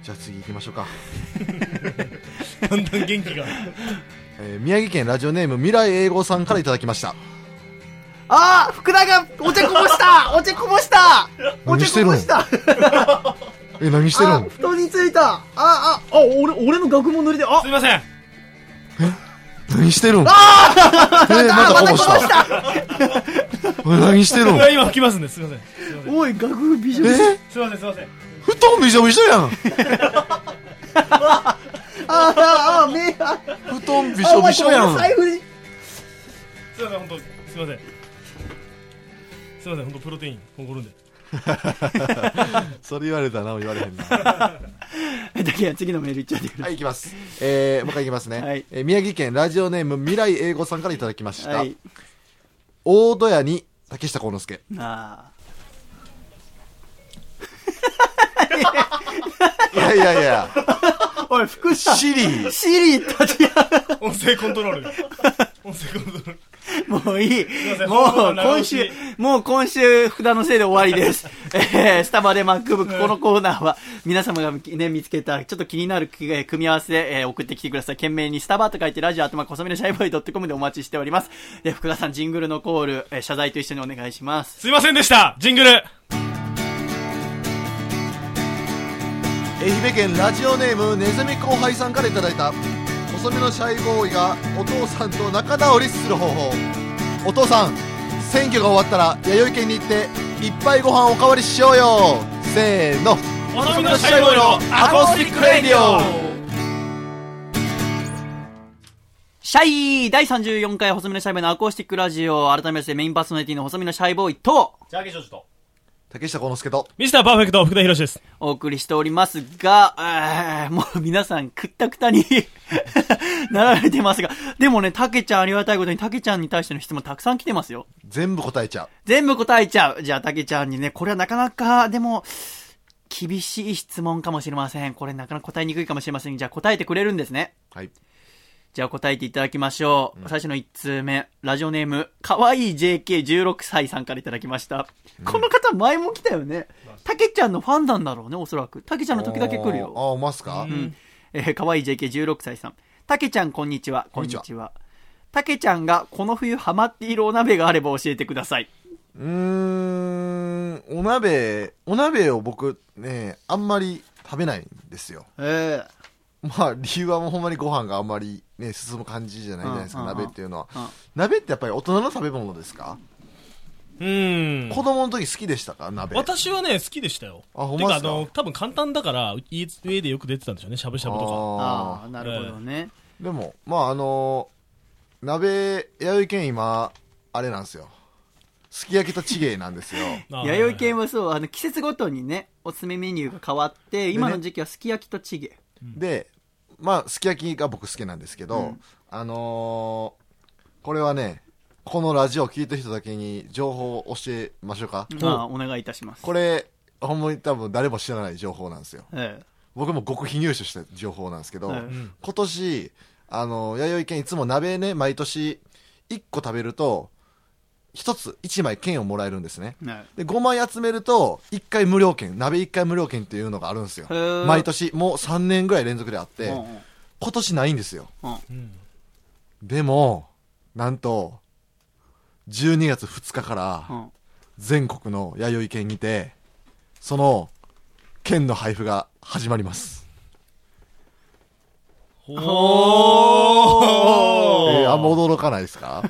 Speaker 5: じゃあ次行きましょうか、
Speaker 11: だんだん元気が
Speaker 5: えー宮城県ラジオネーム未来英語さんからいただきました
Speaker 1: ああ福田がお茶こぼしたお茶こぼした
Speaker 5: 何してるんえ何してるん
Speaker 1: 布団についたあああ俺俺の学問塗りであ
Speaker 2: すいません
Speaker 5: 何してるんああえー、またこぼ したえ何してるん
Speaker 11: いや今吹きますんですいません
Speaker 1: おい学部美女
Speaker 5: え
Speaker 11: すいませんすいません
Speaker 5: 布団びしょびしょやん
Speaker 1: あああ目あ
Speaker 5: 布団びしょびしょやん
Speaker 1: 布に
Speaker 11: すいません本当すいませんすいません本当プロテイン心んで
Speaker 5: それ言われたな言われ へんな
Speaker 1: だけど次のメールいっちゃってくださ
Speaker 5: は
Speaker 1: い
Speaker 5: い、いきます。えー、もう一回いきますね。
Speaker 1: はい
Speaker 5: えー宮城県ラジオネーム未来英語さんからいただきました。
Speaker 1: はい
Speaker 5: 大戸屋に竹下幸之助。
Speaker 1: あ
Speaker 5: いやいやいや、
Speaker 1: ーおい福田シ
Speaker 5: シリー。
Speaker 1: リ立ち
Speaker 11: 音声コントロールが音声コントロール
Speaker 1: もういい
Speaker 11: ませ。ん
Speaker 1: も
Speaker 11: 本当の
Speaker 1: う
Speaker 11: 長
Speaker 1: 今
Speaker 11: 押し
Speaker 1: 週、もう今週、福田のせいで終わり です。えー、スタバで MacBook、このコーナーは、皆様がね、見つけた、ちょっと気になるえー組み合わせ、えー送ってきてください。懸命にスタバと書いて、ラジオ、頭、細めのシャイボーイドットコムでお待ちしております。で、福田さん、ジングルのコール、えー謝罪と一緒にお願いします。
Speaker 11: すいませんでしたジングル
Speaker 5: 愛媛県ラジオネームネズミ後輩さんからいただいた細身のシャイボーイがお父さんと仲直りする方法お父さん選挙が終わったら弥生県に行っていっぱいご飯おかわりしようよせーの
Speaker 11: 細身のシャイボーイの
Speaker 5: アコースティックレディオ
Speaker 1: シャイ第34回、細身のシャイボーイのアコースティックラジオ、改めましてメインパーソナリティの細身のシャイボーイと、
Speaker 15: ジャーゲジョージと。
Speaker 5: 竹下幸之助と
Speaker 11: ミスターパーフェクト福田博です
Speaker 1: お送りしておりますが、えーもう皆さんくったくたに 並べてますが、でもね、たけちゃんありがたいことにたけちゃんに対しての質問たくさん来てますよ。
Speaker 5: 全部答えちゃう
Speaker 1: 全部答えちゃう。じゃあたけちゃんにね、これはなかなか、でも、厳しい質問かもしれません。これなかなか答えにくいかもしれません。じゃあ答えてくれるんですね。
Speaker 5: はい
Speaker 1: じゃあ答えていただきましょう。最初の1通目、ラジオネーム、かわいい JK16 歳さんからいただきました。この方前も来たよね。たけちゃんのファンなんだろうね、おそらく。たけちゃんの時だけ来るよ
Speaker 5: あ。ーあーますか、
Speaker 1: えー、かわいい JK16 歳さん。たけちゃん、こんにちは。こ
Speaker 5: ん
Speaker 1: んに
Speaker 5: にちは
Speaker 1: ちは。たけちゃんがこの冬ハマっているお鍋があれば教えてください。
Speaker 5: うーんお鍋お鍋を僕ねあんまり食べないんですよ
Speaker 1: え
Speaker 5: まあ理由はもうほんまにご飯があんまりね進む感じじゃないじゃないですか、
Speaker 1: うんうんうん
Speaker 5: 鍋っていうのは、
Speaker 1: うん
Speaker 5: 鍋ってやっぱり大人の食べ物ですか、
Speaker 11: うーん
Speaker 5: 子供の時好きでしたか鍋
Speaker 11: 私はね好きでしたよ
Speaker 5: あほん
Speaker 11: て
Speaker 5: ま
Speaker 11: か
Speaker 5: で
Speaker 11: あ
Speaker 5: すか
Speaker 11: の多分簡単だから家家でよく出てたんでしょうねしゃぶしゃぶとか
Speaker 1: あ
Speaker 5: あ
Speaker 1: あ、なるほどね。
Speaker 5: ーでもまああのー鍋弥生県今あれなんですよすき焼きとチゲなんですよ
Speaker 11: あー
Speaker 1: 弥生県はそう、あの、季節ごとにね、おすすめメニューが変わって、今の時期はすき焼きとチゲ。
Speaker 5: でまあすき焼きが僕好きなんですけど、あのーこれはねこのラジオを聞いてる人だけに情報を教えましょうか、
Speaker 1: まあ、お願いいたします。
Speaker 5: これほんまに多分誰も知らない情報なんですよ
Speaker 1: え
Speaker 5: 僕も極秘入手した情報なんですけど、
Speaker 1: はい
Speaker 5: 今年あの弥生県いつも鍋ね毎年1個食べると1つ1枚券をもらえるんですね
Speaker 1: え。ね
Speaker 5: で5枚集めると1回無料券鍋1回無料券っていうのがあるんですよ
Speaker 1: へー
Speaker 5: 毎年もう3年ぐらい連続であって、
Speaker 1: うんうん
Speaker 5: 今年ないんですよ、
Speaker 1: うん
Speaker 5: でもなんと12月2日から、
Speaker 1: うん
Speaker 5: 全国の弥生県にてその県の配布が始まりますおえー、あんま驚かないですか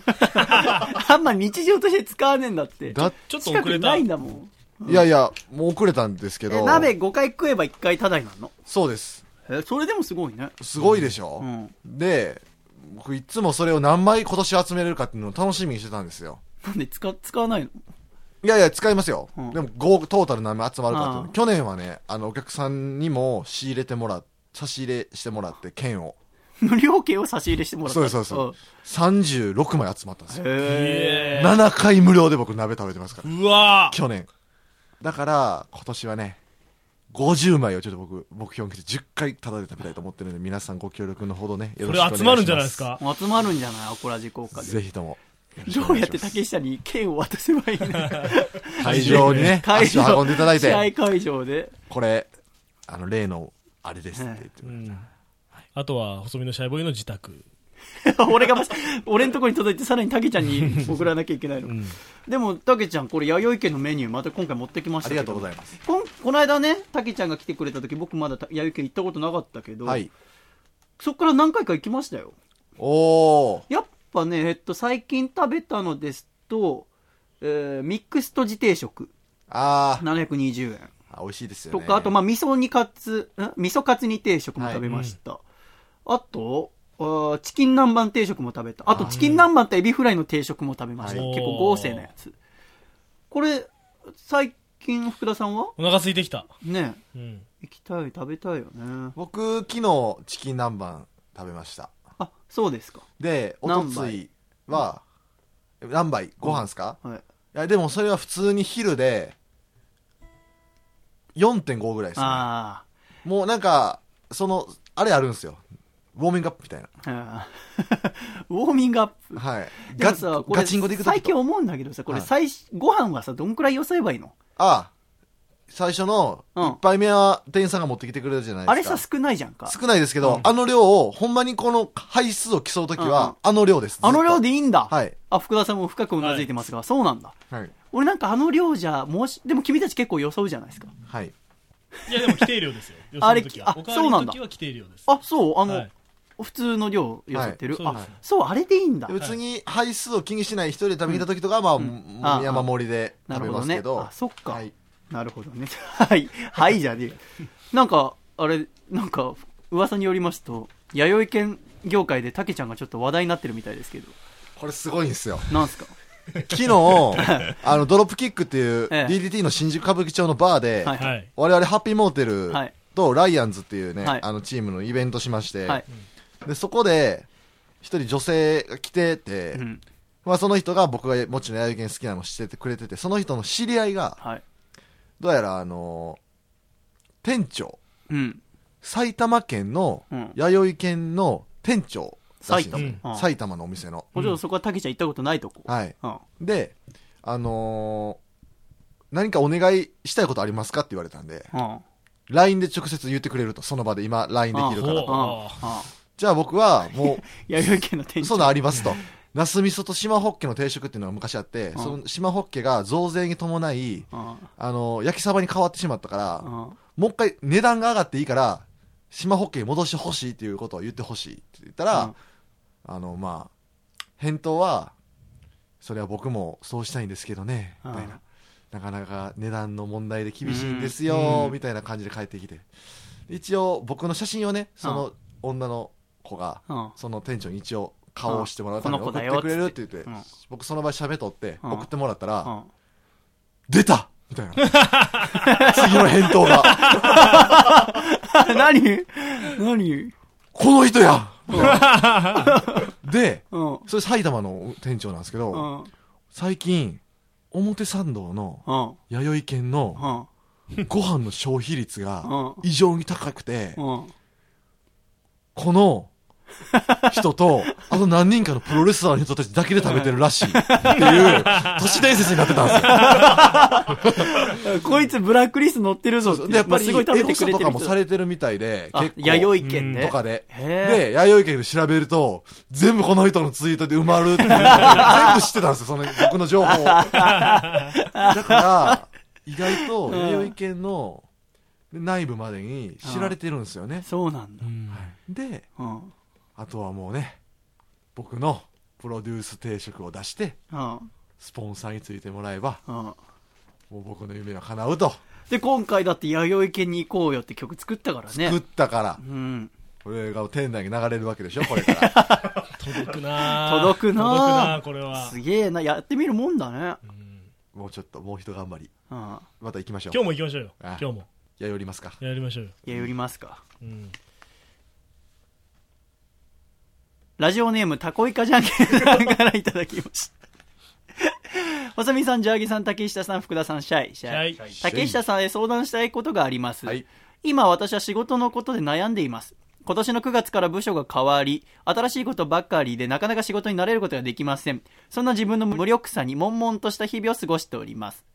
Speaker 1: あんま日常として使わねえんだって。
Speaker 5: だ
Speaker 11: ちょっと
Speaker 1: 近
Speaker 11: 遅
Speaker 1: く
Speaker 11: れ
Speaker 1: に
Speaker 11: た
Speaker 1: ないんだもん。
Speaker 5: いやいやもう遅れたんですけ
Speaker 1: え、
Speaker 5: ど
Speaker 1: 鍋5回食えば1回ただになるの
Speaker 5: そうです
Speaker 1: え、それでもすごいね。
Speaker 5: すごいでしょ、
Speaker 1: うん
Speaker 5: で僕いつもそれを何枚今年集めれるかっていうのを楽しみにしてたんですよ
Speaker 1: なんで使、使わないの
Speaker 5: いいやいや、使いますよ。
Speaker 1: うん
Speaker 5: でも、5、トータル何名集まるか
Speaker 1: う
Speaker 5: っ
Speaker 1: ん
Speaker 5: て。去年はね、あの、お客さんにも仕入れてもらっ、差し入れしてもらって、券を。
Speaker 1: 無料券を差し入れしてもらった
Speaker 5: そうですそうですそうです。36枚集まったんですよ。
Speaker 1: んへー
Speaker 5: 7回無料で僕鍋食べてますから。
Speaker 2: うわ
Speaker 5: 去年。だから、今年はね、50枚をちょっと僕、目標にして10回ただで食べたいと思ってるんで、皆さんご協力のほどね、よ
Speaker 2: こ
Speaker 5: ろしくお願
Speaker 2: れ
Speaker 5: いします。
Speaker 2: 集まるんじゃないですか
Speaker 1: 集まるんじゃないアコラジ効果で
Speaker 5: ぜひとも。
Speaker 1: どうやって竹下に券を渡せばいいの
Speaker 5: 会場 にね、足を運んでいただい
Speaker 1: 試
Speaker 5: て、
Speaker 1: 合会場で
Speaker 5: これ、あの、例の、あれですって言って。
Speaker 11: うんあとは細身のシャイボーイの自宅
Speaker 1: 俺がまさ俺のところに届いてさらに竹ちゃんに送らなきゃいけないの、でも竹ちゃんこれ弥生家のメニューまた今回持ってきまし
Speaker 5: あ
Speaker 1: たけ
Speaker 5: り
Speaker 1: ど
Speaker 5: がとうございます。
Speaker 1: こんこの間ね竹ちゃんが来てくれた時僕まだた弥生家行ったことなかったけど、
Speaker 5: はい。
Speaker 1: そっから何回か行きましたよ
Speaker 5: おー。
Speaker 1: やっぱねえっと最近食べたのですと、えーミックスと自定食
Speaker 5: あー
Speaker 1: 720円
Speaker 5: あ、美味しいですよ
Speaker 1: と
Speaker 5: ね。
Speaker 1: か、あと、まあ、味噌煮カツ、ん味噌カツ煮定食も食べました。あと、あーチキン南蛮定食も食べた。あと、チキン南蛮とエビフライの定食も食べました。
Speaker 11: はい
Speaker 1: 結構豪勢なやつ。これ、最近、福田さんは
Speaker 11: お腹空いてきた、
Speaker 1: ね
Speaker 11: う
Speaker 1: え
Speaker 11: ん、
Speaker 1: 行きたい、食べたいよね。
Speaker 5: 僕、昨日、チキン南蛮食べました。
Speaker 1: あ、そうですか。
Speaker 5: で、おとついは、何杯ご飯ですか、
Speaker 1: はい。
Speaker 5: いや、でもそれは普通に昼で、4.5ぐらいですね。
Speaker 1: あ
Speaker 5: もうなんか、その、あれあるんですよ。ウォーミングアップみたいな。
Speaker 1: ーあー。ウォー ミングアップ。
Speaker 5: はい。
Speaker 1: で
Speaker 5: ガ
Speaker 1: もさ、こ
Speaker 5: ガ
Speaker 1: れ、
Speaker 5: チンコで行くとき
Speaker 1: 最
Speaker 5: と
Speaker 1: 近思うんだけどさ、これ、
Speaker 5: はい
Speaker 1: 最初ご飯はさ、どんくらい寄せばいいの
Speaker 5: ああ、最初の
Speaker 1: うん
Speaker 5: 1杯目は店員さんが持ってきてくれるじゃない
Speaker 1: あ
Speaker 5: で
Speaker 1: れ
Speaker 5: すか。
Speaker 1: さ、少ないじゃんか。
Speaker 5: 少ないですけど、あの量を、ほんまにこの配数を競うとき
Speaker 1: うんうん
Speaker 5: は、あの量です。
Speaker 1: あの量
Speaker 5: ずっ
Speaker 1: でいいんだ。
Speaker 5: はい
Speaker 1: あ、福田さんも深くうなずいてますが、そうなんだ。
Speaker 5: とはい。
Speaker 1: 俺なんかあの量じゃ、もし、でも君たち結構予想じゃないですか。
Speaker 5: はい。
Speaker 11: いやでも規定量ですよ
Speaker 1: あれ
Speaker 11: 予想の時は
Speaker 1: あ
Speaker 11: おかわりの時は規定量です
Speaker 1: あ、そう、あの、
Speaker 11: はい
Speaker 1: 普通の量寄せてる、
Speaker 11: はいそうです
Speaker 1: あ、そう、あれでいいんだ
Speaker 5: で。別に配数を気にしない一人で食べきた時とかは、まあ、
Speaker 1: ああ
Speaker 5: 山盛りで
Speaker 1: な
Speaker 5: 食
Speaker 1: るほ
Speaker 5: べま
Speaker 1: ど
Speaker 5: す
Speaker 1: ね
Speaker 5: け。ど。
Speaker 1: あ、そっか。
Speaker 5: はい。
Speaker 1: なるほどね。 はい。はい、じゃねえよなんか、あれ、なんか、噂によりますと、弥生犬業界で竹ちゃんがちょっと話題になってるみたいですけど、
Speaker 5: これすごいんで すよ。
Speaker 1: なんすか
Speaker 5: 昨日、あの、ドロップキックっていう
Speaker 1: ええ
Speaker 5: DDT の新宿歌舞伎町のバーで、
Speaker 1: はい
Speaker 11: はい
Speaker 5: 我々ハッピーモーテル
Speaker 1: はい
Speaker 5: とライアンズっていうね、
Speaker 1: はい
Speaker 5: あのチームのイベントしまして、
Speaker 1: はい。
Speaker 5: で、そこで、一人女性が来てて、
Speaker 1: うん。
Speaker 5: まあその人が僕がもちろん弥生犬好きなの知っててくれてて、その人の知り合いが、
Speaker 1: はい。
Speaker 5: どうやらあの店長、
Speaker 1: うん。
Speaker 5: 埼玉県の
Speaker 1: うん
Speaker 5: 弥生県の店長らしいんですよ
Speaker 11: 埼
Speaker 1: 玉うん
Speaker 5: 埼玉のお店の。
Speaker 1: もちろんそこは竹ちゃん行ったことないとこ。
Speaker 5: はい。
Speaker 1: うん。
Speaker 5: で、あのー何かお願いしたいことありますかって言われたんで、
Speaker 1: うん。
Speaker 5: LINE で直接言ってくれると、その場で今 LINE できるから
Speaker 11: あほう
Speaker 5: と。
Speaker 1: あ
Speaker 5: じゃあ僕はも
Speaker 1: 弥生家の店
Speaker 5: う、
Speaker 1: 長。
Speaker 5: そんなんありますと。ナス味噌と島ホッケの定食っていうのが昔あって、
Speaker 1: ん
Speaker 5: その島ホッケが増税に伴い、
Speaker 1: あ
Speaker 5: あの、焼きサバに変わってしまったから、
Speaker 1: あ
Speaker 5: もう一回値段が上がっていいから、島ホッケに戻してほしいっていうことを言ってほしいって言ったら、
Speaker 1: うん
Speaker 5: あの、まあ、返答は、それは僕もそうしたいんですけどね、みたいな。なかなか値段の問題で厳しいんですよ、みたいな感じで帰ってきて。一応、僕の写真をね、その女の子が、
Speaker 1: うん
Speaker 5: その店長に一応顔をしてもらうために
Speaker 1: うんこ
Speaker 5: 送
Speaker 1: の
Speaker 5: っ
Speaker 1: 子
Speaker 5: て
Speaker 1: だよ
Speaker 5: くれるって言って、
Speaker 1: うん
Speaker 5: 僕その場で喋っとって、
Speaker 1: うん
Speaker 5: 送ってもらったら、
Speaker 1: あ
Speaker 5: 出たみたいな。 次の返答が。
Speaker 1: あ。 何何
Speaker 5: この 人やで、
Speaker 1: うん。うん。
Speaker 5: それ埼玉の店長なんですけど、
Speaker 1: うん。
Speaker 5: 最近、表参道の
Speaker 1: うん。
Speaker 5: 弥生県の
Speaker 1: うん。
Speaker 5: ご飯の消費率が
Speaker 1: うん
Speaker 5: 異常に高くて、
Speaker 1: うん。
Speaker 5: この人と、あと何人かのプロレスラーの人たちだけで食べてるらしいっていう 都市伝説になってたんですよ。
Speaker 1: こいつブラックリスト乗ってるぞ って。
Speaker 5: でやっぱり
Speaker 1: すごい食
Speaker 5: エ
Speaker 1: べて
Speaker 5: ゴ
Speaker 1: く
Speaker 5: サ
Speaker 1: れ
Speaker 5: と
Speaker 1: て
Speaker 5: か
Speaker 1: る
Speaker 5: も
Speaker 1: 人
Speaker 5: さ。れてるみたいで、
Speaker 1: あ
Speaker 5: 結、構。
Speaker 1: 弥生県ね
Speaker 5: と。かで。
Speaker 1: へ
Speaker 5: で、弥生県で調べると、全部この人のツイートで埋まるっていうのを 全部知ってたんですよ、その僕の情報を。だから、意外と弥生県の内部までに知られてるんですよね。
Speaker 1: そうなんだ。
Speaker 5: で、
Speaker 1: うん。うん。
Speaker 5: あとはもうね、僕のプロデュース定食を出して、
Speaker 1: う
Speaker 5: スポンサーについてもらえば、
Speaker 1: ん。
Speaker 5: もう僕の夢は叶うと、
Speaker 1: で、今回だって弥生県に行こうよって曲作ったからね。
Speaker 5: 食ったから、
Speaker 1: うん。
Speaker 5: これが店内に流れるわけでしょ、これから。
Speaker 11: 届くなあ
Speaker 1: 届くなあ
Speaker 11: 届くなあこれは
Speaker 1: すげえな。やってみるもんだね。
Speaker 5: もうちょっともう一頑張り
Speaker 1: うん
Speaker 5: また行きましょう
Speaker 11: 今日も行きましょうよ
Speaker 5: あ
Speaker 11: 今日も
Speaker 5: やよりますか
Speaker 11: やりましょうよ、
Speaker 1: いや寄りますか
Speaker 11: うん、
Speaker 1: ラジオネーム、タコイカじゃんけんさんからいただきました。細見さん、ジャーギさん、竹下さん、福田さん、シャイ。シ
Speaker 11: は
Speaker 1: ャイ
Speaker 11: い
Speaker 1: 竹下さんへ相談したいことがあります。
Speaker 5: はい
Speaker 1: 今、私は仕事のことで悩んでいます。今年の9月から部署が変わり、新しいことばかりでなかなか仕事に慣れることができません。そんな自分の無力さに悶々とした日々を過ごしております。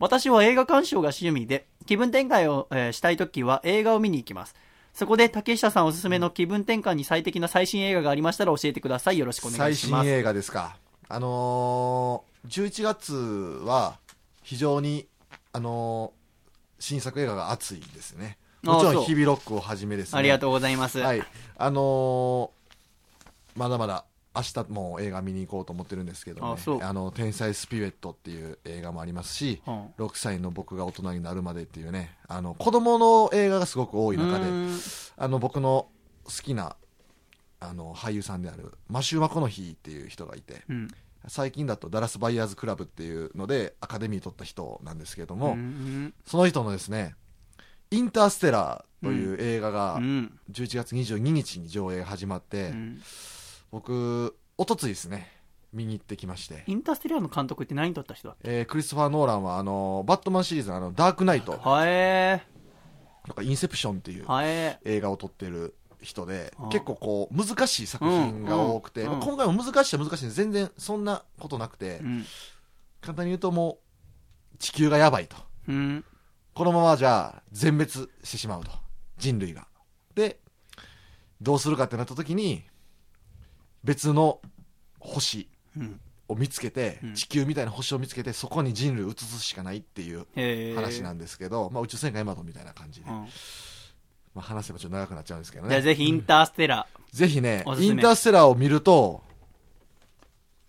Speaker 1: 私は映画鑑賞が趣味で、気分転換を、えーしたいときは映画を見に行きます。そこで竹下さんおすすめの気分転換に最適な最新映画がありましたら教えてください。よろしくお願い
Speaker 5: 最
Speaker 1: しま
Speaker 5: 新
Speaker 1: す。
Speaker 5: 映画ですかあのー、11月は非常にあのー新作映画が熱いですねもち
Speaker 1: あ
Speaker 5: ろ
Speaker 1: そ
Speaker 5: ん
Speaker 1: う
Speaker 5: 日々ロックをはじめですね
Speaker 1: ありがとうございます。
Speaker 5: はいあのーまだまだ明日も映画見に行こうと思ってるんですけど、ね、
Speaker 1: あそう
Speaker 5: の天才スピリットっていう映画もありますし、
Speaker 1: うん
Speaker 5: 6歳の僕が大人になるまでっていうねあの子供の映画がすごく多いう中で
Speaker 1: ーん
Speaker 5: あの僕の好きなあの俳優さんであるマシュー・マコノヒーっていう人がいて
Speaker 1: うん
Speaker 5: 最近だとダラス・バイヤーズ・クラブっていうのでアカデミー取った人なんですけれど
Speaker 1: う
Speaker 5: も、
Speaker 1: ん
Speaker 5: その人のですね「インターステラー」という映画
Speaker 1: う
Speaker 5: が
Speaker 1: ん
Speaker 5: 11月22日に上映が始まって、
Speaker 1: うん
Speaker 5: 僕おとついですね見に行ってきまして、
Speaker 1: インターステラーの監督って何撮った人だ
Speaker 5: えークリストファー・ノーランはあのバットマンシリーズのあのダークナイト
Speaker 1: はえ
Speaker 5: なんかインセプションっていう
Speaker 1: ー、はえ
Speaker 5: 映画を撮ってる人で
Speaker 1: ああ
Speaker 5: 結構こう難しい作品が多くて、
Speaker 1: うん
Speaker 5: まあ
Speaker 1: うん
Speaker 5: 今回も難しいは難しいんです全然そんなことなくて、
Speaker 1: ー、うん
Speaker 5: 簡単に言うともう地球がやばいと
Speaker 1: うん
Speaker 5: このままじゃあ全滅してしまうと人類がでどうするかってなった時に別の星
Speaker 1: うん
Speaker 5: を見つけて、
Speaker 1: うん
Speaker 5: 地球みたいな星を見つけてそこに人類を移すしかないっていう
Speaker 1: へー
Speaker 5: 話なんですけど、まあ、宇宙戦艦ヤマトみたいな感じで、
Speaker 1: うん
Speaker 5: まあ、話せばちょっと長くなっちゃうんですけどね
Speaker 1: じゃあぜひインターステラー、
Speaker 5: ぜひね
Speaker 1: お、すす
Speaker 5: イ
Speaker 1: め
Speaker 5: ンターステラーを見ると、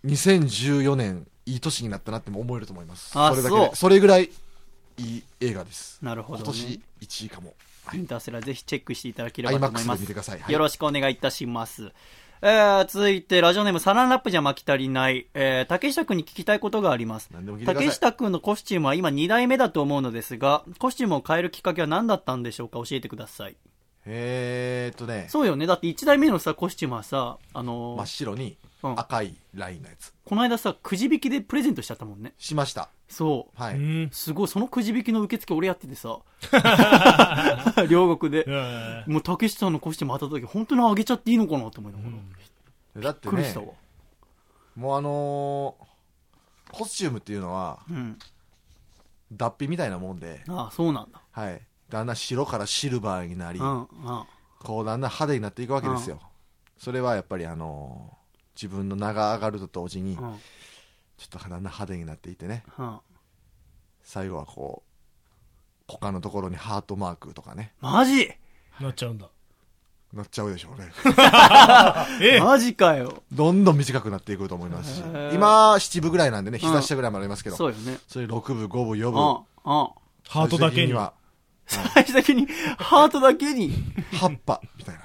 Speaker 5: 2014年、いい年になったなっても思えると思います。
Speaker 1: あ
Speaker 5: それだけで
Speaker 1: そう
Speaker 5: それぐらい、いい映画です。
Speaker 1: なるほどね
Speaker 5: 今年1位かも。
Speaker 1: インターステラーぜひチェックしていただけれ
Speaker 5: アイ
Speaker 1: ば
Speaker 5: マ
Speaker 1: と
Speaker 5: ック
Speaker 1: 思い
Speaker 5: ス
Speaker 1: ま。
Speaker 5: です見てください。
Speaker 1: よろ
Speaker 5: し
Speaker 1: しくお願いいたします。えー、続いて、ラジオネーム、サランラップじゃ巻き足りない、えー、竹下くんに聞きたいことがあります。
Speaker 5: 何でも聞いてください
Speaker 1: 竹下くんのコスチュームは今2代目だと思うのですが、コスチュームを変えるきっかけは何だったんでしょうか教えてください。
Speaker 5: えーっとね、
Speaker 1: そうよね。だって1代目のさ、コスチュームはさ、あのー
Speaker 5: 真っ白に
Speaker 1: うん
Speaker 5: 赤いラインのやつ。
Speaker 1: この間さ、くじ引きでプレゼントしちゃったもんね。
Speaker 5: しました。
Speaker 1: そう。
Speaker 5: は
Speaker 11: う
Speaker 5: い。
Speaker 11: ん
Speaker 1: すごい、そのくじ引きの受付俺やってて さ、両国で。
Speaker 11: うん
Speaker 1: もう竹下さんのコスチューム当たった時、本当にあげちゃっていいのかなと思いながら。
Speaker 5: だって
Speaker 1: びっくりし
Speaker 5: ね
Speaker 1: た、わ。
Speaker 5: もうあのーコスチュームっていうのは、
Speaker 1: うん。
Speaker 5: 脱皮みたいなもんで、
Speaker 1: ああ、そうなんだ。
Speaker 5: はい。だんだん白からシルバーになり、
Speaker 1: うん、うん。
Speaker 5: こうだんだん派手になっていくわけですよ、それはやっぱりあのー自分の名が上がると同時に、
Speaker 1: う
Speaker 5: ちょ
Speaker 1: ん
Speaker 5: っとだんだん派手になっていってね
Speaker 1: うん
Speaker 5: 最後はこう股間のところにハートマークとかね
Speaker 1: マジ
Speaker 11: なっちゃうんだ
Speaker 5: なっちゃうでしょ うね
Speaker 11: え
Speaker 1: マジかよ。
Speaker 5: どんどん短くなっていくと思いますし
Speaker 1: へー
Speaker 5: 今7部ぐらいなんでね膝下ぐらいまでありますけど、
Speaker 1: そうよね。
Speaker 5: それ6部5部4
Speaker 1: う
Speaker 5: 部、
Speaker 1: ん、うん。
Speaker 11: ハートだ
Speaker 5: 最終
Speaker 11: け
Speaker 5: 的
Speaker 11: に
Speaker 5: は
Speaker 1: 最終的に、ハートだけ に。
Speaker 5: 8波みたいな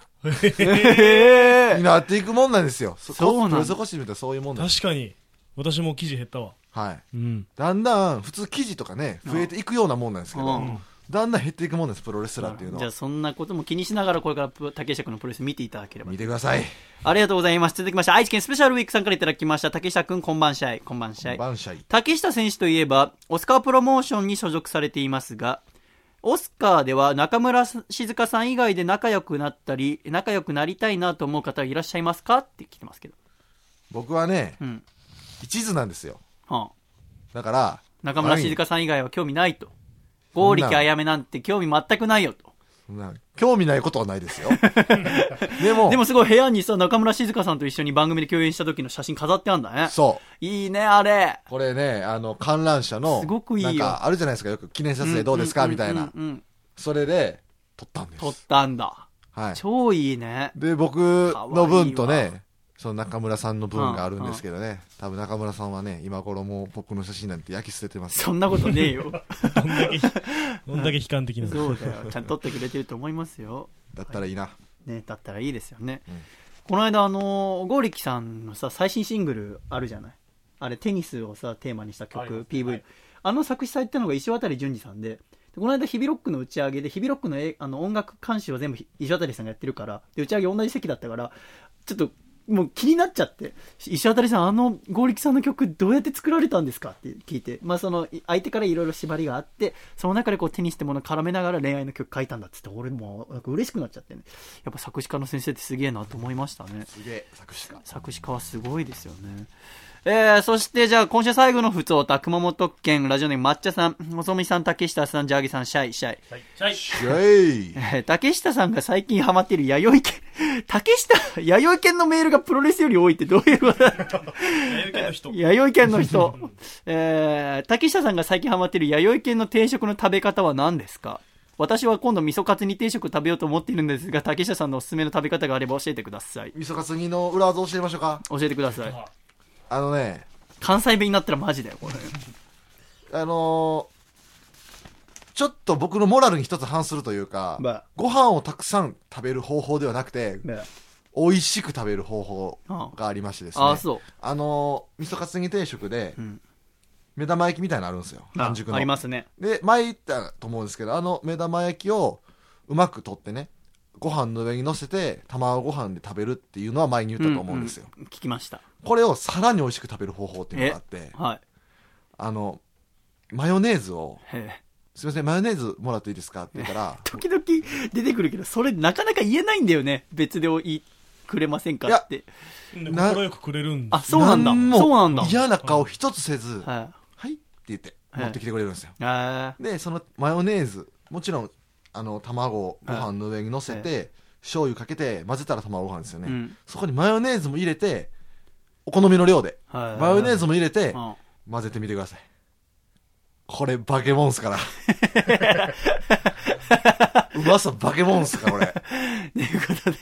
Speaker 1: へ
Speaker 5: に
Speaker 1: え。
Speaker 5: なっていくもんなんですよそ
Speaker 1: そうなんだ
Speaker 5: プロレスコスチュームってそういうもんなんです
Speaker 11: 確かに私も記事減ったわ
Speaker 5: はい
Speaker 11: うん
Speaker 5: だんだん普通記事とかね増えていくようなもんなんですけど、
Speaker 1: うん
Speaker 5: だんだん減っていくもんなんですプロレスラーっていうの
Speaker 1: じゃあ
Speaker 5: は
Speaker 1: そんなことも気にしながらこれからプ竹下君のプロレス見ていただければ
Speaker 5: 見てください
Speaker 1: ありがとうございます続きまして愛知県スペシャルウィークさんからいただきました竹下君こんばんしゃいこんばんしゃい
Speaker 5: バンシャイ
Speaker 1: 竹下選手といえば、オスカープロモーションに所属されていますが、オスカーでは中村静香さん以外で仲良くなったり、仲良くなりたいなと思う方いらっしゃいますかって聞いてますけど。
Speaker 5: 僕はね、
Speaker 1: うん。
Speaker 5: 一途なんですよ
Speaker 1: はあ、
Speaker 5: だから
Speaker 1: 中村静香さん以外は興味ないと。剛力あやめなんて興味全くないよと。
Speaker 5: そんな興味ないことはない ですよでも
Speaker 1: でもすごい部屋にさ、中村静香さんと一緒に番組で共演した時の写真飾ってあんだね。
Speaker 5: そう
Speaker 1: いいね、あれ。
Speaker 5: これねあの観覧車の
Speaker 1: すごくいいよ
Speaker 5: なんかあるじゃないですかよく記念撮影どうですか、みたいな、
Speaker 1: うんうんうんうん。
Speaker 5: それで撮ったんです
Speaker 1: 撮ったんだ。
Speaker 5: はい
Speaker 1: 超いいね。
Speaker 5: で僕の分と
Speaker 1: かわいいわ
Speaker 5: ねその中村さんの分があるんですけどね、多分中村さんはね今頃もう僕の写真なんて焼き捨ててます
Speaker 1: そんなことねえ よ。
Speaker 11: どんだけどんだけ悲観的な
Speaker 1: そ
Speaker 11: の
Speaker 1: うだよ。ちゃんと撮ってくれてると思いますよ。
Speaker 5: だったらいいな、
Speaker 1: ね、だったらいいですよね。この間、あのー、剛力さんのさ、最新シングルあるじゃない。あれ、テニスをさ、テーマにした曲、PV。あの作詞されてるのが石渡淳二さんででこの間ヒビロックの打ち上げでヒビロックのえあの音楽監修を全部ひ石渡さんがやってるからで打ち上げ同じ席だったからちょっともう気になっちゃって石渡さんあの剛力さんの曲どうやって作られたんですかって聞いて、まあ、そのい相手からいろいろ縛りがあってその中でこう手にしてもの絡めながら恋愛の曲書いたんだっつって俺もうなんか嬉しくなっちゃってねやっぱ作詞家の先生ってすげえなと思いましたね
Speaker 5: すげえ作詞家
Speaker 1: 作詞家はすごいですよね。えー、そしてじゃあ今週最後のふつおた、熊本県ラジオネーム抹茶さん、細見さん、竹下さん、ジャーギさん、シャイ、シャイ。
Speaker 5: イェイ
Speaker 1: えー竹下さんが最近ハマっている弥生犬、 竹下、弥生犬のメールがプロレスより多いってどういうことだろう 弥生犬の人。 えー、竹下さんが最近ハマっている弥生犬の定食の食べ方は何ですか私は今度味噌カツに定食食べようと思っているんですが、竹下さんのおすすめの食べ方があれば教えてください。
Speaker 5: 味噌かすぎの裏技教えましょうか
Speaker 1: 教えてください。
Speaker 5: あのね
Speaker 1: 関西弁になったらマジだよ、これ。
Speaker 5: あのーちょっと僕のモラルに一つ反するというか、
Speaker 1: まあ
Speaker 5: ご飯をたくさん食べる方法ではなくて、
Speaker 1: ね
Speaker 5: 美味しく食べる方法がありましてですね。
Speaker 1: ああ、そう。
Speaker 5: あのー味噌かつぎ定食で、
Speaker 1: ん
Speaker 5: 目玉焼きみたいなのあるんですよ。半熟の。
Speaker 1: ありますね。
Speaker 5: で、前言ったと思うんですけど、あの目玉焼きをうまく取ってね、ご飯の上に乗せて、卵ご飯で食べるっていうのは前に言ったと思うんですよ。
Speaker 1: 聞きました。
Speaker 5: これをさらに美味しく食べる方法っていうのがあって、
Speaker 1: はい。
Speaker 5: あの、マヨネーズを、
Speaker 1: へえ
Speaker 5: すいません、マヨネーズもらっていいですかって言ったら、
Speaker 1: 時々出てくるけど、それなかなか言えないんだよね。別で言いくれませんかって。
Speaker 5: な
Speaker 11: 心よくくれるんだ
Speaker 1: あ、そうなんだ。
Speaker 5: も
Speaker 1: そうなんだ。
Speaker 5: 嫌な顔一つせず、はい、
Speaker 1: は
Speaker 5: って言って
Speaker 1: はい
Speaker 5: 持ってきてくれるんですよ。
Speaker 1: い。あー
Speaker 5: で、そのマヨネーズ、もちろん、あの、卵をご飯の上に乗せて、醤油かけて混ぜたら卵ご飯ですよね、
Speaker 1: うん
Speaker 5: そこにマヨネーズも入れて、お好みの量で、
Speaker 1: はい
Speaker 5: マヨネーズも入れて、
Speaker 1: うん
Speaker 5: 混ぜてみてください。これ、バケモンっす から。うまさ、バケモンっすから、これ。
Speaker 1: ということで、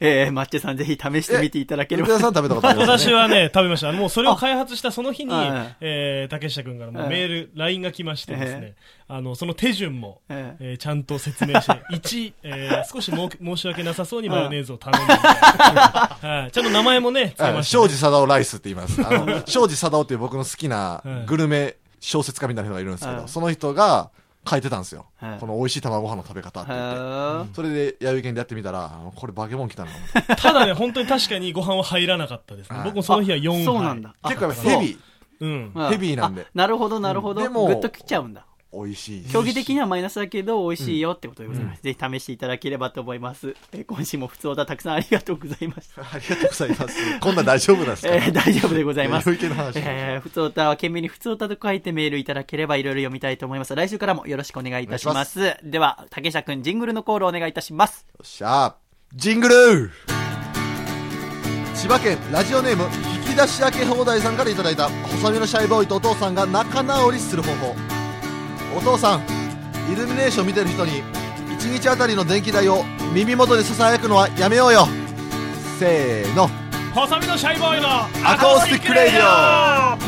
Speaker 1: えー、抹茶さんぜひ試してみていただけれ
Speaker 5: え福
Speaker 1: ば。
Speaker 5: 田さん食べたことあります
Speaker 11: 私
Speaker 5: よね。
Speaker 11: はね、食べました。もうそれを開発したその日に
Speaker 1: あはい、
Speaker 11: えー、竹下くんからも
Speaker 1: は
Speaker 11: う
Speaker 1: い
Speaker 11: メール、LINE が来ましてですね、あの、その手順も、
Speaker 1: ええ
Speaker 11: えーちゃんと説明 して、1、えー少しもう申し訳なさそうにマヨネーズを頼む。 はい。ちゃんと名前もね、つけ
Speaker 5: は
Speaker 11: ま
Speaker 5: い
Speaker 11: したね
Speaker 5: 庄司貞夫ライスって言います。あの、庄司貞夫っていう僕の好きなグルメ小説家みたいな人がいるんですけ
Speaker 1: は
Speaker 5: ど、
Speaker 1: い
Speaker 5: その人が書いてたんですよ
Speaker 1: はい。
Speaker 5: この美味しい卵ご飯の食べ方って
Speaker 1: へ
Speaker 5: 言って。
Speaker 1: ー
Speaker 5: それで、弥生県でやってみたら、あのこれバケモン来たな。
Speaker 11: ただね、本当に確かにご飯は入らなかったですね
Speaker 5: は。い
Speaker 11: 僕もその日は4杯。
Speaker 1: そうなんだ。。 あ
Speaker 5: 結構やっぱヘビー、
Speaker 11: うん。
Speaker 1: そう
Speaker 5: ヘビーなんで
Speaker 1: あなるほど、なるほど。
Speaker 5: うんでも
Speaker 1: グッと来ちゃうんだ。
Speaker 5: 美味しい。
Speaker 1: 競技的にはマイナスだけど美味しいよってことでございます、ぜひ試していただければと思います、えー今週も普通だたくさんありがとうございま した
Speaker 5: ありがとうございます。こんなん大丈夫なんです か
Speaker 1: えー大丈夫でござい ます
Speaker 5: 弥生県の話
Speaker 1: えー、普通おたは懸命に普通おたと書いてメールいただければいろいろ読みたいと思います来週からもよろしくお願いいたしますでは竹下くんジングルのコールお願いいたします
Speaker 5: よっしゃジングル千葉県ラジオネーム引き出し開け放題さんからいただいた細身のシャイボーイとお父さんが仲直りする方法お父さんイルミネーション見てる人に1日あたりの電気代を耳元で囁くのはやめようよせーの
Speaker 11: 細身のシャイボーイの
Speaker 5: アコースティックレイディ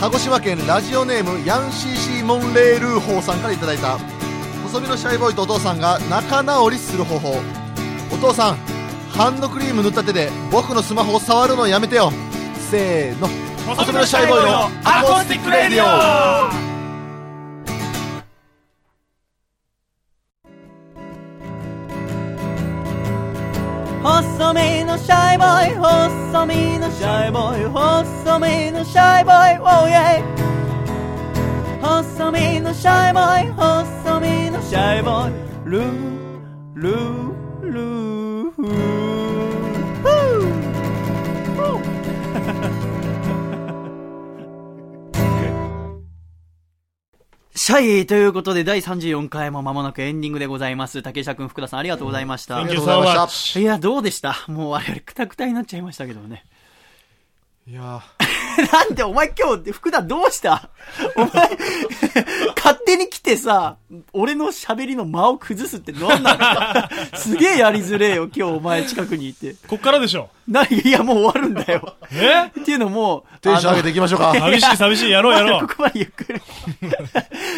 Speaker 5: 鹿児島県ラジオネームヤンシーシーモンレールーホーさんからいただいた細身のシャイボーイとお父さんが仲直りする方法お父さんハンドクリーム塗った手で僕のスマホを触るのやめてよせーの細身のシャイボーイのアコースティックレイディオ
Speaker 4: 細身のシャイボーイ細身のシャイボーイ細身のシャイボーイ oh yeah 細身のシャイボーイ細身のシャイボーイルールールーフーフー
Speaker 1: シャイということで第34回も間もなくエンディングでございます竹下くん福田さんありがとうございました、
Speaker 5: ありがとう
Speaker 11: う
Speaker 5: ご
Speaker 11: ご
Speaker 5: ざ
Speaker 11: ざ
Speaker 5: い
Speaker 11: い
Speaker 5: ま
Speaker 11: ま
Speaker 5: した
Speaker 1: いやどうでしたもう我々クタクタになっちゃいましたけどね
Speaker 5: いや
Speaker 1: なんでお前今日福田どう したお前勝手に来てさ俺の喋りの間 を崩すって何なのすげえやりづれえよ今日お前近くにいて
Speaker 11: こっからでしょ。
Speaker 1: ない、いや、もう終わるんだよ。
Speaker 11: え
Speaker 1: っていうのも、
Speaker 5: テンション上げていきましょうか。
Speaker 11: 寂しい寂しい、やろうやろ
Speaker 1: こ
Speaker 11: う。
Speaker 1: こまでゆっくり。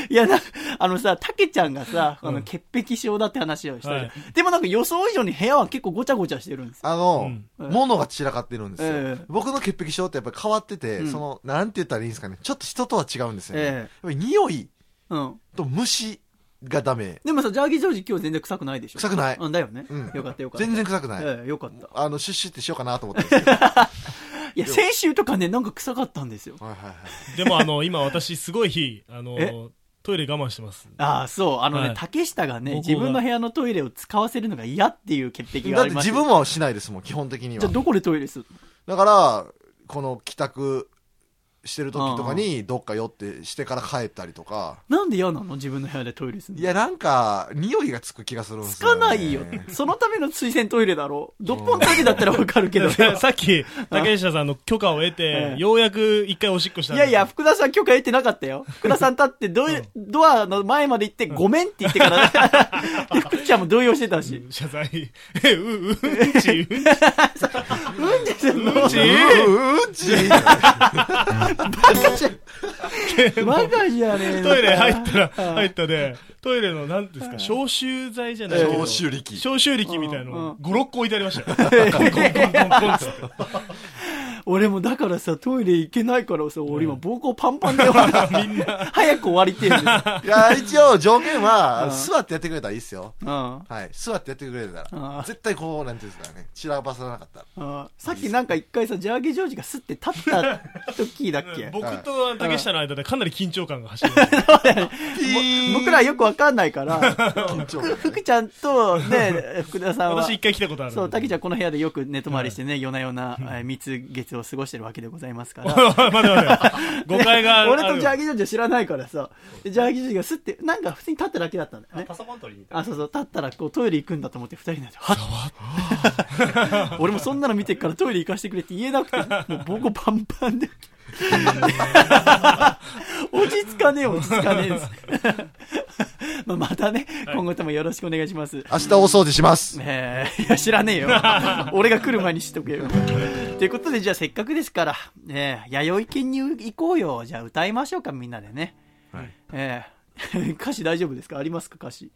Speaker 1: いや、な、あのさ、たけちゃんがさ、あの、潔癖症だって話をした
Speaker 11: は
Speaker 1: じゃん
Speaker 11: い
Speaker 1: でもなんか予想以上に部屋は結構ごちゃごちゃしてるんですよ。
Speaker 5: あの、
Speaker 1: うん
Speaker 5: 物が散らかってるんですよ、
Speaker 1: ええ
Speaker 5: 僕の潔癖症ってやっぱり変わってて、
Speaker 1: うん
Speaker 5: その、なんて言ったらいいんですかね。ちょっと人とは違うんですよね。
Speaker 1: ええ
Speaker 5: やっぱり匂い
Speaker 1: うん。
Speaker 5: と虫がダメ。
Speaker 1: でもさ、ジャーギージョージ今日全然臭くないでしょ
Speaker 5: 臭くない
Speaker 1: うんだよね。
Speaker 5: うん
Speaker 1: よかったよかった。
Speaker 5: 全然臭くない。
Speaker 1: ええよかった。
Speaker 5: あの、シュッシュってしようかなと思 ってますけど
Speaker 1: いや、先週とかね、なんか臭かったんですよ。
Speaker 5: はいはいはい。
Speaker 11: でもあの、今私すごい日、あ
Speaker 1: え
Speaker 11: の、トイレ我慢してます。
Speaker 1: ああ、そう。あのね、
Speaker 11: はい
Speaker 1: 竹下がね、
Speaker 11: ここが
Speaker 1: 自分の部屋のトイレを使わせるのが嫌っていう潔癖が
Speaker 5: だ
Speaker 1: あ
Speaker 5: って
Speaker 1: りま
Speaker 5: 自
Speaker 1: す
Speaker 5: 分はしないですもん、基本的に
Speaker 1: じゃ
Speaker 5: は
Speaker 1: あ。どこでトイレする
Speaker 5: だから、この帰宅してる時とかに、どっか寄ってしてから帰ったりとか。
Speaker 1: なんで嫌なの自分の部屋でトイレする
Speaker 5: い
Speaker 1: の
Speaker 5: や、なんか、匂いがつく気がするんで
Speaker 1: つ
Speaker 5: すよ、
Speaker 1: か
Speaker 5: ね。
Speaker 1: ないよ。そのための推薦トイレだろ。どっぽんトイレだったらわかるけど。い
Speaker 11: さっき、竹下さんの許可を得て
Speaker 1: え、え
Speaker 11: ようやく一回おしっこしたんで
Speaker 1: や
Speaker 11: す
Speaker 1: い
Speaker 11: よ
Speaker 1: や、福田さん許可得てなかったよ。福田さん立ってドイ、ドアの前まで行って、ごめんって言って から、で、福ちゃんも動揺してたし。
Speaker 11: 謝罪。え、う、う、うんち、うんち。
Speaker 1: うんじゃせんの。バ
Speaker 11: ち
Speaker 5: うー んち
Speaker 1: カじゃ ん。バカじゃねえの
Speaker 11: トイレ入ったら、入ったで、トイレの何ですか、消臭剤じゃないけど
Speaker 5: 消臭力
Speaker 11: 消臭力みたいの
Speaker 1: うん
Speaker 11: 5、6個置いてありましたよ。コンコンコンコンコンっつって。
Speaker 1: 俺もだからさ、トイレ行けないからさ、俺今膀胱パンパンで終わ る。みんな。早く終わりてえんだよ
Speaker 5: いや、一応条件は、
Speaker 1: うん
Speaker 5: 座ってやってくれたらいいですよ。
Speaker 1: うん。
Speaker 5: はい。座ってやってくれた
Speaker 1: あ
Speaker 5: ら
Speaker 1: ー。
Speaker 5: 絶対こう、なんていうんですかね。散らばさなかったら。
Speaker 1: あーさっきなんか一回さ、ジャーゲジョージがスって立った時だっけ
Speaker 11: 僕と竹下の間でかなり緊張感が走りました。
Speaker 1: 僕らよくわかんないから、
Speaker 5: 緊張感がね
Speaker 1: 福ちゃん とね、福田さんは
Speaker 11: 私、一回来たことある。
Speaker 1: そ う、滝ちゃんこの部屋でよく寝泊まりしてね、夜な夜な、えー蜜月を過ごしてるわけでございますから。
Speaker 11: 待て待て。誤解がある。
Speaker 1: 俺とジャーギージョージは知らないからさ、でジャーギージョージがスって、なんか普通に立っただけだったんだよね。
Speaker 15: パソコン取りに行っ
Speaker 1: あ、そうそう、立ったらこうトイレ行くんだと思って二人なんで、はっ俺もそんなの見てっからトイレ行かしてくれって言えなくて、もう膀胱パン パンで。落ち着かねえ、落ち着かねえです。まあまたね、今後ともよろしくお願いします。
Speaker 5: 明日大掃除します。
Speaker 1: えーいや、知らねえ よ。俺が来る前に知っとけよ。ということで、じゃあせっかくですから、ねえ、弥生県に行こうよ。じゃあ歌いましょうか、みんなでね。えー 歌詞大丈夫ですかありますか歌詞。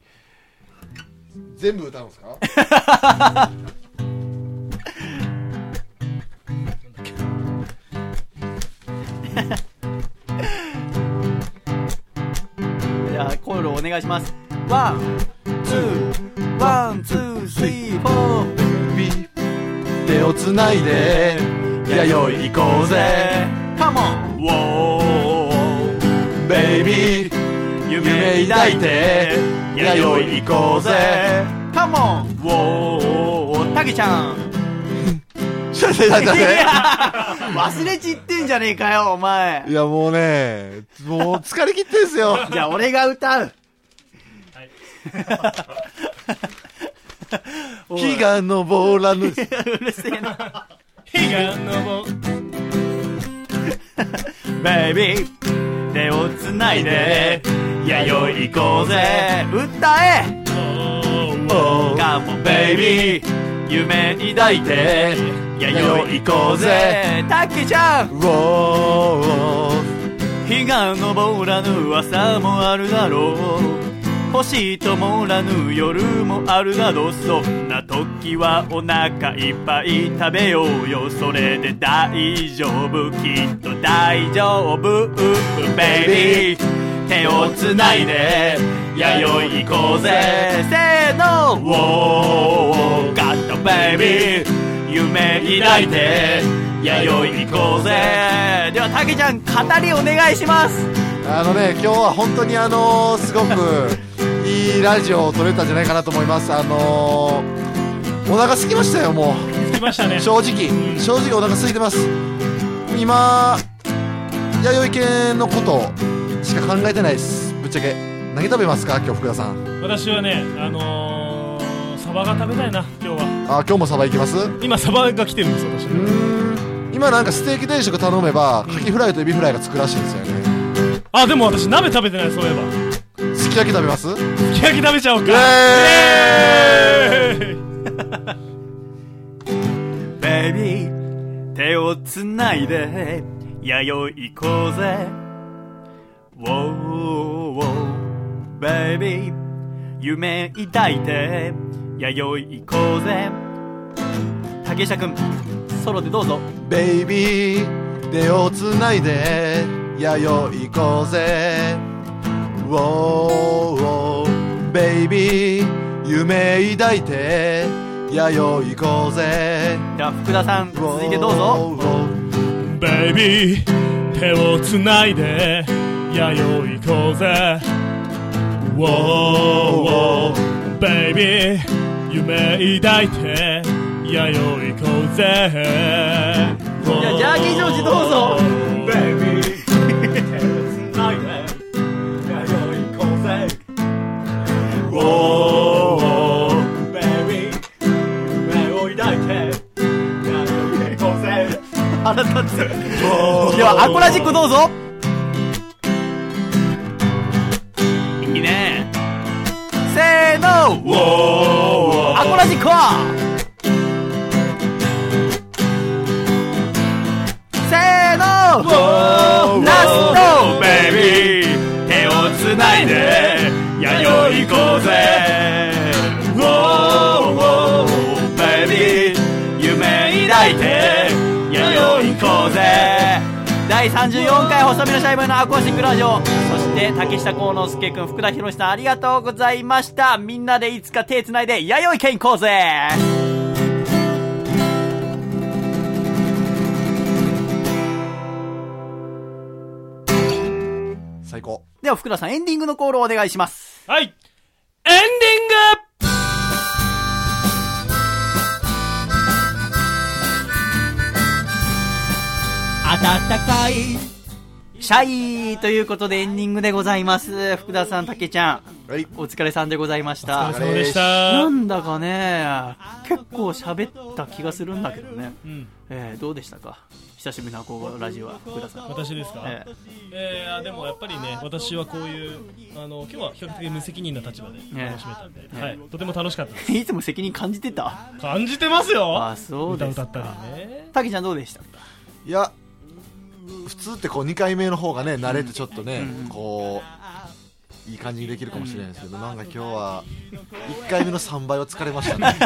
Speaker 5: 全部歌うんですか
Speaker 1: じゃあコールお願いしますワンツーワンツースリーフォー
Speaker 5: 手をつないで、弥生行こうぜ。
Speaker 1: カモン
Speaker 5: ベイビー、夢抱いて、弥生行こうぜ。
Speaker 1: カモンタケちゃん
Speaker 5: ちょっと待って待
Speaker 1: い
Speaker 5: って
Speaker 1: や忘れちってんじゃねえかよお前
Speaker 5: いや、もうね、もう疲れ切ってんす よ。
Speaker 1: じゃあ俺が歌うおい
Speaker 5: 日が昇ら ぬ。
Speaker 1: うるせえな
Speaker 11: 日が昇る
Speaker 1: ベイビー手をつないで弥生行こうぜ歌えカモンベイビー夢抱いて弥生行こうぜタッキーちゃん
Speaker 5: ウォー
Speaker 1: 日が昇らぬ朝もあるだろう星ともらぬ夜もあるだろうそんな時はお腹いっぱい食べようよそれで大丈夫きっと大丈夫ベイビー手をつないで弥生行こうぜせーのウォーガットベイビー夢抱いて弥生行こうぜではたけちゃん語りお願いします
Speaker 5: あのね、今日は本当にあのすごくいいラジオを撮れたんじゃないかなと思います。あのお腹空きましたよ、も
Speaker 11: 来ましたね
Speaker 5: う。。正直。正直お腹空いてます。今、弥生系のことしか考えてないです。ぶっちゃけ。何食べますか今日福田さん。
Speaker 11: 私はね、あのー、サバが食べたいな、今日は。
Speaker 5: あ、今日もサバ行きますう
Speaker 11: 今、サバが来てるんです、私。
Speaker 5: ーん。今なんかステーキ定食頼めば、カキフライとエビフライがつくらしいんですよね。
Speaker 11: あ、でも私、鍋食べてない、そういえば。
Speaker 5: すき焼き食べます
Speaker 11: すき焼き食べちゃおうか。イ
Speaker 5: え
Speaker 11: エーイ
Speaker 1: ベイビー手をつないで弥生行こうぜ Wow, wow, baby 夢抱いて弥生行こうぜ竹下くんソロでどうぞ
Speaker 5: ベイビー手をつないで弥生行こうぜ Wow, wow, ベイビー夢抱いて弥生行こうぜ
Speaker 1: では福田さん続いてどうぞ
Speaker 5: Wow, wow,
Speaker 11: ベイビー手をつないで弥生行こうぜ Wow, wow, ベイビー夢抱いて弥生行こうぜ
Speaker 1: じゃあジャーキージョージどうぞ腹立つではアコラジックどうぞいいねせーのアコラジックせーのラスト
Speaker 13: ベイビー手をつないで弥生行こうぜウォーウォーベイビー夢抱いて弥生行こうぜ
Speaker 1: 第34回細身のシャイボーイのアコースティックラジオそして竹下幸之助君福田博さんありがとうございましたみんなでいつか手つないで弥生県行こうぜ
Speaker 5: 最高
Speaker 1: では福田さんエンディングのコールをお願いします
Speaker 11: はいエンディング
Speaker 1: シャイということでエンディングでございます福田さん竹ちゃん
Speaker 5: はい
Speaker 1: お疲れさんでございました
Speaker 5: れ
Speaker 11: そうでした
Speaker 1: なんだかね結構喋った気がするんだけどね、
Speaker 11: ん
Speaker 1: えーどうでしたか久しぶりのアコラジオは福田さん
Speaker 11: 私ですか、
Speaker 1: え
Speaker 11: えー、でもやっぱりね私はこういうあの今日は比較的無責任な立場で
Speaker 1: え
Speaker 11: 楽しめたんで、
Speaker 1: え
Speaker 11: はい、とても楽しかったです
Speaker 1: ーいつも責任感じてた
Speaker 11: 感じてますよ
Speaker 1: あそう
Speaker 11: 歌
Speaker 1: です
Speaker 11: 歌
Speaker 1: か
Speaker 11: ったりね
Speaker 1: 竹ちゃんどうでした
Speaker 5: いや普通ってこう2回目の方がね慣れてちょっとね、こういい感じにできるかもしれないですけど、なんか今日は1回目の3倍は疲れまし たね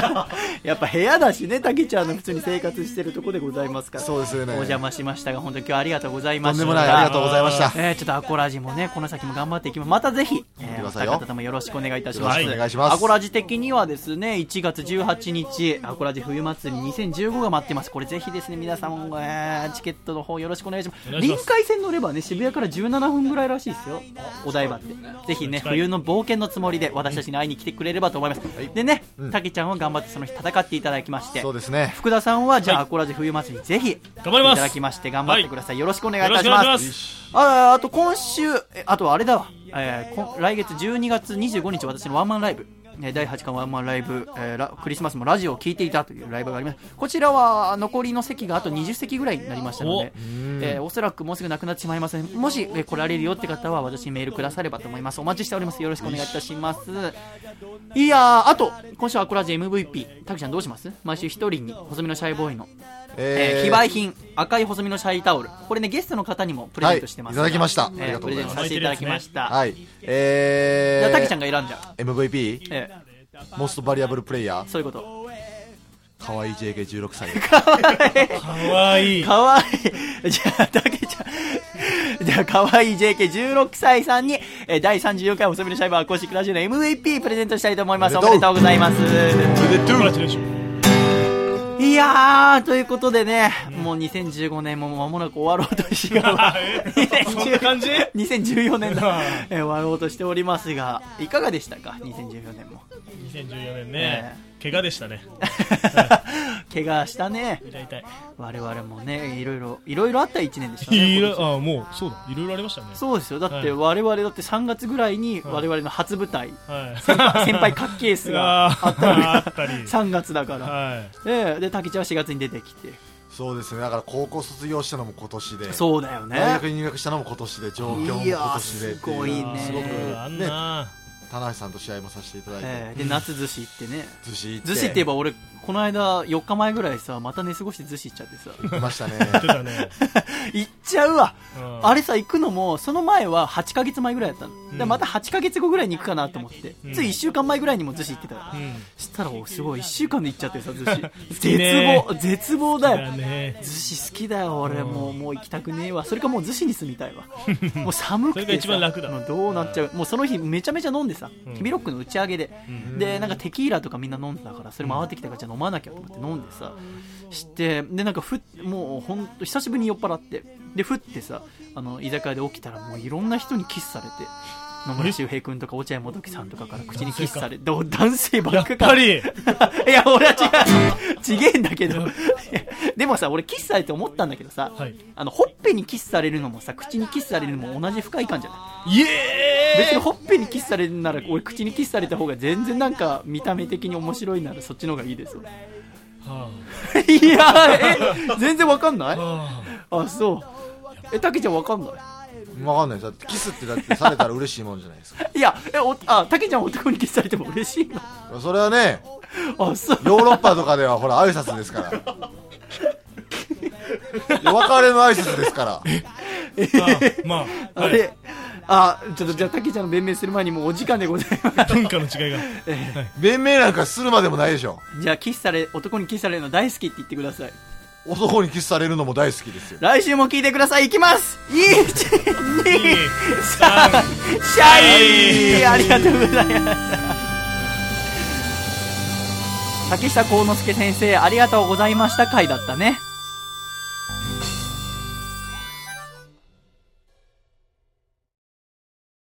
Speaker 1: やっぱ部屋だしね、たけちゃんの普通に生活してるとこでございますから。
Speaker 5: そうですよね
Speaker 1: お邪魔しましたが、本当に今日はありがとうございまし
Speaker 5: とん
Speaker 1: た。
Speaker 5: でもないありがとうございました
Speaker 1: えーちょっとアコラジもね、この先も頑張っていきます。またぜひ、え
Speaker 5: てく
Speaker 1: ー、お
Speaker 5: ださい
Speaker 1: 二
Speaker 5: よ
Speaker 1: 方ともよろしくお願いいたします。
Speaker 5: よろしくお願いします
Speaker 1: アコラジ的にはですね、1月18日、アコラジ冬祭り2015が待ってます。これぜひですね、皆さんも、えーチケットの方よろしくお願いします。
Speaker 11: 願いしま
Speaker 1: 臨
Speaker 11: す
Speaker 1: 海線乗ればね、渋谷から17分ぐらいらしいですよ。お台場って。ぜひね、
Speaker 11: い
Speaker 1: 冬の冒険のつもりで私たちに会いに来てくれればと思います。でね、たけちゃんは頑張ってその日戦っていただきまして
Speaker 5: そ、うですね
Speaker 1: 福田さんはじゃあ、
Speaker 11: は
Speaker 1: アコラジ冬祭りぜひ
Speaker 11: 頑張ります
Speaker 1: いただきまして頑張ってください、よろしくお願い
Speaker 11: よ
Speaker 1: い
Speaker 11: ろ
Speaker 1: た
Speaker 11: し
Speaker 1: し
Speaker 11: くお願いし
Speaker 1: ま
Speaker 11: ますす
Speaker 1: あーあと今週えあとあれだわ、えーこん来月12月25日私のワンマンライブね第8巻ワンマンライブ、えーラクリスマスもラジオを聴いていたというライブがありますこちらは残りの席があと20席ぐらいになりましたので
Speaker 11: お
Speaker 1: お,、えーおそらくもうすぐなくなってしまいますのでもし、えー来られるよって方は私にメールくださればと思いますお待ちしておりますよろしくお願いいたしますいやーあと今週はアコラジ MVP タクちゃんどうします毎週一人に細身のシャイボーイのえー非売品赤い細身のシャイタオルこれねゲストの方にもプレゼントしてます、
Speaker 5: はいいただきました
Speaker 1: えー
Speaker 5: ありがとうございま
Speaker 1: プレゼント
Speaker 5: す
Speaker 1: させていただきました、
Speaker 5: はいえ
Speaker 1: じゃあ
Speaker 5: ー、
Speaker 1: たけちゃんが選んじゃう、
Speaker 5: MVP
Speaker 1: え
Speaker 5: モストバリアブルプレイヤー
Speaker 1: ーそういうこと
Speaker 5: かわいい JK16 歳
Speaker 11: かわいい
Speaker 1: かわいい じゃあたけちゃんじゃあかわいい JK16 歳さんに、えー、第34回細身のシャイバー公式ラジオの MVP プレゼントしたいと思いますお
Speaker 5: お
Speaker 1: め
Speaker 5: め
Speaker 1: で
Speaker 5: で
Speaker 1: と
Speaker 5: と
Speaker 1: うございます
Speaker 11: コラチュレーション
Speaker 1: いやーということでねもう2015年も間もなく終わろうと しが
Speaker 11: そんな感じ
Speaker 1: 2014年だ
Speaker 11: うん、
Speaker 1: えー終わろうとしておりますがいかがでしたか2014年も
Speaker 11: 2014年ね、怪我でしたね
Speaker 1: 怪我したね
Speaker 11: 痛い痛い
Speaker 1: 我々もねいろいろいろいろあった1年でしたね
Speaker 11: いろいろあもうそうだいろいろありましたね
Speaker 1: そうですよだっ
Speaker 11: はい
Speaker 1: て我々だって3月ぐらいに我々の初舞台、
Speaker 11: はい
Speaker 1: 先輩先輩かっけーすがあったの
Speaker 11: あーあ
Speaker 1: が
Speaker 11: ったり
Speaker 1: 3月だから、
Speaker 11: は
Speaker 1: ええで滝ちゃんは4月に出てきて
Speaker 5: そうですねだから高校卒業したのも今年で
Speaker 1: そうだよね
Speaker 5: 大学に入学したのも今年で上京も
Speaker 1: いや
Speaker 5: 今
Speaker 1: ー
Speaker 5: 年でって
Speaker 1: すごい
Speaker 11: い
Speaker 1: ね
Speaker 11: あんな
Speaker 5: 棚橋さんと試合もさせていただいて、
Speaker 1: えーで夏逗子行ってね
Speaker 5: 逗子行って
Speaker 1: 逗子って言えば俺この間4日前ぐらいさまた寝過ごして逗子行っちゃってさ
Speaker 5: 行きましたね
Speaker 11: 言ってたね、
Speaker 1: 行っちゃうわ
Speaker 11: うん
Speaker 1: あれさ行くのもその前は8ヶ月前ぐらいだったの、
Speaker 11: ん
Speaker 1: でまた8ヶ月後ぐらいに行くかなと思って、
Speaker 11: ん
Speaker 1: つい1週間前ぐらいにも逗子行ってたから、
Speaker 11: うん
Speaker 1: したらおすごい1週間で行っちゃってさ逗子
Speaker 11: き ね
Speaker 1: 絶望絶望だよ
Speaker 11: だね
Speaker 1: 逗子好きだよ俺もうもう行きたくねえわそれかもう逗子に住みたい わもう寒くて
Speaker 11: それが一番楽だ
Speaker 1: もうどうなっちゃうもうその日めちゃめちゃ飲んでさ、
Speaker 11: うん
Speaker 1: キビロックの打ち上げで、でなんかテキーラとかみんな飲んでたからそれ回ってきたからじゃあ飲まなきゃと思って飲んでさしてでなんかふっもうほんと久しぶりに酔っ払ってでふってさあの居酒屋で起きたらもういろんな人にキスされて野村周平君とか落合もどきさんとかから口にキスされて男性ばっかか
Speaker 11: やっぱり
Speaker 1: いや、俺は違う。ちげえんだけど。いやでもさ、俺キスされて思ったんだけどさ、
Speaker 11: はい
Speaker 1: あの、ほっぺにキスされるのもさ、口にキスされるのも同じ不快感じゃな
Speaker 11: イ
Speaker 1: い別
Speaker 11: エ
Speaker 1: にほっぺにキスされるなら、俺口にキスされた方が全然なんか、見た目的に面白いならそっちの方がいいですよ。
Speaker 11: ーイ、はい
Speaker 1: やえ、全然わかんない
Speaker 11: あはあ
Speaker 1: あ、そう。え、たけちゃんわかんない
Speaker 5: 分かんないですだってキスってだってされたら嬉しいもんじゃないですか
Speaker 1: いや、え、お、あ、たけちゃん男にキスされても嬉しいの
Speaker 5: それはね
Speaker 1: あ、そう。
Speaker 5: ヨーロッパとかではほら挨拶で すから別れの挨拶ですから
Speaker 11: まあ、
Speaker 1: あ
Speaker 11: はい、
Speaker 1: れ、あ、ちょっとじゃあたけちゃんの弁明する前にもうお時間でございま す。
Speaker 11: 文化の違いが
Speaker 5: 弁明なんかするまでもないでしょ
Speaker 1: じゃあキスされ男にキスされるの大好きって言ってください
Speaker 5: 男にキスされるのも大好きですよ
Speaker 1: 来週も聞いてくださいいきます1 2 3シャイありがとうございました竹下幸之助先生ありがとうございました回だったね